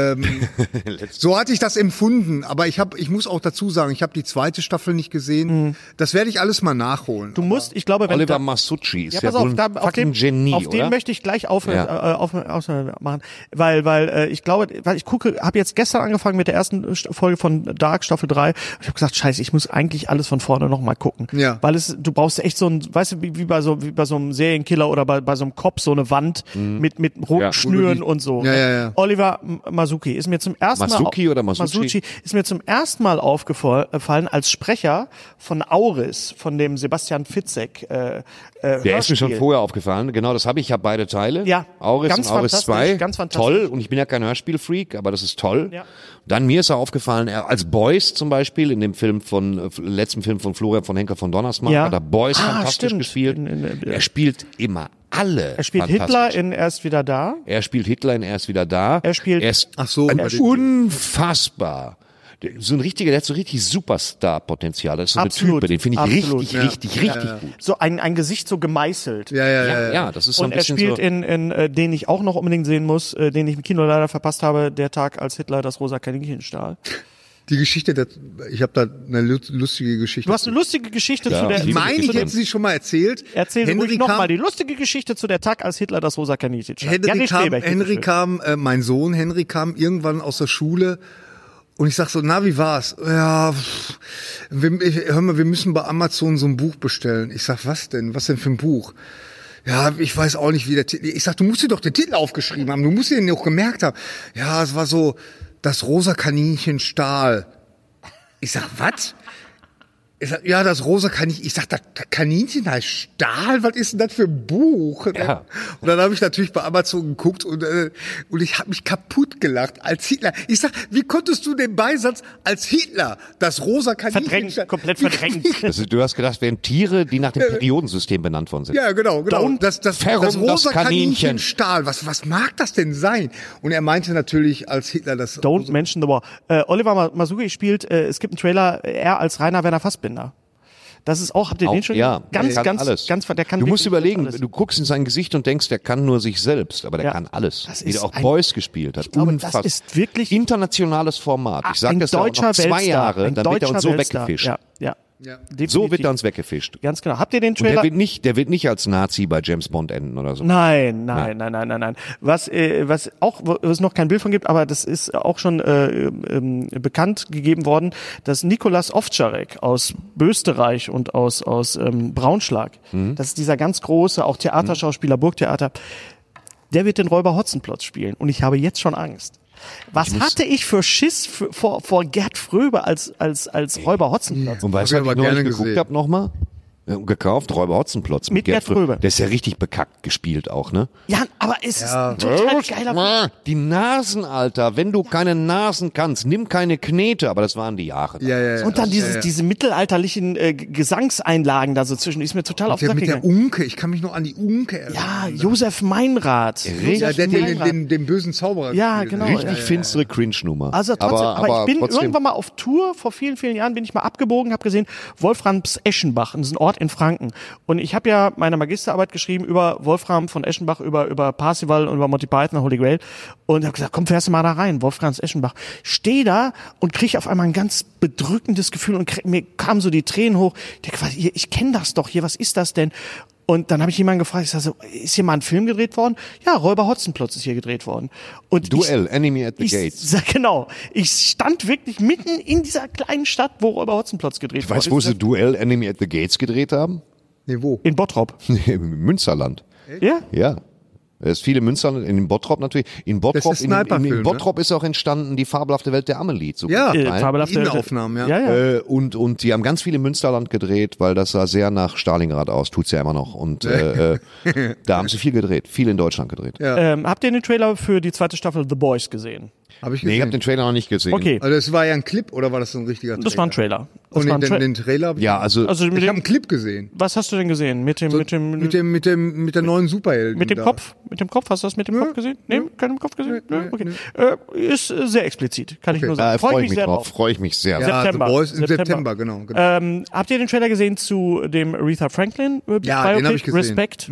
S3: So hatte ich das empfunden, aber ich habe, ich muss auch dazu sagen, ich habe die zweite Staffel nicht gesehen. Das werde ich alles mal nachholen.
S1: Mhm. du musst, ich glaube, wenn
S2: Oliver
S1: da-
S2: Masucci ist
S1: Ja,
S2: ja,
S1: pass
S2: wohl
S1: auf,
S2: ein
S1: da, auf den,
S2: fucking Genie,
S1: auf
S2: oder?
S1: den möchte ich gleich auf,
S2: Ja.
S1: äh, auf, Aufmerksam machen, weil, weil äh, ich glaube, weil ich gucke, habe jetzt gestern angefangen mit der ersten äh, Sta- Folge von Dark Staffel 3. Ich habe gesagt, scheiße, ich muss eigentlich alles von vorne nochmal gucken,
S3: Ja.
S1: weil es, du brauchst echt so ein, weißt du, wie, wie bei so wie bei so einem Serienkiller oder bei, bei so einem Cop so eine Wand mit mit roten
S2: Mhm. Ja.
S1: Schnüren und so.
S3: Ja, ja, ja.
S1: Oliver M- Masuki ist mir zum ersten
S2: Masuki
S1: Mal
S2: oder Masucci?
S1: ist mir zum ersten Mal aufgefallen als Sprecher von Auris, von dem Sebastian Fitzek. Äh, äh,
S2: Der ist mir schon
S1: Hörspiel.
S2: vorher aufgefallen. Genau, das habe ich. Ich habe beide Teile.
S1: Ja,
S2: Auris
S1: ganz
S2: und Auris
S1: fantastisch,
S2: 2.
S1: ganz fantastisch.
S2: Toll. Und ich bin ja kein Hörspielfreak, aber das ist toll.
S1: Ja.
S2: Dann mir ist er aufgefallen, er, als Boys zum Beispiel, in dem Film von, äh, letzten Film von Florian von Henker von Donnersmarck,
S1: Ja.
S2: hat er Boys
S1: Ah,
S2: fantastisch
S1: stimmt.
S2: gespielt.
S1: In- in-
S2: er spielt immer alle.
S1: Er spielt Hitler in Er ist wieder da.
S2: Er spielt Hitler in Er ist wieder da.
S1: Er spielt-
S2: Er ist
S3: Ach so,
S2: ein
S3: bei den-
S2: unfassbar. Der- So ein richtiger, der hat so richtig Superstar-Potenzial. Das ist so ein
S1: Absolut,
S2: Typ, den finde ich
S1: absolut,
S2: richtig,
S1: ja.
S2: richtig, richtig gut.
S1: So ein, ein Gesicht so gemeißelt.
S3: ja, ja, ja,
S2: Ja,
S3: ja.
S2: ja, das ist so ein
S1: Und er
S2: bisschen
S1: spielt
S2: so.
S1: in, in äh, den ich auch noch unbedingt sehen muss, äh, den ich im Kino leider verpasst habe, der Tag, als Hitler das rosa Kaninchen stahl.
S3: Die Geschichte, der, ich habe da eine lu- lustige Geschichte.
S1: Du hast eine lustige Geschichte
S2: Ja.
S1: zu der.
S2: Ich
S3: meine, ich
S1: zu der-
S3: hätte sie schon mal erzählt.
S1: Erzähl
S3: Henry
S1: ruhig
S3: kam-
S1: nochmal die lustige Geschichte zu der Tag, als Hitler das rosa Kaninchen stahl.
S3: Henry
S1: Gary
S3: kam,
S1: Strebeck,
S3: Henry
S1: bitteschön.
S3: kam äh, mein Sohn Henry kam irgendwann aus der Schule Und ich sag so, na, wie war's? Ja, pff, wir, ich, hör mal, wir müssen bei Amazon so ein Buch bestellen. Ich sag, was denn? Was denn für ein Buch? Ja, ich weiß auch nicht, wie der Titel. Ich sag, du musst dir doch den Titel aufgeschrieben haben. Du musst dir den auch gemerkt haben. Ja, es war so, das rosa Kaninchen Stahl. Ich sag, was? Ich sag, ja, das rosa Kaninchen. Ich sag, das Kaninchen heißt Stahl. Was ist denn das für ein Buch?
S2: Ja.
S3: Und dann habe ich natürlich bei Amazon geguckt und, äh, und ich habe mich kaputt gelacht als Hitler. Ich sag, wie konntest du den Beisatz als Hitler, das rosa Kaninchen
S1: Verdrängt,
S3: Stahl-
S1: komplett
S3: Wie-
S1: verdrängt.
S2: Das ist, du hast gedacht, es wären Tiere, die nach dem Periodensystem benannt worden sind.
S3: Ja, genau, genau.
S2: Don't
S3: das, das,
S2: ferrum
S3: das rosa
S2: das Kaninchen.
S3: Kaninchen Stahl. Was, was mag das denn sein? Und er meinte natürlich als Hitler das.
S1: Don't mention the war. Äh, Oliver Ma- Masugi spielt, äh, es gibt einen Trailer, äh, er als Rainer Werner Fassbinder. Das ist auch, habt ihr
S2: Auch,
S1: den schon?
S2: ja,
S1: ganz,
S2: der kann
S1: ganz,
S2: alles.
S1: ganz, der kann
S2: du musst
S1: wirklich
S2: überlegen,
S1: alles.
S2: du guckst in sein Gesicht und denkst, der kann nur sich selbst, aber der
S1: Ja.
S2: kann alles.
S1: Das
S2: Wie
S1: ist
S2: der auch
S1: ein-
S2: Boys gespielt hat.
S1: Ich glaube, das
S2: Unfassbar.
S1: ist wirklich-
S2: internationales Format. Ich
S1: Ah,
S2: sag
S1: ein
S2: das ja auch noch
S1: deutscher
S2: zwei
S1: Weltstar,
S2: Jahre,
S1: ein
S2: dann wird er uns
S1: deutscher
S2: so
S1: Weltstar.
S2: weggefischt.
S1: Ja, ja.
S3: Ja.
S2: So wird
S1: Definitiv.
S2: er uns weggefischt.
S1: Ganz genau. Habt ihr den
S2: Und der
S1: Trailer?
S2: wird nicht, der wird nicht als Nazi bei James Bond enden oder so.
S1: Nein, nein, nein, nein, nein, nein. Was, äh, was auch, wo es noch kein Bild von gibt, aber das ist auch schon äh, ähm, bekannt gegeben worden, dass Nikolas Ovtcharek aus Österreich und aus, aus ähm, Braunschlag, das ist dieser ganz große, auch Theaterschauspieler, Burgtheater, der wird den Räuber Hotzenplotz spielen und ich habe jetzt schon Angst. Was hatte ich für Schiss für, vor, vor Gerd Fröbe als, als, als Räuber Hotzenplotz?
S2: Und weißt du,
S3: Hab ich
S2: was
S3: aber
S2: ich neulich
S3: gerne
S2: geguckt
S3: gesehen.
S2: habe nochmal? Ja, Gekauft, Räuber Hotzenplotz.
S1: Mit Gerd Fröbe.
S2: Der ist ja richtig bekackt gespielt auch, ne?
S1: Ja, aber es ist ein total geiler.
S2: Die Nasen, Alter. Wenn du keine Nasen kannst, nimm keine Knete. Aber das waren die Jahre.
S3: Ja, ja, ja.
S1: Und dann
S3: Ja,
S1: dieses,
S3: ja.
S1: diese mittelalterlichen äh, G- Gesangseinlagen da so zwischen, ist mir total auf den
S3: der,
S1: Sack
S3: mit der
S1: gegangen.
S3: Unke. Ich kann mich noch an die Unke erinnern.
S1: Ja, Josef Meinrad.
S2: Richtig.
S3: Ja,
S1: Josef
S3: der hat den, den,
S1: Meinrad.
S3: den, den bösen Zauberer.
S1: Ja,
S3: gespielt.
S1: genau.
S2: Richtig
S1: ja, ja,
S2: finstere Cringe-Nummer.
S1: also trotzdem, aber, ich bin
S2: trotzdem,
S1: irgendwann mal auf Tour, vor vielen, vielen Jahren bin ich mal abgebogen, habe gesehen, Wolframs Eschenbach, das ist ein Ort in Franken. Und ich habe ja meine Magisterarbeit geschrieben über Wolfram von Eschenbach, über, über Parsival und über Monty Python, Holy Grail. Und habe gesagt, komm, fährst du mal da rein, Wolframs Eschenbach. Steh da und kriege auf einmal ein ganz bedrückendes Gefühl und krieg, mir kamen so die Tränen hoch. Ich denk, was, hier, ich kenne das doch hier, was ist das denn? Und dann habe ich jemanden gefragt, ich sag so, ist hier mal ein Film gedreht worden? Ja, Räuber Hotzenplotz ist hier gedreht worden. Und ich-
S2: Duell, Enemy at the
S1: ich,
S2: Gates.
S1: sa- Genau. Ich stand wirklich mitten in dieser kleinen Stadt, wo Räuber Hotzenplotz gedreht
S2: Weißt du,
S1: worden
S2: wo
S1: ist.
S2: sie Duell Enemy at the Gates gedreht haben?
S3: Nee, wo?
S1: In Bottrop.
S2: Im Münsterland.
S1: Ja?
S2: Ja. Es ist viele Münsterland, in Bottrop natürlich. In Bottrop,
S3: Das ist
S2: in, in, in
S3: Sniperfilm, ne?
S2: Bottrop ist auch entstanden die fabelhafte Welt der Amelie. So
S3: Ja.
S2: gut,
S3: Äh,
S2: nein?
S1: fabelhafte-
S3: Innenaufnahmen, ja.
S1: Ja, ja.
S2: Äh, und, und die haben ganz viel im Münsterland gedreht, weil das sah sehr nach Stalingrad aus, tut's ja immer noch. Und äh, äh, da haben sie viel gedreht, viel in Deutschland gedreht.
S1: Ähm, habt ihr den Trailer für die zweite Staffel The Boys gesehen?
S3: Habe ich
S2: Nee, ich habe
S3: gesehen.
S2: den Trailer noch nicht gesehen.
S1: Okay.
S3: also das war ja ein Clip oder war das so ein richtiger Trailer?
S1: Das war ein Trailer. Das
S3: Und
S1: war
S3: den,
S1: ein
S3: den,
S1: Tra
S3: den Trailer habe ich.
S2: Ja, also,
S1: also mit
S3: ich habe
S1: dem,
S3: einen Clip gesehen.
S1: was hast du denn gesehen? Mit dem, mit dem,
S3: Mit dem, mit dem, mit der neuen Superhelden.
S1: mit dem
S3: da.
S1: Kopf? Mit dem Kopf? Hast du das mit dem Kopf gesehen? Nee, kein Kopf gesehen? Nö, okay. Äh, ist äh, sehr explizit, kann ich nur sagen.
S2: äh,
S1: Freu
S2: freue ich mich drauf, freue ich mich sehr. drauf.
S3: Ja,
S1: September.
S3: The Boys im
S1: September.
S3: September, genau. genau.
S1: Ähm, habt ihr den Trailer gesehen zu dem Aretha Franklin äh,
S3: Ja, den hab ich gesehen. Mhm.
S1: Respekt.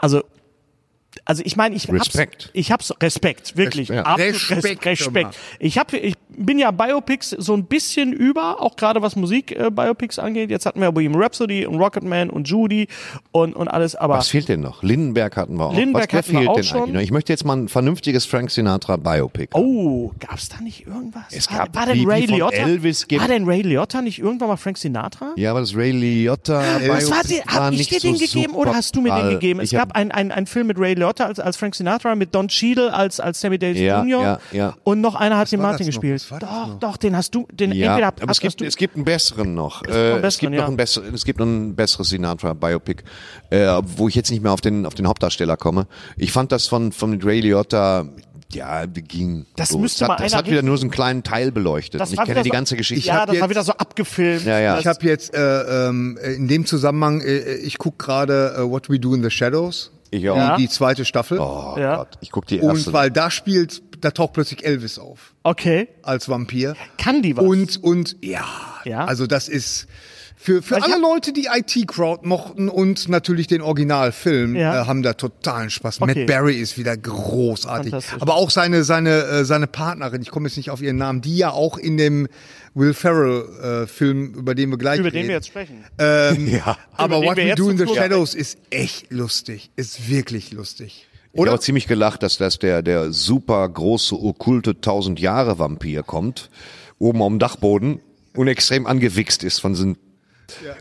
S1: Also also ich meine, ich
S2: Respekt.
S1: hab's, ich hab's Respekt, wirklich.
S2: Respekt.
S1: Absolut
S3: Respekt,
S1: Respekt.
S3: hör mal.
S1: Respekt. Ich habe ich bin ja Biopics so ein bisschen über, auch gerade was Musik äh, Biopics angeht. Jetzt hatten wir Bohemian Rhapsody und Rocketman und Judy und und alles, aber
S2: Was fehlt denn noch? Lindenberg hatten wir auch.
S1: Lindenberg
S2: Was wer
S1: hatten wir
S2: fehlt
S1: auch
S2: denn
S1: schon.
S2: eigentlich noch? Ich möchte jetzt mal ein vernünftiges Frank Sinatra Biopic.
S1: Oh, gab's da nicht irgendwas?
S2: Es
S1: War-
S2: gab
S1: war denn
S2: die- die
S1: Ray
S2: von
S1: Liotta?
S2: Elvis gibt-
S1: war denn Ray Liotta nicht irgendwann mal Frank Sinatra?
S2: Ja, aber das Ray Liotta Biopic
S1: Was war dir,
S2: war
S1: hab ich
S2: nicht
S1: dir den
S2: so
S1: gegeben oder
S2: super
S1: hast du mir den
S2: prall.
S1: gegeben? Es
S2: Ich hab-
S1: gab einen ein, ein Film mit Ray Liotta als, als Frank Sinatra, mit Don Cheadle als, als Sammy Davis
S2: Ja,
S1: Jr.
S2: ja, ja.
S1: Und noch einer hat den
S3: war
S1: Martin
S3: das noch?
S1: gespielt.
S3: Was war das
S1: Doch,
S3: noch?
S1: doch, den hast du, den
S2: Ja,
S1: entweder
S2: aber es
S1: hast,
S2: gibt,
S1: hast du,
S2: es gibt einen besseren noch.
S1: noch einen
S2: Äh, es
S1: besseren,
S2: gibt
S1: ja.
S2: noch ein besser, es gibt noch ein besseres Sinatra Biopic, äh, wo ich jetzt nicht mehr auf den auf den Hauptdarsteller komme. Ich fand das von von Ray Liotta ja, ging.
S1: Das
S2: so.
S1: müsste
S2: das
S1: mal
S2: hat, das
S1: einer
S2: hat wieder
S1: richtig-
S2: nur so einen kleinen Teil beleuchtet.
S1: das
S2: Und ich
S1: war
S2: kenne
S1: wieder
S2: die
S1: so-
S2: ganze Geschichte.
S1: Ja,
S3: hab
S1: das war
S3: jetzt-
S1: wieder so abgefilmt.
S2: Ja, ja.
S3: Ich habe jetzt äh, ähm, in dem Zusammenhang, äh, ich gucke gerade äh, What We Do in the Shadows,
S2: Ich auch.
S3: die,
S2: Ja.
S3: die zweite Staffel.
S2: Oh
S1: Ja.
S2: Gott, ich guck die erste.
S3: und weil da spielt, da taucht plötzlich Elvis auf
S1: Okay.
S3: als Vampir.
S1: Kann die was?
S3: Und und ja,
S1: Ja.
S3: also das ist für, für
S1: Weil ich
S3: alle
S1: hab-
S3: Leute, die IT-Crowd mochten und natürlich den Originalfilm,
S1: Ja.
S3: äh, haben da totalen Spaß.
S1: Okay.
S3: Matt Barry ist wieder großartig.
S1: Fantastisch.
S3: Aber auch seine, seine, äh, seine Partnerin, ich komme jetzt nicht auf ihren Namen, die ja auch in dem Will Ferrell-Film, über den wir gleich
S1: über
S3: reden.
S1: den wir jetzt sprechen.
S3: Ähm, Aber
S1: Über den
S3: What
S1: wir
S3: We
S1: jetzt
S3: Do
S1: zum
S3: in the
S1: Schluss
S3: Shadows ist echt lustig. Ist wirklich lustig.
S2: Ich habe auch ziemlich gelacht, dass das der, der super große, okkulte 1000 Jahre Vampir kommt, oben am Dachboden und extrem angewichst ist von so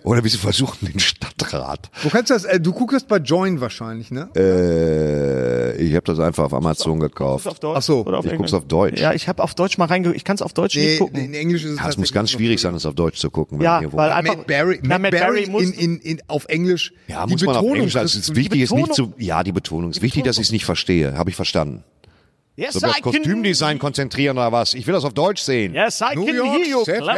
S2: oder wie sie versuchen, den Stadtrat.
S3: Du kannst das, äh, du guckst das bei Join wahrscheinlich, ne?
S2: Äh, ich habe das einfach auf Amazon gekauft.
S1: Auf Deutsch
S3: Ach so.
S1: oder auf
S2: Ich guck's
S1: Englisch?
S2: auf Deutsch.
S1: Ja, ich habe auf Deutsch mal reingeguckt. Ich kann es auf Deutsch nicht gucken.
S3: in Englisch ist es halt
S2: Ja, es muss
S3: tatsächlich
S2: ganz
S3: noch-
S2: schwierig sein, das auf Deutsch zu gucken. wenn
S1: Ja,
S2: ihr wo-
S1: weil einfach-
S3: Matt Barry,
S1: Na,
S3: Matt
S1: Matt
S3: Barry
S1: Barry muss-
S3: in, in, in, auf Englisch.
S2: ja,
S3: die
S2: muss man auf
S3: Betonung
S2: Englisch. Also,
S3: trifft
S2: es
S3: uns.
S2: ist wichtig, ist nicht zu.
S1: Betonung-
S2: Ja, die Betonung ist wichtig, dass ich es nicht verstehe. Habe ich verstanden.
S1: Yes,
S2: Soll ich
S1: I
S2: das
S1: can-
S2: Kostümdesign konzentrieren oder was? Ich will das auf Deutsch sehen.
S1: Yes, I
S3: New
S1: can
S3: York
S1: hear you.
S3: City.
S1: Clap.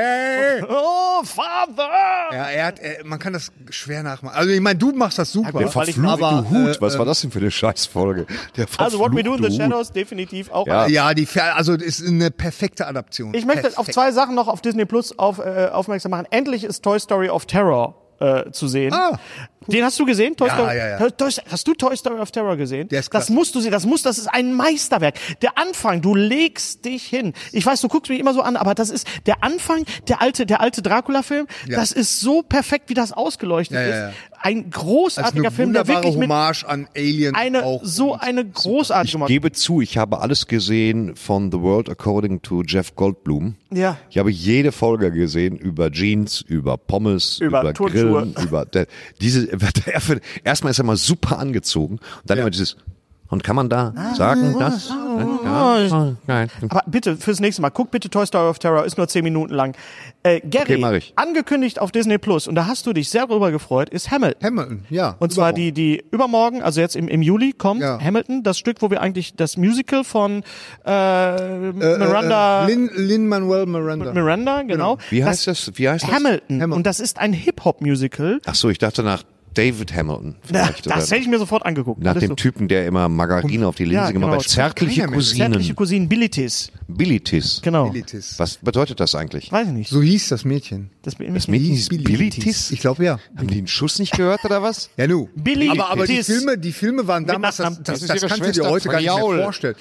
S1: Oh, Father!
S3: Ja, er hat, er, man kann das schwer nachmachen. Also ich meine, du machst das super.
S2: Der
S1: weil ich- äh,
S2: verfluchte
S3: aber,
S2: Hut. Was war das denn für eine Scheißfolge? Der
S1: Also, What We Do in the
S2: verfluchte Hut.
S1: Shadows, definitiv auch.
S2: Ja.
S3: ja, die, Fer- also das ist eine perfekte Adaption.
S1: Ich möchte auf
S3: Perfekt.
S1: zwei Sachen noch auf Disney Plus auf, äh, aufmerksam machen. Endlich ist Toy Story of Terror äh, zu sehen.
S3: Ah,
S1: Den hast du gesehen? Toy
S3: Ja,
S1: Story,
S3: ja, ja.
S1: Toy, hast du Toy Story of Terror gesehen?
S3: Der ist
S1: das
S3: klasse.
S1: musst du sehen, das muss, das ist ein Meisterwerk. Der Anfang, du legst dich hin. Ich weiß, du guckst mich immer so an, aber das ist der Anfang, der alte, der alte Dracula-Film,
S3: Ja.
S1: das ist so perfekt, wie das ausgeleuchtet
S3: Ja, ja, ja.
S1: ist. Ein
S3: Das ist
S1: großartiger
S3: eine
S1: Film, der
S3: wunderbare
S1: wirklich mit
S3: Hommage an Alien
S1: eine,
S3: auch.
S1: so eine großartige
S2: Ich gebe zu, ich habe alles gesehen von The World According to Jeff Goldblum.
S1: Ja.
S2: Ich habe jede Folge gesehen über Jeans, über Pommes,
S1: Über
S2: über,
S1: Turnschuhe.
S2: Grillen, über der, diese. was der für- Erstmal ist er mal super angezogen und dann immer dieses. Und kann man da
S1: Ah.
S2: sagen, das?
S1: Oh,
S2: Ja, nein.
S1: Aber bitte, fürs nächste Mal, guck bitte Toy Story of Terror, ist nur zehn Minuten lang. Äh, Gary,
S2: Okay, mach ich.
S1: angekündigt auf Disney Plus, und da hast du dich sehr drüber gefreut, ist Hamilton.
S3: Hamilton, ja.
S1: und zwar
S3: überhaupt.
S1: die, die übermorgen, also jetzt im, im Juli kommt
S3: Ja.
S1: Hamilton, das Stück, wo wir eigentlich das Musical von äh, Miranda,
S3: Lin, Lin Manuel Miranda.
S1: Miranda, genau.
S2: Wie heißt das? Wie heißt das?
S1: Hamilton.
S3: Hamilton.
S1: Und das ist ein Hip-Hop-Musical.
S2: Ach so, ich dachte nach David Hamilton. vielleicht,
S1: Das
S2: oder
S1: hätte ich mir sofort angeguckt.
S2: nach
S1: Alles
S2: dem
S1: so.
S2: Typen, der immer Margarine auf die Linse
S1: Ja,
S2: gemacht
S1: genau.
S2: hat. Zärtliche
S3: Keiner mehr.
S1: Zärtliche Cousinen,
S2: Cousinen.
S1: Bilitis.
S2: Bilitis.
S1: Genau.
S3: Bilitis.
S2: Was bedeutet das eigentlich?
S1: Weiß ich nicht.
S3: So hieß das Mädchen.
S1: Das,
S2: Das Mädchen hieß Bilitis?
S3: Ich glaube ja.
S2: Haben die einen Schuss nicht gehört oder was?
S3: Ja, nu.
S1: Billy
S3: aber aber die,
S1: Tiss.
S3: Filme, die Filme waren damals, das,
S1: Nachnamen.
S3: das,
S2: Das ist
S3: das,
S2: ihre
S3: kannst du dir
S2: Schwester
S3: heute gar nicht
S2: Frau Jaul.
S3: mehr vorstellen.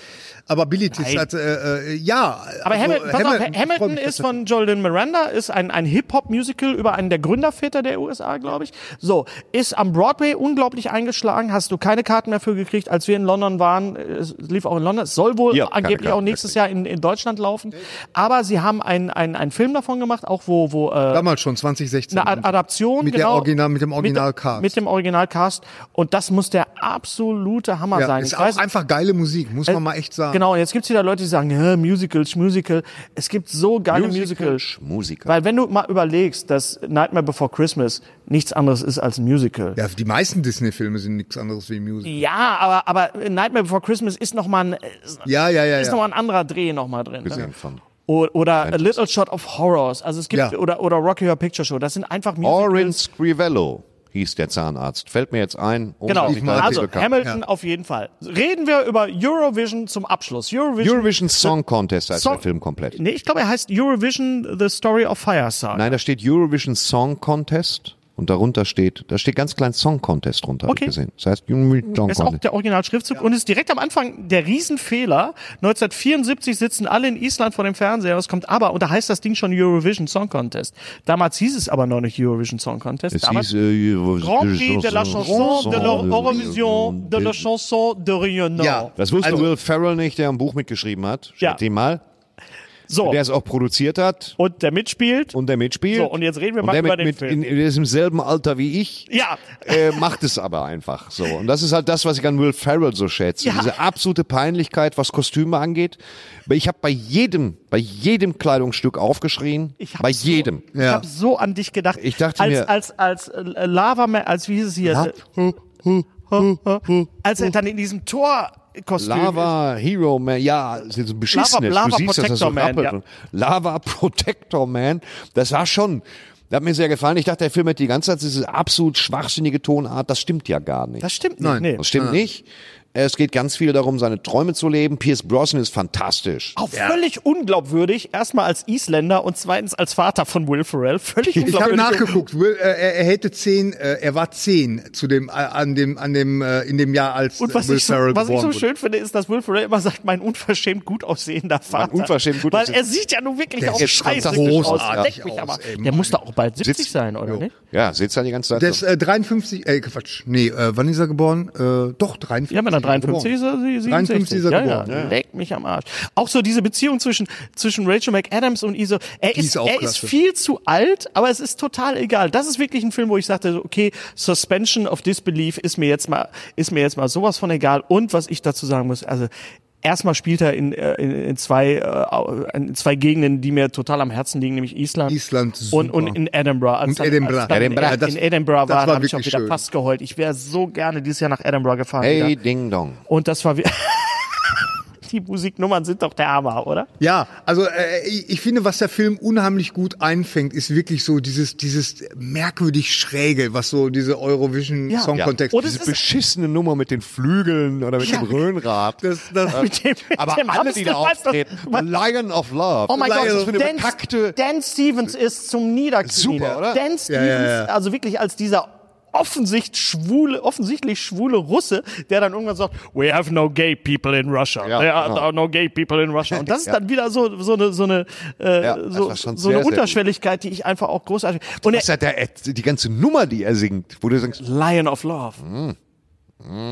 S3: Aber Billy Tiss
S1: Nein.
S3: hat, äh, äh, ja.
S1: Aber
S3: also,
S1: Hamilton, pass auf,
S3: ich freu
S1: Hamilton
S3: mich,
S1: ist
S3: dass-
S1: von Jordan Miranda, ist ein, ein Hip-Hop-Musical über einen der Gründerväter der USA, glaube ich. So, ist am Broadway unglaublich eingeschlagen, hast du keine Karten mehr für gekriegt, als wir in London waren. äh, Es lief auch in London, es soll wohl
S2: Ja, keine
S1: angeblich auch
S2: Karten,
S1: nächstes Jahr in, in Deutschland laufen. Aber sie haben einen einen Film davon gemacht, auch wo, wo äh,
S3: Damals schon, 2016.
S1: eine Ad- Adaption
S3: Mit der
S1: genau,
S3: Original- mit dem Originalcast.
S1: mit, mit dem Originalcast und das muss der absolute Hammer
S3: ja,
S1: sein.
S3: ist
S1: Ich
S3: auch
S1: weiß-
S3: einfach geile Musik, muss man mal echt sagen.
S1: Genau, und jetzt gibt's wieder Leute, die sagen, "Hä, Musical, Musical. Es gibt so geile Musical.
S2: Musical.
S1: Weil wenn du mal überlegst, dass Nightmare Before Christmas nichts anderes ist als ein Musical.
S3: Ja, die meisten Disney-Filme sind nichts anderes wie Musik.
S1: Ja, aber, aber Nightmare Before Christmas ist nochmal ein, ist
S3: Ja, ja, ja.
S1: noch mal
S3: ja.
S1: ein anderer Dreh nochmal drin. Ne?
S2: Gesehen von.
S1: O- Oder A Little Shot of Horrors. Also es gibt,
S3: Ja.
S1: oder, oder Rocky Horror Picture Show. Das sind einfach
S2: Orin Scrivello hieß der Zahnarzt. Fällt mir jetzt ein. um ohne
S1: Genau,
S2: dass ich da jetzt
S1: also
S2: bekannt-
S1: Hamilton auf jeden Fall. Reden wir über Eurovision zum Abschluss. Eurovision,
S2: Eurovision Song Contest heißt
S1: Song-
S2: der Film komplett.
S1: nee, ich glaube, er heißt Eurovision The Story of Fireside.
S2: Nein, da steht Eurovision Song Contest und darunter steht, da steht ganz klein Song Contest drunter,
S1: Okay.
S2: hab ich gesehen. Das heißt Eurovision Song
S1: Das ist auch
S2: Contest.
S1: der Originalschriftzug und ist direkt am Anfang der Riesenfehler. 1974 sitzen alle in Island vor dem Fernseher, es kommt aber, und da heißt das Ding schon Eurovision Song Contest. Damals hieß es aber noch nicht Eurovision Song Contest.
S2: Es
S1: Damals
S2: hieß äh,
S1: Grand Prix
S2: Eurovision
S1: de la
S2: Song-
S1: Chanson de
S2: Song-
S1: l'Eurovision de la Chanson de Rionor.
S3: Ja.
S2: Das wusste
S3: Also-
S2: Will Ferrell nicht, der ein Buch mitgeschrieben hat.
S1: Ja. Oh.
S2: Steht dem mal.
S1: So.
S2: Der es auch produziert hat
S1: Und der mitspielt.
S2: und der mitspielt.
S1: So, und jetzt reden wir
S2: Und
S1: mal
S2: der
S1: über
S2: mit,
S1: den
S2: mit
S1: Film.
S2: In, der ist im selben Alter wie ich.
S1: ja.
S2: äh, macht es aber einfach so. Und das ist halt das, was ich an Will Ferrell so schätze.
S1: Ja.
S2: Diese absolute Peinlichkeit, was Kostüme angeht. Aber Ich habe bei jedem, bei jedem Kleidungsstück aufgeschrien.
S1: Ich hab
S2: bei
S1: so-
S2: jedem.
S1: Ich habe so an dich gedacht.
S2: Ich dachte
S1: als,
S2: mir-
S1: als als äh, Lava Man, als wie hieß es hier?
S2: La-
S1: Äh, Als er dann in diesem Torkostüm
S2: Lava Hero Man, ja, das ist ein beschissenes.
S1: Lava- Lava
S2: du siehst, dass das so
S1: Protector Man,
S2: rappelt.
S1: ja.
S2: Lava Protector Man, das war schon, das hat mir sehr gefallen. Ich dachte, der Film hat die ganze Zeit diese absolut schwachsinnige Tonart, das stimmt ja gar nicht.
S1: Das stimmt nicht.
S3: Nein.
S1: Nee.
S2: Das stimmt nicht. Es geht ganz viel darum, seine Träume zu leben. Pierce Brosnan ist fantastisch.
S1: Auch völlig unglaubwürdig, erstmal als Isländer und zweitens als Vater von Will Ferrell. Völlig
S3: Ich habe
S1: unglaubwürdig.
S3: nachgeguckt. Will, äh, er, er hätte zehn, äh, er war zehn zu dem, äh, an dem, an dem, äh, in dem Jahr, als
S1: und was
S3: Will
S1: ich so,
S3: Ferrell
S1: was ich
S3: geboren
S1: so
S3: wurde.
S1: schön finde, ist, dass Will Ferrell immer sagt, mein unverschämt gut aussehender Vater.
S2: unverschämt gut
S1: Weil
S2: aussehend-
S1: er sieht ja nun wirklich
S3: Der
S1: auch
S3: sieht
S1: scheiße
S3: großartig
S1: Leck mich
S3: aus,
S1: aber.
S3: ey,
S1: Der
S3: Mann.
S1: muss da auch bald 70
S2: Sitzt-
S1: sein, oder
S3: Jo.
S1: nicht?
S2: Ja, sitzt da die ganze Zeit.
S3: Der ist äh, 53, äh, Quatsch, nee, äh, wann ist er geboren? Äh, doch, 53.
S1: Ja, wenn er sondern 53 ist er sie- 67.
S3: 53 ist er
S1: ja, ja.
S3: geboren, ja.
S1: Leck mich am Arsch. Auch so diese Beziehung zwischen, zwischen Rachel McAdams und Iso. Er, ist,
S3: ist auch
S1: er ist
S3: klasse.
S1: viel zu alt, aber es ist total egal. Das ist wirklich ein Film, wo ich sagte, so, okay, Suspension of Disbelief ist mir jetzt mal, ist mir jetzt mal sowas von egal. Und was ich dazu sagen muss, also, Erstmal spielt er in, äh, in, in, zwei, äh, in zwei Gegenden, die mir total am Herzen liegen, nämlich Island,
S3: Island,
S1: und,
S3: super.
S1: und in Edinburgh. Als
S3: Und Edinburgh.
S1: Als dann
S3: Edinburgh.
S1: In,
S3: Ja, das-
S1: in Edinburgh
S3: das
S1: war,
S3: war
S1: habe ich auch
S3: wirklich
S1: wieder
S3: schön.
S1: fast geheult. Ich wäre so gerne dieses Jahr nach Edinburgh gefahren.
S2: Hey,
S1: wieder.
S2: Ding Dong.
S1: Und das war wie Die Musiknummern sind doch der Hammer, oder?
S3: Ja, also äh, ich ich finde, was der Film unheimlich gut einfängt, ist wirklich so dieses dieses merkwürdig schräge, was so diese Eurovision
S1: Ja.
S3: Song Kontext.
S1: Ja. Und es
S2: Diese
S1: ist-
S2: beschissene Nummer mit den Flügeln oder mit
S1: Ja.
S2: dem Röhnrad.
S3: Das, das,
S1: Mit dem, mit
S2: Aber
S1: dem
S2: alle, die da
S1: Hamster-
S2: auftreten. Lion of Love.
S1: Oh mein
S2: Das
S1: Gott,
S2: ist für eine
S1: Dan,
S2: bekackte...
S1: Dan Stevens ist zum Niederknien.
S2: Super, oder?
S1: Dan Stevens,
S3: ja, ja.
S1: also wirklich als dieser offensichtlich schwule, offensichtlich schwule Russe, der dann irgendwann sagt, we have no gay people in Russia.
S2: Ja,
S1: There are
S2: genau.
S1: no gay people in Russia. Und das ist
S2: Ja.
S1: dann wieder so, so eine, so eine, äh,
S2: Ja, das
S1: so,
S2: war schon
S1: so
S2: sehr,
S1: eine
S2: sehr gut.
S1: Unterschwelligkeit, die ich einfach auch großartig Und
S2: Das ist ja der, äh, die ganze Nummer, die er singt, wo du sagst,
S1: Lion of Love.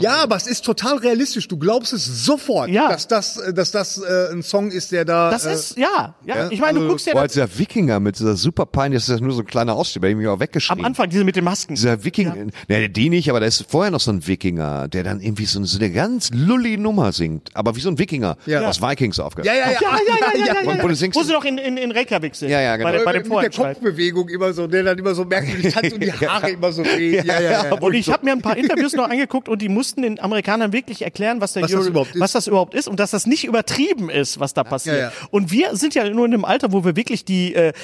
S3: ja, aber es ist total realistisch. Du glaubst es sofort,
S1: Ja.
S3: dass das äh, dass das äh, ein Song ist, der da.
S1: Das
S3: äh,
S1: ist, ja, ja. Ich meine, du
S3: also,
S1: guckst ja
S2: äh, boah, dieser Wikinger mit dieser super Pein, das ist ja nur so ein kleiner Ausschnitt, bei dem ich auch weggeschrieben
S1: am Anfang diese mit den Masken.
S2: dieser Wikinger, ne, die nicht, aber da ist vorher noch so ein Wikinger, der dann irgendwie so, so eine ganz lulli Nummer singt, aber wie so ein Wikinger
S3: Ja.
S2: aus Vikings
S3: ja,
S2: aufgehört.
S3: ja, ja,
S1: Ja, ja, ja, ja, ja,
S2: Und
S1: ja.
S2: wo du singst-
S1: Wo sie noch in, in, in Reykjavik sind.
S2: Ja, ja, genau.
S1: Bei, der- bei dem
S3: Mit der
S1: Vorentscheid.
S3: Kopfbewegung immer so, der dann immer so merkwürdig tanzt und die Haare immer so wehen. Ja, ja, ja.
S1: Und ich habe mir ein paar Interviews noch angeguckt und die mussten den Amerikanern wirklich erklären, was, der
S3: Was das
S1: Euro-
S3: überhaupt ist.
S1: was das überhaupt ist und dass das nicht übertrieben ist, was da passiert.
S3: ja.
S1: Und wir sind ja nur in dem Alter, wo wir wirklich die äh,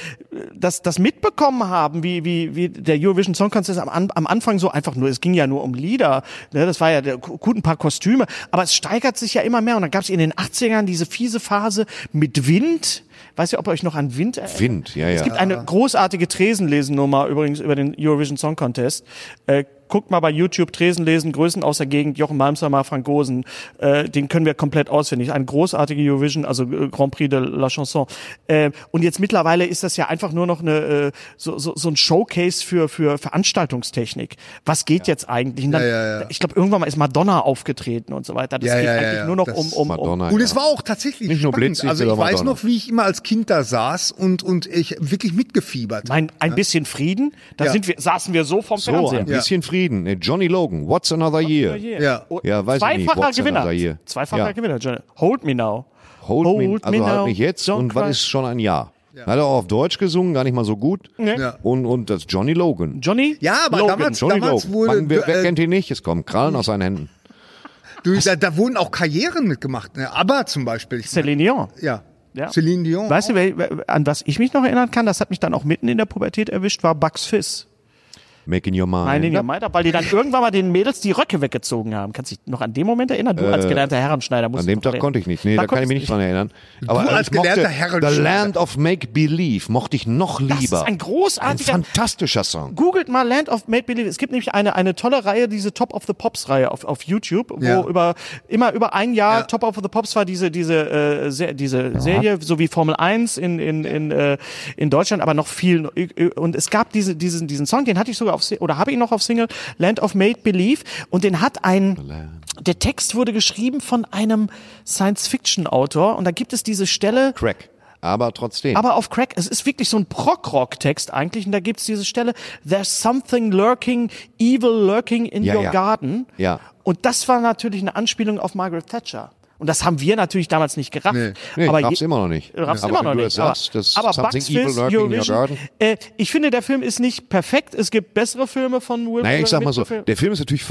S1: das, das mitbekommen haben, wie, wie, wie der Eurovision Song Contest am, An- am Anfang so einfach nur, es ging ja nur um Lieder, ne? das war ja der, gut ein paar Kostüme, aber es steigert sich ja immer mehr und dann gab es in den 80ern diese fiese Phase mit Wind. Weiß ja, ob ihr euch noch an Wind erinnert.
S2: Wind, ja,
S1: Es
S2: ja.
S1: gibt eine großartige Tresenlesen-Nummer übrigens über den Eurovision Song Contest. Äh, guckt mal bei YouTube Tresenlesen, Größen aus der Gegend, Jochen Malmsheimer, Frank Gosen. Äh, den können wir komplett auswendig. Ein großartiger Eurovision, also äh, Grand Prix de la Chanson. Äh, und jetzt mittlerweile ist das ja einfach nur noch eine, äh, so, so, so ein Showcase für, für Veranstaltungstechnik. Was geht jetzt eigentlich? Und Dann, Ich glaube, irgendwann mal ist Madonna aufgetreten und so weiter. Das
S3: Ja,
S1: geht
S3: ja,
S1: eigentlich
S3: ja,
S1: nur noch
S3: das-
S1: um, um, um
S2: Madonna.
S3: Und
S2: ja.
S3: es war auch tatsächlich
S2: Nicht nur
S3: spannend.
S2: Blitzlicht,
S3: Also ich
S2: sondern
S3: weiß
S2: Madonna.
S3: noch, wie ich immer als Kind da saß und, und ich wirklich mitgefiebert.
S1: ein, ein bisschen Frieden. Da
S3: Ja.
S1: sind wir, saßen wir so vom
S2: So,
S1: Fernseher.
S2: ein bisschen Frieden. Nee, Johnny Logan, What's Another Year?
S3: Ja.
S2: Ja, weiß ich nicht,
S1: Zweifacher
S2: Watson
S1: Gewinner.
S2: oder hier.
S1: Zweifacher
S2: Ja.
S1: Gewinner, Johnny. Hold me now.
S2: Hold, me, also halt mich jetzt
S1: don't
S2: und was
S1: cry.
S2: ist schon ein Jahr. Hat er auch auf Deutsch gesungen, gar nicht mal so gut.
S3: Ja.
S2: Und, und das Johnny Logan.
S1: Johnny?
S3: Ja, aber
S1: Logan.
S3: damals,
S2: Johnny
S3: damals
S2: Logan.
S3: wurde,
S2: Man, wer, wer
S3: äh,
S2: kennt ihn nicht? Es kommen Krallen aus seinen Händen.
S3: du, da, da wurden auch Karrieren mitgemacht. Ne? Aber zum Beispiel. Ich
S1: Celine Dion.
S3: ja.
S1: Ja.
S3: Celine Dion.
S1: Weißt du, wer- wer- an was ich mich noch erinnern kann, das hat mich dann auch mitten in der Pubertät erwischt, war Bugs Fizz.
S2: Making your mind.
S1: Nein, den ihr meint, weil die dann irgendwann mal den Mädels die Röcke weggezogen haben. Kannst du dich noch an den Moment erinnern? Du als gelernter Herrenschneider musst
S2: Äh, An dem
S1: doch
S2: Tag
S1: reden.
S2: konnte ich nicht. Nee, da, kann
S1: konntest
S2: ich mich nicht dran erinnern. Aber
S3: Du als
S2: ich mochte
S3: gelernter Herrenschneider.
S2: The Land of Make Believe mochte ich noch lieber.
S1: Das ist ein großartiger-
S2: Ein fantastischer Song.
S3: Genau.
S1: Googelt mal Land of Made Believe. Es gibt nämlich eine, eine tolle Reihe, diese Top of the Pops Reihe auf, auf YouTube, wo
S3: Ja.
S1: über, immer über ein Jahr
S3: Ja.
S1: Top of the Pops war diese, diese, äh, Se diese Serie, so wie Formel 1 in, in, in, äh, in Deutschland, aber noch viel. Und es gab diese, diesen, diesen Song, den hatte ich sogar auf, Si- oder habe ich noch auf Single, Land of Made Believe. Und den hat ein, der Text wurde geschrieben von einem Science-Fiction-Autor. Und da gibt es diese Stelle,
S2: Crack. Aber trotzdem.
S1: aber auf Crack, es ist wirklich so ein Prog-Rock-Text eigentlich. Und da gibt's diese Stelle, There's something lurking, evil lurking in
S2: Ja,
S1: your
S2: ja.
S1: garden.
S2: Ja.
S1: Und das war natürlich eine Anspielung auf Margaret Thatcher. Und das haben wir natürlich damals nicht gerafft.
S2: Nee,
S1: aber
S2: raff's
S1: je-
S2: immer noch nicht.
S1: Raff's
S2: Ja.
S1: immer
S2: Aber
S1: noch
S2: wenn du
S1: nicht.
S2: das sagst,
S1: aber
S2: das
S1: aber
S2: something
S1: Bugs
S2: evil
S1: Fizz,
S2: lurking in your
S1: Eurovision,
S2: garden.
S1: Äh, ich finde, der Film ist nicht perfekt. Es gibt bessere Filme von Will
S2: Naja, ich sag mal so,
S1: Ferrell.
S2: der Film ist natürlich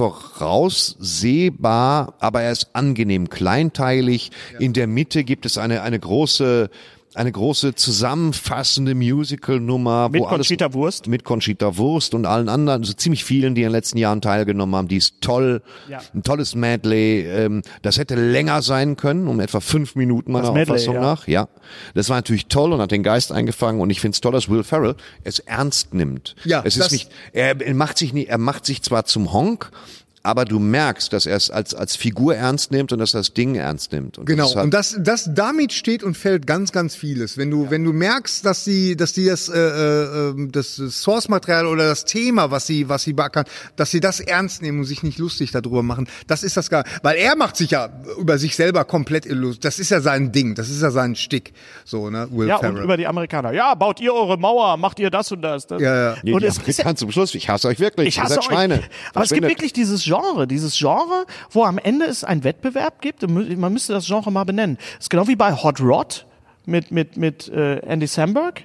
S2: voraussehbar, aber er ist angenehm kleinteilig. In der Mitte gibt es eine, eine große, eine große zusammenfassende Musical-Nummer.
S1: Mit
S2: wo alles-
S1: Conchita Wurst.
S2: Mit Conchita Wurst und allen anderen, so ziemlich vielen, die in den letzten Jahren teilgenommen haben. Die ist toll,
S1: Ja.
S2: ein tolles Medley. Ähm, das hätte länger sein können, um etwa fünf Minuten meiner
S1: Medley,
S2: Auffassung
S1: ja.
S2: nach. Ja, das war natürlich toll und hat den Geist eingefangen. Und ich finde es toll, dass Will Ferrell es ernst nimmt.
S3: Ja,
S2: es ist
S3: das-
S2: nicht, er macht sich nie, er macht sich zwar zum Honk, aber du merkst, dass er es als, als Figur ernst nimmt und dass er das Ding ernst nimmt. Und
S3: Genau,
S2: das ist halt-
S3: und das, das damit steht und fällt ganz, ganz vieles. Wenn du, wenn du merkst, dass sie, dass die das, äh, äh, äh, das Source-Material oder das Thema, was sie, was sie beackern, dass sie das ernst nehmen und sich nicht lustig darüber machen, das ist das gar. Weil er macht sich ja über sich selber komplett illus. Das ist ja sein Ding, das ist ja sein Stick. So, ne? Will
S1: Ja, und
S3: Ferrell.
S1: über die Amerikaner. Ja, baut ihr eure Mauer, macht ihr das und das. das.
S3: Ja,
S2: Nee,
S1: Und
S2: die
S1: es ist ja,
S2: Amerikaner zum Schluss, ich hasse euch wirklich,
S1: ich
S2: ihr
S1: hasse
S2: seid
S1: euch.
S2: Schweine.
S1: Aber es gibt
S2: Verschwindet.
S1: wirklich dieses Genre, dieses Genre, wo am Ende es einen Wettbewerb gibt. und mü- Man müsste das Genre mal benennen. ist genau wie bei Hot Rod mit, mit, mit äh, Andy Samberg,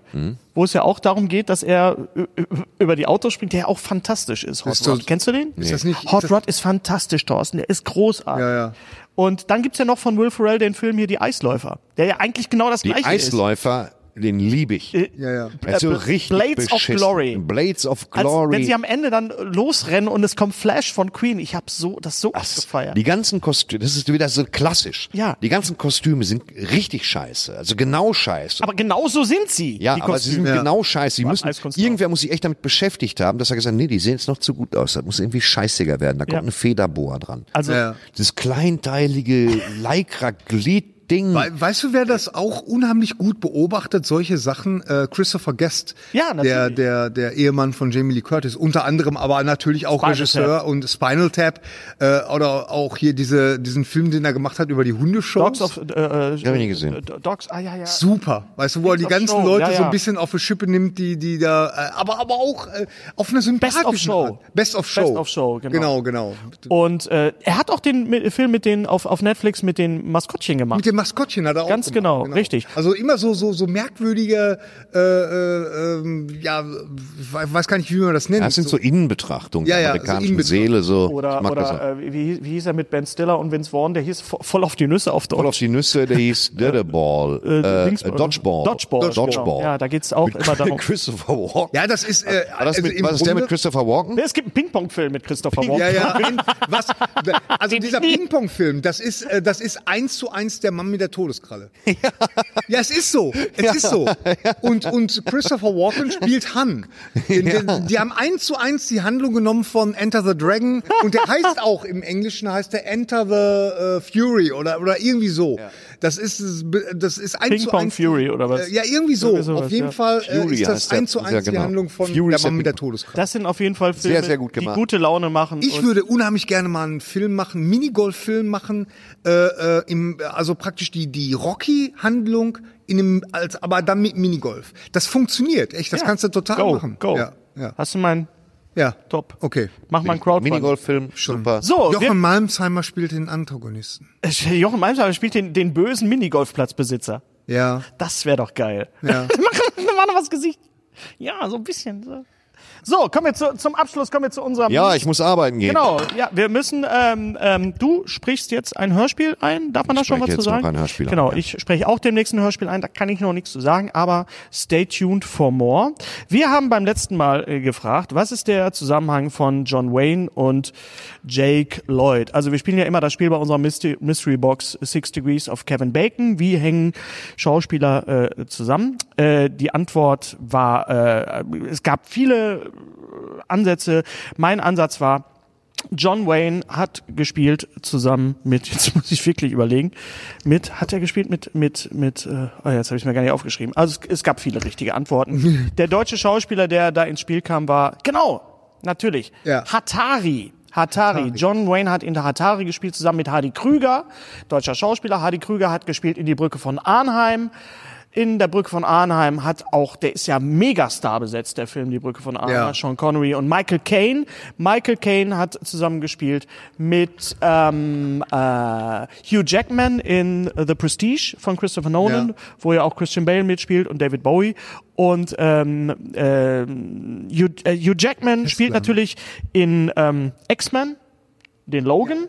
S1: wo es ja auch darum geht, dass er ü- ü- über die Autos springt, der ja auch fantastisch ist. Hot
S3: Ist
S1: Rod.
S3: das-
S1: Kennst du den?
S3: das nicht-
S1: Hot
S3: das-
S1: Rod ist fantastisch, Thorsten. Der ist großartig.
S3: Ja, ja.
S1: Und dann gibt's ja noch von Will Ferrell den Film hier Die Eisläufer, der ja eigentlich genau das
S2: Die
S1: gleiche
S2: Eisläufer, den liebe ich.
S3: ja, ja.
S2: Also
S1: Bl-
S2: richtig
S1: Äh, Blades of
S2: beschissen.
S1: Glory.
S2: Blades of
S1: ist. Als,
S2: Glory.
S1: wenn sie am Ende dann losrennen und es kommt Flash von Queen. Ich habe so, das so
S2: Das-
S1: abgefeiert.
S2: Die ganzen Kostüme, das ist wieder so klassisch.
S1: Ja.
S2: Die ganzen Kostüme sind richtig scheiße, also genau scheiße.
S1: Aber genau so sind sie.
S2: ja,
S1: die
S2: aber sie sind
S1: Kostüme.
S2: genau scheiße. Sie müssen,
S1: Eiskunst drauf.
S2: irgendwer muss sich echt damit beschäftigt haben, dass er gesagt hat, nee, die sehen jetzt noch zu gut aus. Das muss irgendwie scheißiger werden. Da kommt
S1: Ja.
S2: eine Federboa dran.
S1: also
S3: Ja.
S2: Dieses kleinteilige Lycra-Glied-Ding.
S3: Wei- Weißt du, wer das auch unheimlich gut beobachtet, solche Sachen? Äh, Christopher Guest,
S1: Ja, natürlich.
S3: der, der, der Ehemann von Jamie Lee Curtis, unter anderem aber natürlich auch
S1: Spinal
S3: Regisseur und Spinal Tap äh, oder auch hier diese, diesen Film, den er gemacht hat über die Hundeshows.
S1: Dogs of, äh, äh,
S2: ich nicht gesehen.
S1: Dogs, ah ja, ja.
S3: Super, weißt du, wo er die
S1: of
S3: ganzen
S1: Show,
S3: Leute
S1: ja,
S3: so
S1: ja.
S3: ein bisschen auf die Schippe nimmt, die, die da, äh, aber, aber auch äh, auf eine sympathische
S1: Show.
S3: Art. Best of Show.
S1: Best of Show, genau.
S3: Genau, genau.
S1: Und äh, er hat auch den Mi- Film mit den auf, auf Netflix mit den Maskottchen gemacht.
S3: Mit dem Maskottchen hat er auch
S1: Ganz
S3: gemacht,
S1: genau, richtig.
S3: Also immer so so so merkwürdige, äh, äh, ähm, ja, we- weiß gar nicht, wie man das nennt.
S2: das sind so, Innenbetrachtungen
S3: Ja,
S2: der
S3: ja, so
S2: amerikanischen
S3: Innenbetracht-
S2: Seele. So. Ich
S1: oder
S2: mag das auch.
S1: oder äh, wie, wie hieß er mit Ben Stiller und Vince Vaughn? Der hieß vo- voll auf die Nüsse auf
S2: Voll
S1: Deutsch.
S2: auf die Nüsse, der hieß Dirtball, äh,
S1: Dings-
S2: äh, Dodgeball.
S1: Dodgeball.
S2: Dodgeball.
S1: Genau. Ja, da geht's auch immer darum.
S2: Christopher Walken.
S3: ja, das ist. Äh,
S2: War das
S3: also
S2: mit,
S3: im
S2: was ist der
S3: Grunde-
S2: mit Christopher Walken?
S1: Es gibt einen Ping-Pong-Film mit Christopher Walken.
S3: Ja, ja. Ein, was, also dieser Ping-Pong-Film, das ist, äh, das ist eins zu eins der Mann mit der Todeskralle. Ja, es ist so, es ist so. Und und Christopher Walken spielt Han. Den, den, die haben eins zu eins die Handlung genommen von Enter the Dragon und der heißt auch im Englischen heißt der Enter the äh, Fury oder oder irgendwie so. Das ist das ist eins zu
S1: Ping-Pong
S3: eins.
S1: Fury oder was?
S3: Äh, Ja, irgendwie so.
S1: Irgendwie sowas,
S3: Auf jeden
S1: ja.
S3: Fall äh,
S2: Fury
S3: ist
S2: heißt
S3: das
S2: der.
S3: eins zu
S2: Ja,
S3: eins die
S2: genau.
S3: Handlung von
S2: Fury
S3: der
S2: ist der
S3: Mann mit der
S2: Ping-
S3: Todeskralle.
S1: Das sind auf jeden Fall Filme,
S2: Sehr, sehr gut
S1: die
S2: gemacht.
S1: gute Laune machen.
S3: Ich
S1: und-
S3: würde unheimlich gerne mal einen Film machen, einen Minigolf-Film machen, äh, äh, im, also praktisch die, die Rocky-Handlung in einem, als, aber dann mit Minigolf. Das funktioniert, echt, das
S1: Ja.
S3: kannst du total
S1: go,
S3: machen.
S1: Go.
S3: Ja, ja,
S1: Hast du meinen
S3: ja.
S1: Top?
S3: Okay.
S1: Mach mal einen Crowdfunding.
S2: Minigolf-Film, super.
S1: So,
S3: Jochen Malmsheimer spielt den Antagonisten.
S1: wir, Jochen Malmsheimer spielt den, den bösen Minigolfplatzbesitzer.
S3: Ja.
S1: Das wäre doch geil.
S3: Ja.
S1: mach, mach noch was Gesicht. Ja, so ein bisschen. So, so kommen wir zu, zum Abschluss, kommen wir zu unserem.
S2: Ja, ich muss arbeiten gehen.
S1: Genau, ja, wir müssen, ähm, ähm, du sprichst jetzt ein Hörspiel ein, darf man da
S2: Ich
S1: schon was
S2: spreche
S1: zu
S2: jetzt noch
S1: sagen?
S2: ein Hörspiel ein,
S1: genau,
S2: ja.
S1: ich spreche auch demnächst ein Hörspiel ein, da kann ich noch nichts zu sagen, aber stay tuned for more. Wir haben beim letzten Mal äh, gefragt, was ist der Zusammenhang von John Wayne und Jake Lloyd? Also wir spielen ja immer das Spiel bei unserer Myste- Mystery Box Six Degrees of Kevin Bacon. Wie hängen Schauspieler äh, zusammen? Äh, die Antwort war, äh, es gab viele äh, Ansätze. Mein Ansatz war, John Wayne hat gespielt zusammen mit, jetzt muss ich wirklich überlegen, mit, hat er gespielt mit, mit, mit, äh, oh ja, jetzt habe ich mir gar nicht aufgeschrieben. Also es, es gab viele richtige Antworten. Der deutsche Schauspieler, der da ins Spiel kam, war, genau, natürlich,
S3: Ja.
S1: Hatari. Hatari. John Wayne hat in der Hatari gespielt, zusammen mit Hardy Krüger, deutscher Schauspieler. Hardy Krüger hat gespielt in die Brücke von Arnheim. In der Brücke von Arnheim hat auch, der ist ja Megastar besetzt, der Film Die Brücke von Arnheim,
S3: Ja.
S1: Sean Connery und Michael Caine. Michael Caine hat zusammengespielt mit ähm, äh, Hugh Jackman in äh, The Prestige von Christopher Nolan,
S3: Ja.
S1: wo ja auch Christian Bale mitspielt und David Bowie. Und ähm, ähm, Hugh, äh, Hugh Jackman spielt natürlich in ähm, X-Men den Logan.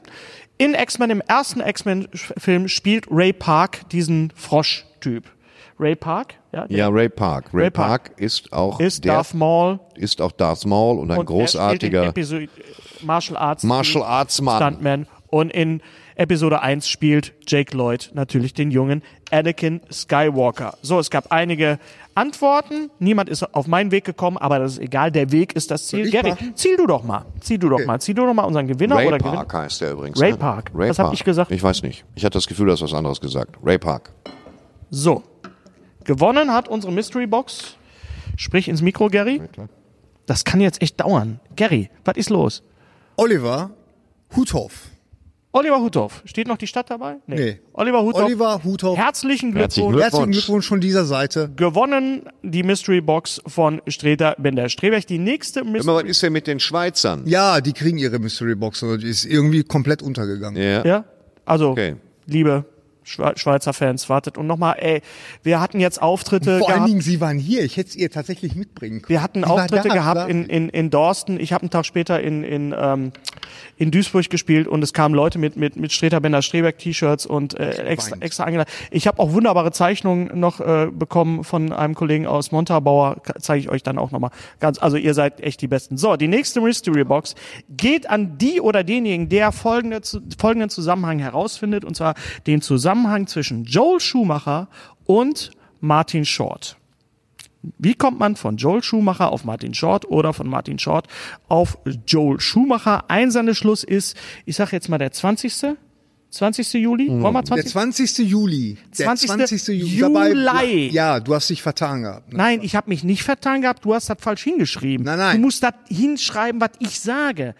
S1: In X-Men, im ersten X-Men-Film, spielt Ray Park diesen Frosch-Typ. Ray Park, ja, der
S2: Ja, Ray Park. Ray,
S1: Ray Park
S2: Park, ist auch
S1: ist
S2: der,
S1: Darth Maul
S2: ist auch Darth Maul und ein
S1: und er spielt den
S2: großartiger
S1: Episode äh, Martial Arts
S2: Martial Arts Mann.
S1: Stuntman. Und in Episode 1 spielt Jake Lloyd natürlich den jungen Anakin Skywalker. So, es gab einige Antworten. Niemand ist auf meinen Weg gekommen, aber das ist egal. Der Weg ist das Ziel.
S3: ich
S1: Gary,
S3: machen?
S1: zieh du doch mal. Zieh du doch mal. Zieh du doch mal unseren Gewinner
S2: Ray
S1: Genau, oder
S2: Park
S1: Gewinner.
S2: heißt der übrigens.
S1: Ray
S2: ne?
S1: Park. Was hab ich gesagt?
S2: Ich weiß nicht. Ich hatte das Gefühl, du hast was anderes gesagt. Ray Park.
S1: So. Gewonnen hat unsere Mystery Box. Sprich ins Mikro, Gary. Das kann jetzt echt dauern. Gary, was ist los?
S3: Oliver Huthoff.
S1: Oliver Huthoff. Steht noch die Stadt dabei?
S3: Nee.
S1: Oliver Huthoff.
S3: Oliver Huthoff.
S1: Herzlichen Glückwunsch.
S2: Herzlichen Glückwunsch.
S3: Herzlichen Glückwunsch von dieser Seite.
S1: Gewonnen die Mystery Box von Streter Bender Strebech. Die nächste
S2: Immer,
S1: Mystery
S2: was ist denn mit den Schweizern?
S3: Ja, die kriegen ihre Mystery Box und die ist irgendwie komplett untergegangen.
S2: Ja.
S1: Ja, also,
S2: Okay.
S1: liebe Schwe- Schweizer Fans, wartet. Und nochmal, ey, wir hatten jetzt Auftritte
S3: Vor allen
S1: gehabt.
S3: Dingen, sie waren hier. Ich hätte es ihr tatsächlich mitbringen können.
S1: Wir hatten
S3: Sie war
S1: Auftritte
S3: da,
S1: gehabt
S3: klar.
S1: in, in, in Dorsten. Ich habe einen Tag später in, in, ähm, in Duisburg gespielt und es kamen Leute mit, mit, mit Streter Bender Strebeck T-Shirts und äh, extra, extra eingeladen. Ich habe auch wunderbare Zeichnungen noch äh, bekommen von einem Kollegen aus Montabaur. Zeige ich euch dann auch nochmal. Ganz, also ihr seid echt die Besten. So, die nächste Mystery Box geht an die oder denjenigen, der folgende, zu- folgenden Zusammenhang herausfindet und zwar den Zusammenhang zwischen Joel Schumacher und Martin Short. Wie kommt man von Joel Schumacher auf Martin Short oder von Martin Short auf Joel Schumacher? Ein Sendeschluss ist, ich sag jetzt mal der 20. 20. Juli? Wollen wir
S3: Mhm. Der
S1: 20?
S3: 20. Juli. Der
S1: 20.
S3: 20. Juli.
S1: Juli.
S3: Ja, du hast dich vertan gehabt. ne?
S1: Nein, ich habe mich nicht vertan gehabt, du hast das falsch hingeschrieben.
S3: Nein, nein.
S1: Du musst das hinschreiben, was ich sage.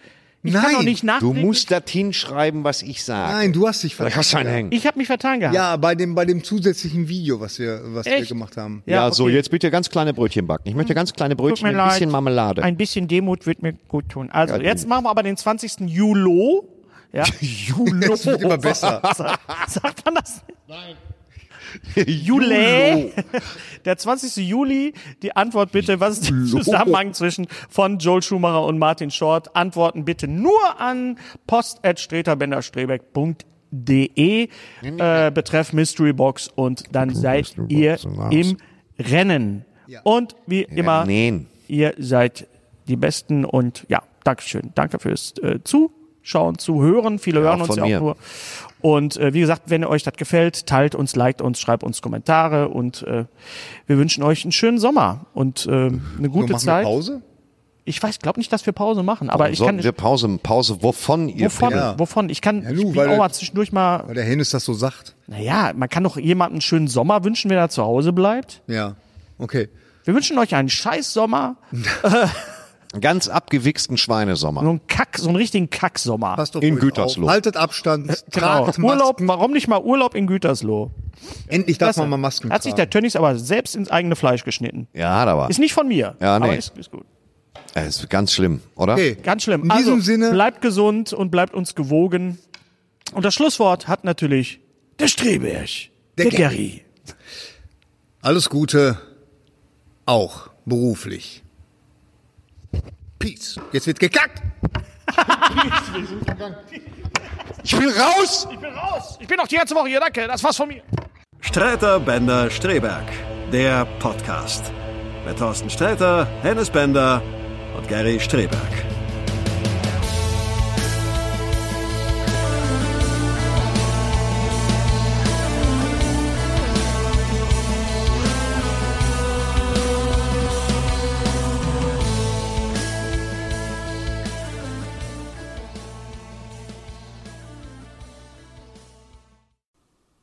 S1: Ich kann
S3: Nein,
S1: doch nicht
S2: Du
S1: nachdenken.
S2: musst das hinschreiben, was ich sage.
S3: Nein, du hast dich
S2: Da
S3: vertan.
S2: kannst du einen
S3: gehabt.
S2: hängen.
S1: Ich habe mich vertan gehabt.
S3: Ja, bei dem, bei dem zusätzlichen Video, was wir, was wir
S1: Echt?
S3: gemacht haben.
S2: Ja, so,
S1: okay. Hm.
S2: jetzt bitte ganz kleine Brötchen backen. Ich möchte ganz kleine
S1: Tut
S2: Brötchen
S1: mir
S2: mit ein
S1: leid.
S2: bisschen Marmelade.
S1: Ein bisschen Demut wird mir gut tun. Also, jetzt machen wir aber den 20. Julo. Ja. Julo.
S3: Das wird immer besser.
S1: Sagt man das? Nein. Juli. Der 20. Juli. Die Antwort bitte. Was ist der Zusammenhang zwischen von Joel Schumacher und Martin Short? Antworten bitte nur an post.streterbenderstrebeck.de äh, betreff Mystery Box und dann seid
S2: Mystery
S1: ihr
S2: Box, was?
S1: im Rennen. Und wie immer,
S2: nein.
S1: ihr seid die Besten und ja, Dankeschön. Danke fürs äh, Zuschauen, Zuhören. Viele hören
S2: auch
S1: uns ja
S2: von
S1: auch
S2: mir.
S1: nur. Und äh, wie gesagt, wenn euch das gefällt, teilt uns, liked uns, schreibt uns Kommentare und äh, wir wünschen euch einen schönen Sommer und äh, eine
S3: So,
S1: gute
S3: machen wir
S1: Zeit.
S3: Pause?
S1: Ich weiß, glaube nicht, dass wir Pause machen, aber ich
S2: Sollten
S1: kann
S2: wir Pause, Pause, wovon ihr
S1: wovon,
S3: Ja.
S1: wovon? Ich kann
S3: nu,
S1: ich bin
S3: weil
S1: auch
S3: der-
S1: mal zwischendurch mal.
S3: Weil der Hennes das so sagt.
S1: Naja, man kann doch jemandem einen schönen Sommer wünschen, wenn er zu Hause bleibt.
S3: Ja. Okay.
S1: Wir wünschen euch einen scheiß Sommer,
S2: einen ganz abgewichsten Schweinesommer.
S1: so einen Kack, so einen richtigen Kacksommer.
S3: Passt doch
S2: In
S3: ruhig
S2: Gütersloh.
S3: Auf. Haltet Abstand.
S1: Genau.
S3: Tragt Masken.
S1: Urlaub, warum nicht mal Urlaub in Gütersloh?
S3: Endlich darf man mal Masken
S2: Hm,
S1: Hat sich der
S3: tragen.
S1: Tönnies aber selbst ins eigene Fleisch geschnitten.
S2: Ja, hat aber.
S1: Ist nicht von mir.
S2: Ja, nee.
S1: Aber ist, ist gut.
S2: Äh, ist ganz schlimm, oder?
S3: Okay.
S1: Ganz schlimm.
S3: In
S1: also,
S3: diesem Sinne.
S1: bleibt gesund und bleibt uns gewogen. Und das Schlusswort hat natürlich der Streberg, der,
S3: Ge-
S1: Gary.
S3: Alles Gute. Auch beruflich. Peace. Jetzt wird gekackt.
S2: Ich will raus!
S1: Ich bin raus. Ich bin auch die ganze Woche hier. Danke. Das war's von mir.
S4: Streiter Bender Streberg, der Podcast. Mit Thorsten Streiter, Hennes Bender und Gary Streberg.